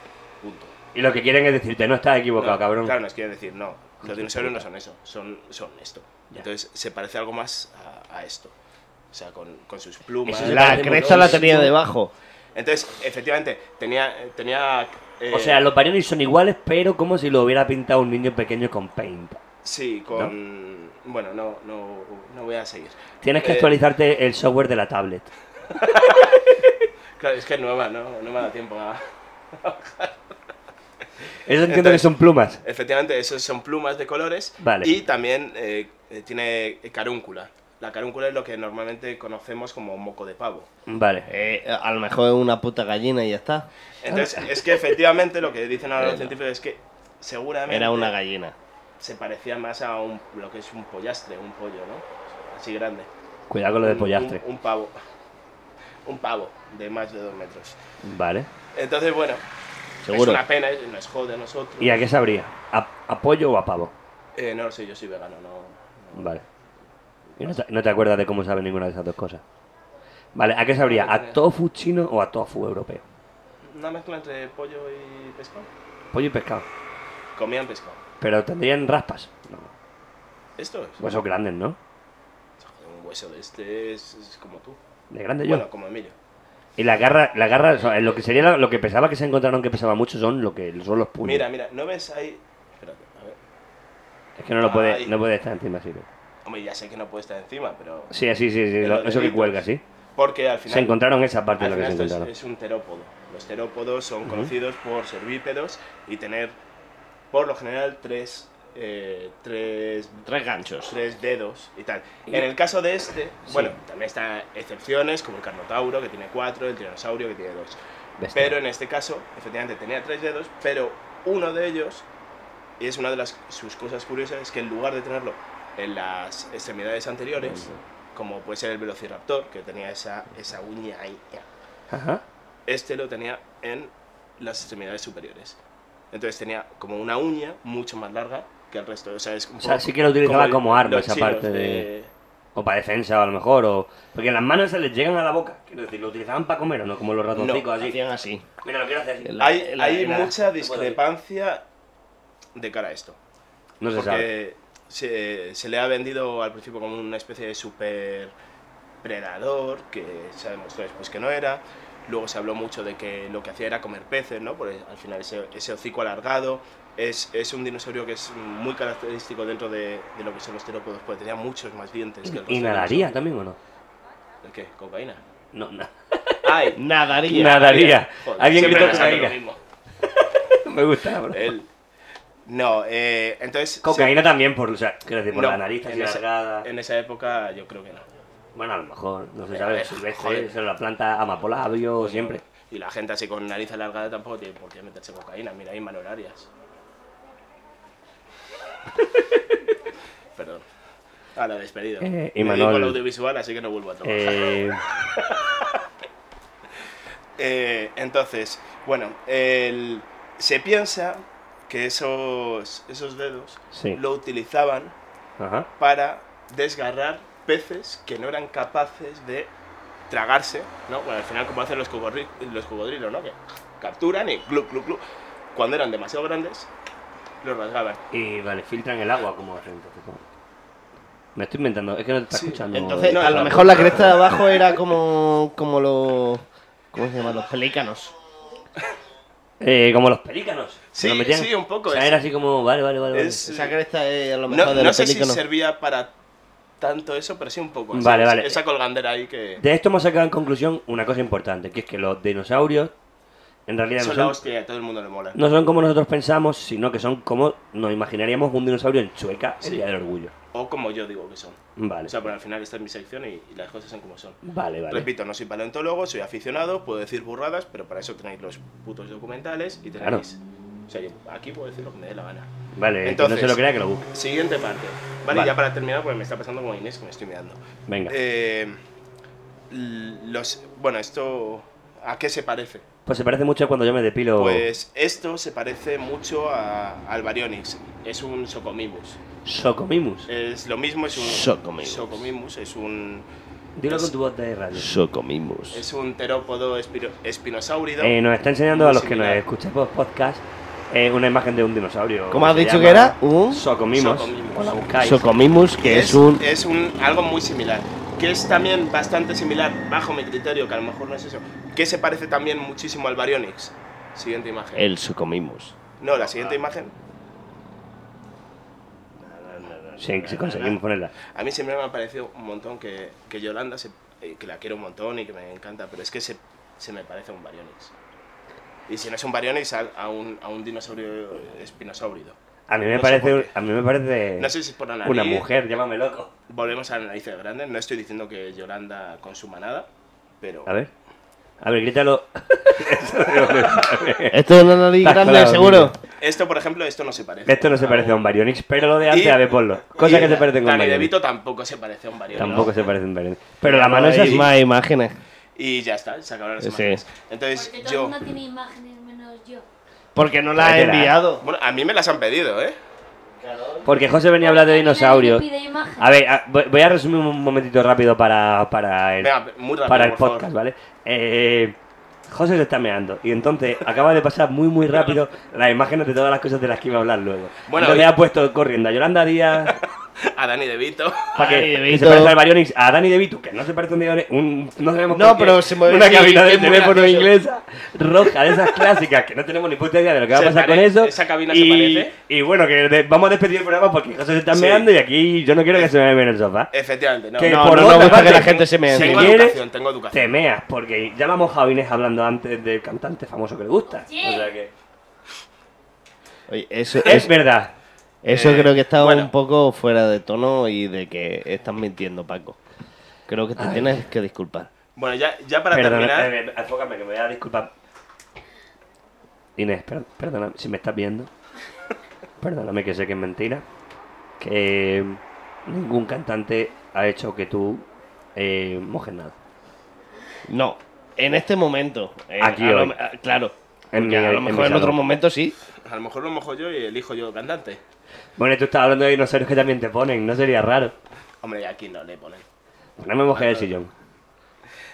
Speaker 7: Punto.
Speaker 3: Y lo que quieren es decirte, no estás equivocado,
Speaker 7: No,
Speaker 3: cabrón.
Speaker 7: Claro, nos quieren decir, no,
Speaker 3: Hijo de
Speaker 7: los dinosaurios no
Speaker 3: puta.
Speaker 7: son eso, son, son esto.
Speaker 3: Ya.
Speaker 7: Entonces se parece algo más a, a esto. O sea, con, con sus plumas.
Speaker 3: Eso se
Speaker 2: la
Speaker 3: parece
Speaker 2: cresta
Speaker 3: muchísimo.
Speaker 2: la tenía debajo.
Speaker 7: Entonces, efectivamente, tenía. tenía eh,
Speaker 3: O sea, los Baryonyx son iguales, pero como si lo hubiera pintado un niño pequeño con paint.
Speaker 7: Sí, con. Bueno, no, no, no voy a seguir.
Speaker 3: Tienes que
Speaker 7: Eh,
Speaker 3: actualizarte el software de la tablet.
Speaker 7: Claro, es que es nueva, ¿no? No me ha dado tiempo a.
Speaker 3: Eso entiendo que
Speaker 7: entonces-
Speaker 3: son plumas.
Speaker 7: Efectivamente, esos son plumas de colores.
Speaker 3: Vale.
Speaker 7: Y también eh, eh, tiene carúncula. La carúncula es lo que normalmente conocemos como moco de pavo.
Speaker 3: Vale.
Speaker 2: Eh, a lo mejor es una puta gallina y ya está.
Speaker 7: Entonces, es que efectivamente lo que dicen ahora los científicos es que seguramente
Speaker 2: Era una gallina.
Speaker 7: se parecía más a un, lo que es un pollastre, un pollo, ¿no? Así grande.
Speaker 3: Cuidado con lo de
Speaker 7: Un-
Speaker 3: pollastre.
Speaker 7: Un, un pavo. [LAUGHS] Un pavo de más de dos metros.
Speaker 3: Vale.
Speaker 7: Entonces, bueno, es
Speaker 2: Seguro.
Speaker 7: una pena, es- nos jode a nosotros.
Speaker 3: ¿Y a qué sabría? ¿A, a pollo o a pavo?
Speaker 7: Eh, no lo sé, yo soy vegano, no. no.
Speaker 3: Vale. Y no te, no te acuerdas de cómo sabe ninguna de esas dos cosas. Vale, ¿a qué sabría? ¿A tofu chino o a tofu europeo?
Speaker 7: Una mezcla entre pollo y pescado.
Speaker 3: Pollo y pescado.
Speaker 7: Comían pescado.
Speaker 3: Pero tendrían raspas. No.
Speaker 7: Esto es.
Speaker 3: Huesos grandes, ¿no?
Speaker 7: Un hueso de este es, es como tú.
Speaker 3: De grande yo.
Speaker 7: Bueno, como Emilio.
Speaker 3: Y la garra, la garra, o sea, lo que sería lo, lo que pesaba que se encontraron que pesaba mucho son lo que son los puños.
Speaker 7: Mira, mira, ¿no ves ahí? Espérate, a ver.
Speaker 3: es que no lo puede,
Speaker 7: Ay.
Speaker 3: no puede estar encima así. ¿no?
Speaker 7: Hombre, ya sé que no puede estar encima, pero.
Speaker 3: Sí, sí, sí, sí,
Speaker 7: Pero
Speaker 3: lo-
Speaker 7: los
Speaker 3: eso que
Speaker 7: deditos.
Speaker 3: cuelga, sí.
Speaker 7: Porque al final.
Speaker 3: Se encontraron esa parte de
Speaker 7: al
Speaker 3: lo que se
Speaker 7: final esto
Speaker 3: encontraron.
Speaker 7: es, es un terópodo. Los terópodos son conocidos por ser bípedos y tener, por lo general, tres. eh, tres
Speaker 2: Tres ganchos.
Speaker 7: tres dedos y tal. En el caso de este, bueno, también están excepciones como el carnotauro que tiene cuatro, el tiranosaurio que tiene dos.
Speaker 3: Bestia.
Speaker 7: Pero en este caso, efectivamente, tenía tres dedos, pero uno de ellos, y es una de las, sus cosas curiosas, es que en lugar de tenerlo en las extremidades anteriores, como puede ser el velociraptor, que tenía esa, esa uña ahí,
Speaker 3: Ajá.
Speaker 7: este lo tenía en las extremidades superiores. Entonces tenía como una uña mucho más larga que el resto. O sea, es un
Speaker 3: O sea,
Speaker 7: poco
Speaker 3: sí que lo utilizaba
Speaker 7: el-
Speaker 3: como arma
Speaker 7: los
Speaker 3: esa
Speaker 7: chinos
Speaker 3: parte de- O para defensa, a lo mejor, o... Porque las manos se les llegan a la boca. Quiero decir, lo utilizaban para comer, ¿o no? Como los ratoncicos, así.
Speaker 2: Hacían así.
Speaker 3: Mira, lo quiero hacer así.
Speaker 2: La-
Speaker 7: Hay,
Speaker 2: la-
Speaker 7: hay
Speaker 2: la-
Speaker 7: mucha discrepancia de cara a esto.
Speaker 3: No se sabe.
Speaker 7: porque se, se le ha vendido al principio como una especie de super predador, que se ha demostrado después que no era. Luego se habló mucho de que lo que hacía era comer peces, ¿no? Porque al final ese, ese hocico alargado es, es un dinosaurio que es muy característico dentro de, de lo que son los terópodos, porque tenía muchos más dientes que el resto de
Speaker 3: ¿Inhalaría
Speaker 7: los-
Speaker 3: también o no?
Speaker 7: ¿El qué? ¿Cocaína?
Speaker 3: No, no.
Speaker 7: ¡Ay!
Speaker 2: Nadaría.
Speaker 3: Nadaría.
Speaker 7: Joder,
Speaker 3: Alguien
Speaker 7: siempre
Speaker 3: gritó
Speaker 7: pensando lo
Speaker 3: cocaína. [LAUGHS]
Speaker 7: mismo.
Speaker 3: Me gusta, bro.
Speaker 7: Él. No, eh, entonces...
Speaker 3: Cocaína también, por, o sea, quiero decir, por
Speaker 7: No,
Speaker 3: la nariz así
Speaker 7: en esa-
Speaker 3: alargada.
Speaker 7: En esa época yo creo que no.
Speaker 3: Bueno, a lo mejor, no se
Speaker 7: Eh,
Speaker 3: sabe,
Speaker 7: eh,
Speaker 3: silvestre,
Speaker 7: joder.
Speaker 3: eso es la planta amapola, habio, siempre.
Speaker 7: Y la gente así con nariz alargada tampoco tiene por qué meterse cocaína. Mira,
Speaker 3: [LAUGHS]
Speaker 7: hay malorarias. Perdón. A la despedida.
Speaker 3: Eh, y
Speaker 7: Me
Speaker 3: Manol-
Speaker 7: dedico al audiovisual, así que no vuelvo a trabajar.
Speaker 3: Eh,
Speaker 7: Eh, entonces, bueno, el- se piensa que esos, esos dedos
Speaker 3: Sí.
Speaker 7: lo utilizaban
Speaker 3: ajá.
Speaker 7: para desgarrar peces que no eran capaces de tragarse, ¿no? Bueno, al final como hacen los, cocodri- los cocodrilos, ¿no? Que capturan y glu, glu, glu. Cuando eran demasiado grandes, los rasgaban.
Speaker 3: Y vale, filtran el agua como hacen entonces. ¿cómo? Me estoy inventando, es que no te está escuchando.
Speaker 2: Entonces,
Speaker 7: No,
Speaker 2: a
Speaker 7: no,
Speaker 2: lo
Speaker 7: no.
Speaker 2: mejor la cresta de abajo era como, como los... ¿Cómo se llaman? Los pelícanos.
Speaker 3: Eh, como los pelícanos.
Speaker 7: Sí,
Speaker 3: ¿lo metían?
Speaker 7: sí, un poco,
Speaker 3: O sea,
Speaker 7: es-
Speaker 3: era así como, vale, vale, vale. vale.
Speaker 7: es-
Speaker 2: Esa cresta es a lo mejor
Speaker 7: No,
Speaker 2: de
Speaker 7: no
Speaker 2: los
Speaker 7: sé si
Speaker 2: pelícanos.
Speaker 7: servía para tanto eso, pero sí un poco.
Speaker 3: Vale,
Speaker 7: ¿sabes?
Speaker 3: vale.
Speaker 7: Esa colgandera ahí que.
Speaker 3: De esto hemos sacado en conclusión una cosa importante, que es que los dinosaurios en realidad
Speaker 7: Son la
Speaker 3: no, son,
Speaker 7: hostia, a todo el mundo le mola.
Speaker 3: no son como nosotros pensamos, sino que son como nos imaginaríamos un dinosaurio en Chueca, el
Speaker 7: Sí.
Speaker 3: Día del Orgullo.
Speaker 7: O como yo digo que son.
Speaker 3: Vale,
Speaker 7: O sea, pero al final esta es mi sección y, y las cosas son como son.
Speaker 3: vale, vale.
Speaker 7: Repito, no soy paleontólogo, soy aficionado, puedo decir burradas, pero para eso tenéis los putos documentales y
Speaker 3: Claro.
Speaker 7: tenéis. O sea, yo aquí puedo decir lo que me dé la gana.
Speaker 3: Vale,
Speaker 7: Entonces-
Speaker 3: que no se lo crea que lo busque.
Speaker 7: Siguiente parte. Vale,
Speaker 3: Vale.
Speaker 7: ya para terminar, porque me está pasando como Inés, que me estoy mirando.
Speaker 3: Venga.
Speaker 7: Eh, los, bueno, esto. ¿A qué se parece?
Speaker 3: Pues se parece mucho a cuando yo me depilo.
Speaker 7: Pues esto se parece mucho a, al Baryonyx. Es un Socomimus.
Speaker 3: Socomimus.
Speaker 7: Es lo mismo, es un.
Speaker 2: Socomimus.
Speaker 7: Socomimus, es un.
Speaker 3: Dilo
Speaker 7: es-
Speaker 3: con tu voz de radio.
Speaker 2: Socomimus.
Speaker 7: Es un terópodo espiro- espinosaurido.
Speaker 3: Eh, nos está enseñando
Speaker 7: Muy
Speaker 3: a los que nos
Speaker 7: similar.
Speaker 3: escuchan por podcast eh, una imagen de un dinosaurio.
Speaker 2: ¿Cómo has
Speaker 3: se
Speaker 2: dicho
Speaker 3: llama
Speaker 2: que era? Un-
Speaker 3: Socomimus.
Speaker 7: Socomimus.
Speaker 3: O la buscáis.
Speaker 2: Socomimus,
Speaker 7: Y
Speaker 2: que es un.
Speaker 7: es un algo muy similar. Que es también bastante similar, bajo mi criterio, que a lo mejor no es eso. Que se parece también muchísimo al Baryonyx. Siguiente imagen.
Speaker 2: El Socomimus.
Speaker 7: No, la siguiente imagen.
Speaker 3: Sí, si conseguimos ponerla.
Speaker 7: A mí siempre me ha parecido un montón que, que Yolanda, se- eh, que la quiero un montón y que me encanta, pero es que se, se me parece a un Baryonyx. Y si no es un Baryonyx, a, a un, a un dinosaurio espinosaurido.
Speaker 3: A mí me
Speaker 7: No sé por
Speaker 3: parece.
Speaker 7: qué.
Speaker 3: A mí me parece.
Speaker 7: No sé si es por la nariz.
Speaker 3: una mujer, llámame loco.
Speaker 7: Volvemos a la nariz de grande. No estoy diciendo que Yolanda consuma nada, pero.
Speaker 3: A ver. A ver, grítalo.
Speaker 2: Esto es una nariz
Speaker 3: Estás
Speaker 2: grande,
Speaker 3: colado,
Speaker 2: seguro.
Speaker 7: Esto, por ejemplo, esto no se parece.
Speaker 3: Esto no se parece a un Baryonyx, pero lo de antes,
Speaker 7: Y-
Speaker 3: a ver, ponlo. Cosas
Speaker 7: y
Speaker 3: que se parecen con
Speaker 7: Danny
Speaker 3: Baryonyx.
Speaker 7: DeVito tampoco se parece a un Baryonyx.
Speaker 3: Tampoco se parece a un Baryonyx. Pero la mano
Speaker 2: No
Speaker 3: es
Speaker 2: hay
Speaker 3: así.
Speaker 2: más imágenes.
Speaker 7: Y ya está, se acabaron las
Speaker 2: Sí.
Speaker 7: imágenes. Entonces,
Speaker 5: Porque todo el
Speaker 7: yo.
Speaker 5: mundo tiene imágenes menos yo.
Speaker 2: Porque no la he
Speaker 3: Espera.
Speaker 2: enviado.
Speaker 7: Bueno, a mí me las han pedido, ¿eh?
Speaker 3: Porque José venía a hablar de dinosaurios. Ah,
Speaker 5: Nadie me pide imágenes.
Speaker 3: A ver, a- voy- voy a resumir un momentito rápido para, para el,
Speaker 7: Venga, muy rápido.
Speaker 3: para el
Speaker 7: por favor.
Speaker 3: podcast, ¿vale? Eh, José se está meando y entonces acaba de pasar muy muy rápido las imágenes de todas las cosas de las que iba a hablar luego.
Speaker 7: Bueno,
Speaker 3: Bueno, le
Speaker 7: y-
Speaker 3: ha puesto corriendo a Yolanda Díaz
Speaker 7: A Dani DeVito.
Speaker 3: para que,
Speaker 2: Dani
Speaker 3: que
Speaker 2: DeVito.
Speaker 3: se parezca al Baryonyx, a Dani DeVito, que no se parece a un Baryonyx, un, no sabemos
Speaker 2: No,
Speaker 3: por qué,
Speaker 2: pero se mueve
Speaker 3: una
Speaker 2: así,
Speaker 3: cabina
Speaker 2: que
Speaker 3: de
Speaker 2: es muy
Speaker 3: teléfono
Speaker 2: gracioso.
Speaker 3: inglesa roja de esas clásicas que no tenemos ni puta idea de lo que va a
Speaker 7: Se
Speaker 3: pasar con
Speaker 7: pare-
Speaker 3: eso.
Speaker 7: esa cabina se
Speaker 3: y,
Speaker 7: parece.
Speaker 3: Y bueno, que de- vamos a despedir el programa porque José se está
Speaker 7: Sí.
Speaker 3: meando y aquí yo no quiero que se me vea en el sofá.
Speaker 7: [LAUGHS] Efectivamente, no.
Speaker 3: Que
Speaker 2: Eh, No,
Speaker 3: por
Speaker 2: no nos
Speaker 3: otra
Speaker 2: gusta
Speaker 3: parte,
Speaker 2: que la gente se mea
Speaker 3: Si
Speaker 7: tengo
Speaker 2: encima.
Speaker 3: quieres,
Speaker 7: educación, tengo educación.
Speaker 3: te meas, porque ya vamos a Inés hablando antes del cantante famoso que le gusta.
Speaker 5: Oye.
Speaker 3: O sea que-
Speaker 2: Oye, eso,
Speaker 3: Es
Speaker 2: es-
Speaker 3: verdad.
Speaker 2: eso
Speaker 7: Eh,
Speaker 2: creo que está
Speaker 7: bueno.
Speaker 2: un poco fuera de tono y de que estás mintiendo, Paco. Creo que te tienes que disculpar.
Speaker 7: Bueno, ya, ya para
Speaker 3: Perdón,
Speaker 7: terminar.
Speaker 3: eh, eh, enfócame, que me voy a disculpar. Inés, per- perdóname si me estás viendo. Perdóname que sé que es mentira. Que ningún cantante ha hecho que tú eh, mojes nada.
Speaker 2: No, en este momento. eh,
Speaker 3: Aquí
Speaker 2: a lo
Speaker 3: hoy.
Speaker 2: me- ah, claro.
Speaker 3: En
Speaker 2: Porque
Speaker 3: mi-
Speaker 2: a lo
Speaker 3: en mi
Speaker 2: mejor en otro
Speaker 3: salón.
Speaker 2: momento sí.
Speaker 3: eh.
Speaker 7: A lo mejor lo mojo yo y elijo yo cantante.
Speaker 3: Bueno, y tú estás hablando de dinosaurios que también te ponen, no sería raro.
Speaker 7: Hombre, aquí no le ponen.
Speaker 3: No me mojes el sillón.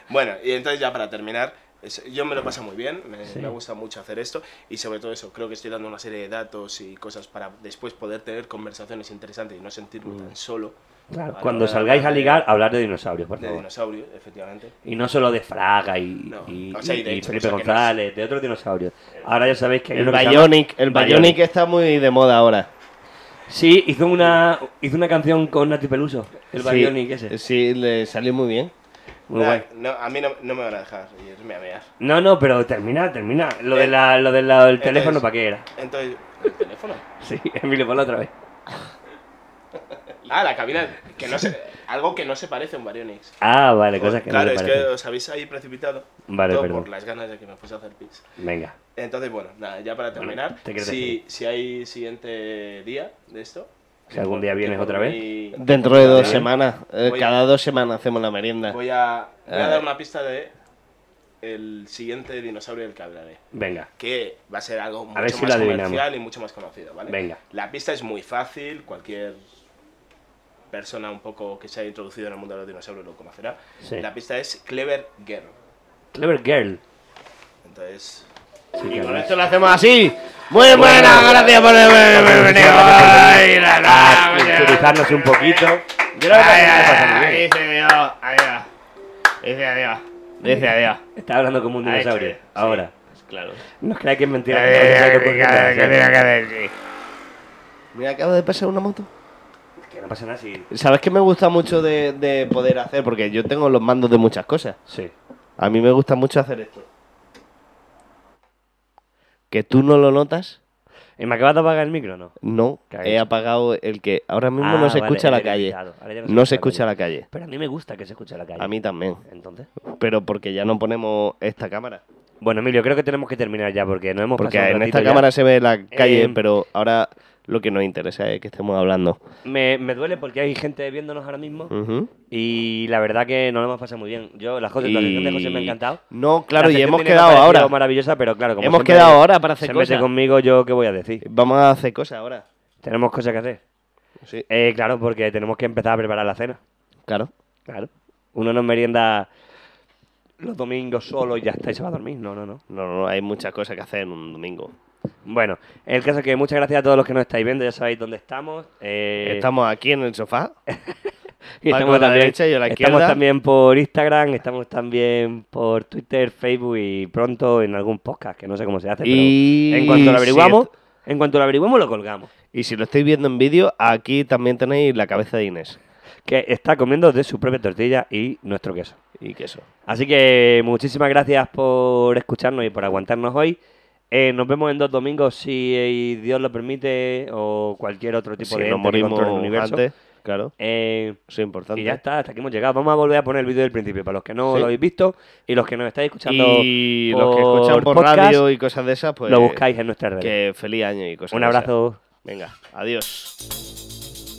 Speaker 7: Bueno, y entonces ya para terminar, es- yo me lo paso muy bien, me,
Speaker 3: Sí.
Speaker 7: me gusta mucho hacer esto y sobre todo eso, creo que estoy dando una serie de datos y cosas para después poder tener conversaciones interesantes y no sentirme
Speaker 3: Mm.
Speaker 7: tan solo.
Speaker 3: Claro,
Speaker 7: Vale,
Speaker 3: cuando
Speaker 7: vale,
Speaker 3: salgáis a
Speaker 7: vale.
Speaker 3: ligar, hablar de dinosaurios, por
Speaker 7: De
Speaker 3: favor.
Speaker 7: dinosaurios, efectivamente.
Speaker 3: Y no solo de Fraga y,
Speaker 7: No,
Speaker 3: y-
Speaker 7: o sea, y de
Speaker 3: y
Speaker 7: hecho,
Speaker 3: Felipe
Speaker 7: o sea, que
Speaker 3: González, de otros dinosaurios. Ahora ya sabéis que hay
Speaker 2: El
Speaker 3: uno que se llama
Speaker 2: Bionic, el Bionic está muy de moda ahora.
Speaker 3: Sí, hizo una, hizo una canción con Nati Peluso, el
Speaker 2: Sí,
Speaker 3: Bionic ese.
Speaker 2: Sí, le salió muy bien.
Speaker 3: Muy
Speaker 7: Nah,
Speaker 3: guay.
Speaker 7: no, a mí no, no me van a dejar irme a mear.
Speaker 3: No, no, pero termina, termina. Lo
Speaker 7: Eh,
Speaker 3: de la, lo del la- el teléfono,
Speaker 7: entonces-
Speaker 3: ¿para qué era? [LAUGHS]
Speaker 7: Entonces, [LAUGHS] ¿el teléfono?
Speaker 3: Sí, Emilio, ponlo otra vez.
Speaker 7: Ah, la cabina, que no se, algo que no se parece a un Baryonyx.
Speaker 3: Ah, vale, cosas que
Speaker 7: claro,
Speaker 3: no me
Speaker 7: es que
Speaker 3: parecen.
Speaker 7: os habéis ahí precipitado.
Speaker 3: Vale,
Speaker 7: todo
Speaker 3: perdón.
Speaker 7: por las ganas de que me fuese a hacer pis.
Speaker 3: Venga.
Speaker 7: Entonces, bueno, nada, ya para
Speaker 3: Bueno,
Speaker 7: terminar,
Speaker 3: te quiero
Speaker 7: si,
Speaker 3: decir.
Speaker 7: si hay siguiente día de esto.
Speaker 3: Si algún día
Speaker 7: que
Speaker 3: vienes
Speaker 7: por
Speaker 3: otra
Speaker 7: mí-
Speaker 2: Dentro de dos
Speaker 7: Vale.
Speaker 2: semanas, eh,
Speaker 7: Voy a-
Speaker 2: cada dos semanas hacemos la merienda.
Speaker 7: Voy a, voy a
Speaker 2: Eh.
Speaker 7: dar una pista de el siguiente dinosaurio del que hablaré.
Speaker 3: Venga.
Speaker 7: Que va a ser algo mucho
Speaker 3: ver si
Speaker 7: más
Speaker 3: lo adivinamos.
Speaker 7: comercial y mucho más conocido, ¿vale?
Speaker 3: Venga.
Speaker 7: La pista es muy fácil, cualquier persona un poco que se haya introducido en el mundo de los dinosaurios lo conocerá.
Speaker 3: Sí.
Speaker 7: La pista es Clever Girl.
Speaker 3: Clever Girl.
Speaker 7: Entonces,
Speaker 3: Sí,
Speaker 2: Y
Speaker 3: claro.
Speaker 2: con esto lo hacemos así. Muy buenas, gracias por haberme bienvenido. Ay, la, la,
Speaker 3: Ah,
Speaker 2: coño.
Speaker 3: culturizarnos un poquito.
Speaker 2: Creo que
Speaker 3: Ay,
Speaker 2: se
Speaker 3: ay,
Speaker 2: pasa muy
Speaker 3: ay,
Speaker 2: bien. Dice adiós, adiós. Dice adiós. Dice adiós.
Speaker 3: Está hablando como un
Speaker 2: Ahí está,
Speaker 3: dinosaurio.
Speaker 2: sí. Eh,
Speaker 3: Ahora.
Speaker 2: Claro.
Speaker 3: Nos cree que es ¿eh? mentira.
Speaker 2: Ay, ay, ay,
Speaker 3: que no
Speaker 2: ay,
Speaker 3: sabe por qué
Speaker 2: ay,
Speaker 3: no lo
Speaker 2: ay,
Speaker 3: hace.
Speaker 2: ay, ay, ay. Mira, acaba de pasar una moto.
Speaker 3: Que no pasa nada si.
Speaker 2: ¿Sabes qué me gusta mucho de, de poder hacer? Porque yo tengo los mandos de muchas cosas.
Speaker 3: Sí.
Speaker 2: A mí me gusta mucho hacer esto. ¿Que tú no lo notas?
Speaker 3: ¿Y me acabas de apagar el micro o no?
Speaker 2: No,
Speaker 3: ¿Qué has
Speaker 2: he
Speaker 3: hecho?
Speaker 2: apagado el que ahora mismo
Speaker 3: Ah,
Speaker 2: no se
Speaker 3: vale,
Speaker 2: escucha la
Speaker 3: eres
Speaker 2: calle.
Speaker 3: invitado. Ahora ya
Speaker 2: No se escucha la calle.
Speaker 3: Pero a mí me gusta que se escuche la calle.
Speaker 2: A mí también.
Speaker 3: Entonces.
Speaker 2: Pero porque ya no ponemos esta cámara.
Speaker 3: Bueno, Emilio, creo que tenemos que terminar ya porque no hemos
Speaker 2: Porque
Speaker 3: pasado un
Speaker 2: en
Speaker 3: ratito
Speaker 2: esta
Speaker 3: ya.
Speaker 2: cámara se ve la calle,
Speaker 3: Eh,
Speaker 2: pero ahora lo que nos interesa es Mm. que estemos hablando.
Speaker 3: Me, me duele porque hay gente viéndonos ahora mismo
Speaker 2: Ujú.
Speaker 3: y la verdad que no lo hemos pasado muy bien. Yo, la, José, la sección de José me ha
Speaker 2: Y-
Speaker 3: encantado.
Speaker 2: No, claro,
Speaker 3: La
Speaker 2: y
Speaker 3: sección
Speaker 2: hemos
Speaker 3: de Inés me ha
Speaker 2: quedado
Speaker 3: parecido
Speaker 2: ahora.
Speaker 3: maravillosa, pero claro, como
Speaker 2: Hemos
Speaker 3: siempre,
Speaker 2: quedado ahora para hacer
Speaker 3: se mete
Speaker 2: cosas.
Speaker 3: conmigo, yo qué voy a decir.
Speaker 2: Vamos a hacer cosas ahora.
Speaker 3: Tenemos cosas que hacer.
Speaker 2: Sí,
Speaker 3: Eh, claro, porque tenemos que empezar a preparar la cena.
Speaker 2: claro.
Speaker 3: Claro. Uno no merienda los domingos solo y ya está y se va a dormir. No, no, no.
Speaker 2: No, no, hay muchas cosas que hacer en un domingo.
Speaker 3: Bueno, el caso es que muchas gracias a todos los que nos estáis viendo, ya sabéis dónde estamos. eh,
Speaker 2: Estamos aquí en el sofá.
Speaker 3: y
Speaker 2: Paco a la derecha, yo a la
Speaker 3: estamos
Speaker 2: izquierda.
Speaker 3: también por Instagram, estamos también por Twitter, Facebook y pronto en algún podcast, que no sé cómo se hace,
Speaker 2: Y
Speaker 3: pero en cuanto lo
Speaker 2: si
Speaker 3: averiguamos, en cuanto lo averiguemos lo colgamos.
Speaker 2: Y si lo estáis viendo en vídeo, aquí también tenéis la cabeza de Inés.
Speaker 3: Que está comiendo de su propia tortilla y nuestro queso.
Speaker 2: Y queso.
Speaker 3: Así que muchísimas gracias por escucharnos y por aguantarnos hoy. Eh, nos vemos en dos domingos si eh, Dios lo permite o cualquier otro tipo
Speaker 2: Si
Speaker 3: de
Speaker 2: nos
Speaker 3: ente que
Speaker 2: morimos
Speaker 3: controle el universo.
Speaker 2: antes, claro.
Speaker 3: Eh,
Speaker 2: Eso es importante.
Speaker 3: y ya está, hasta aquí hemos llegado. Vamos a volver a poner el vídeo del principio para los que no
Speaker 2: Sí.
Speaker 3: lo habéis visto y los que nos estáis escuchando.
Speaker 2: Y los que escuchan por
Speaker 3: podcast,
Speaker 2: radio y cosas de esas, pues
Speaker 3: lo buscáis en nuestras redes.
Speaker 2: que feliz año y cosas
Speaker 3: Un
Speaker 2: de esas.
Speaker 3: abrazo.
Speaker 2: Venga, adiós.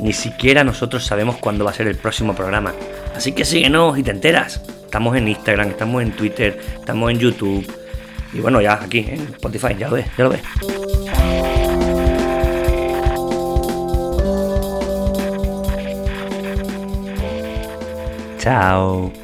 Speaker 8: Ni siquiera nosotros sabemos cuándo va a ser el próximo programa. Así que síguenos y te enteras. Estamos en Instagram, estamos en Twitter, estamos en YouTube. Y bueno, ya aquí en Spotify, ya lo ves, ya lo ves. Chao.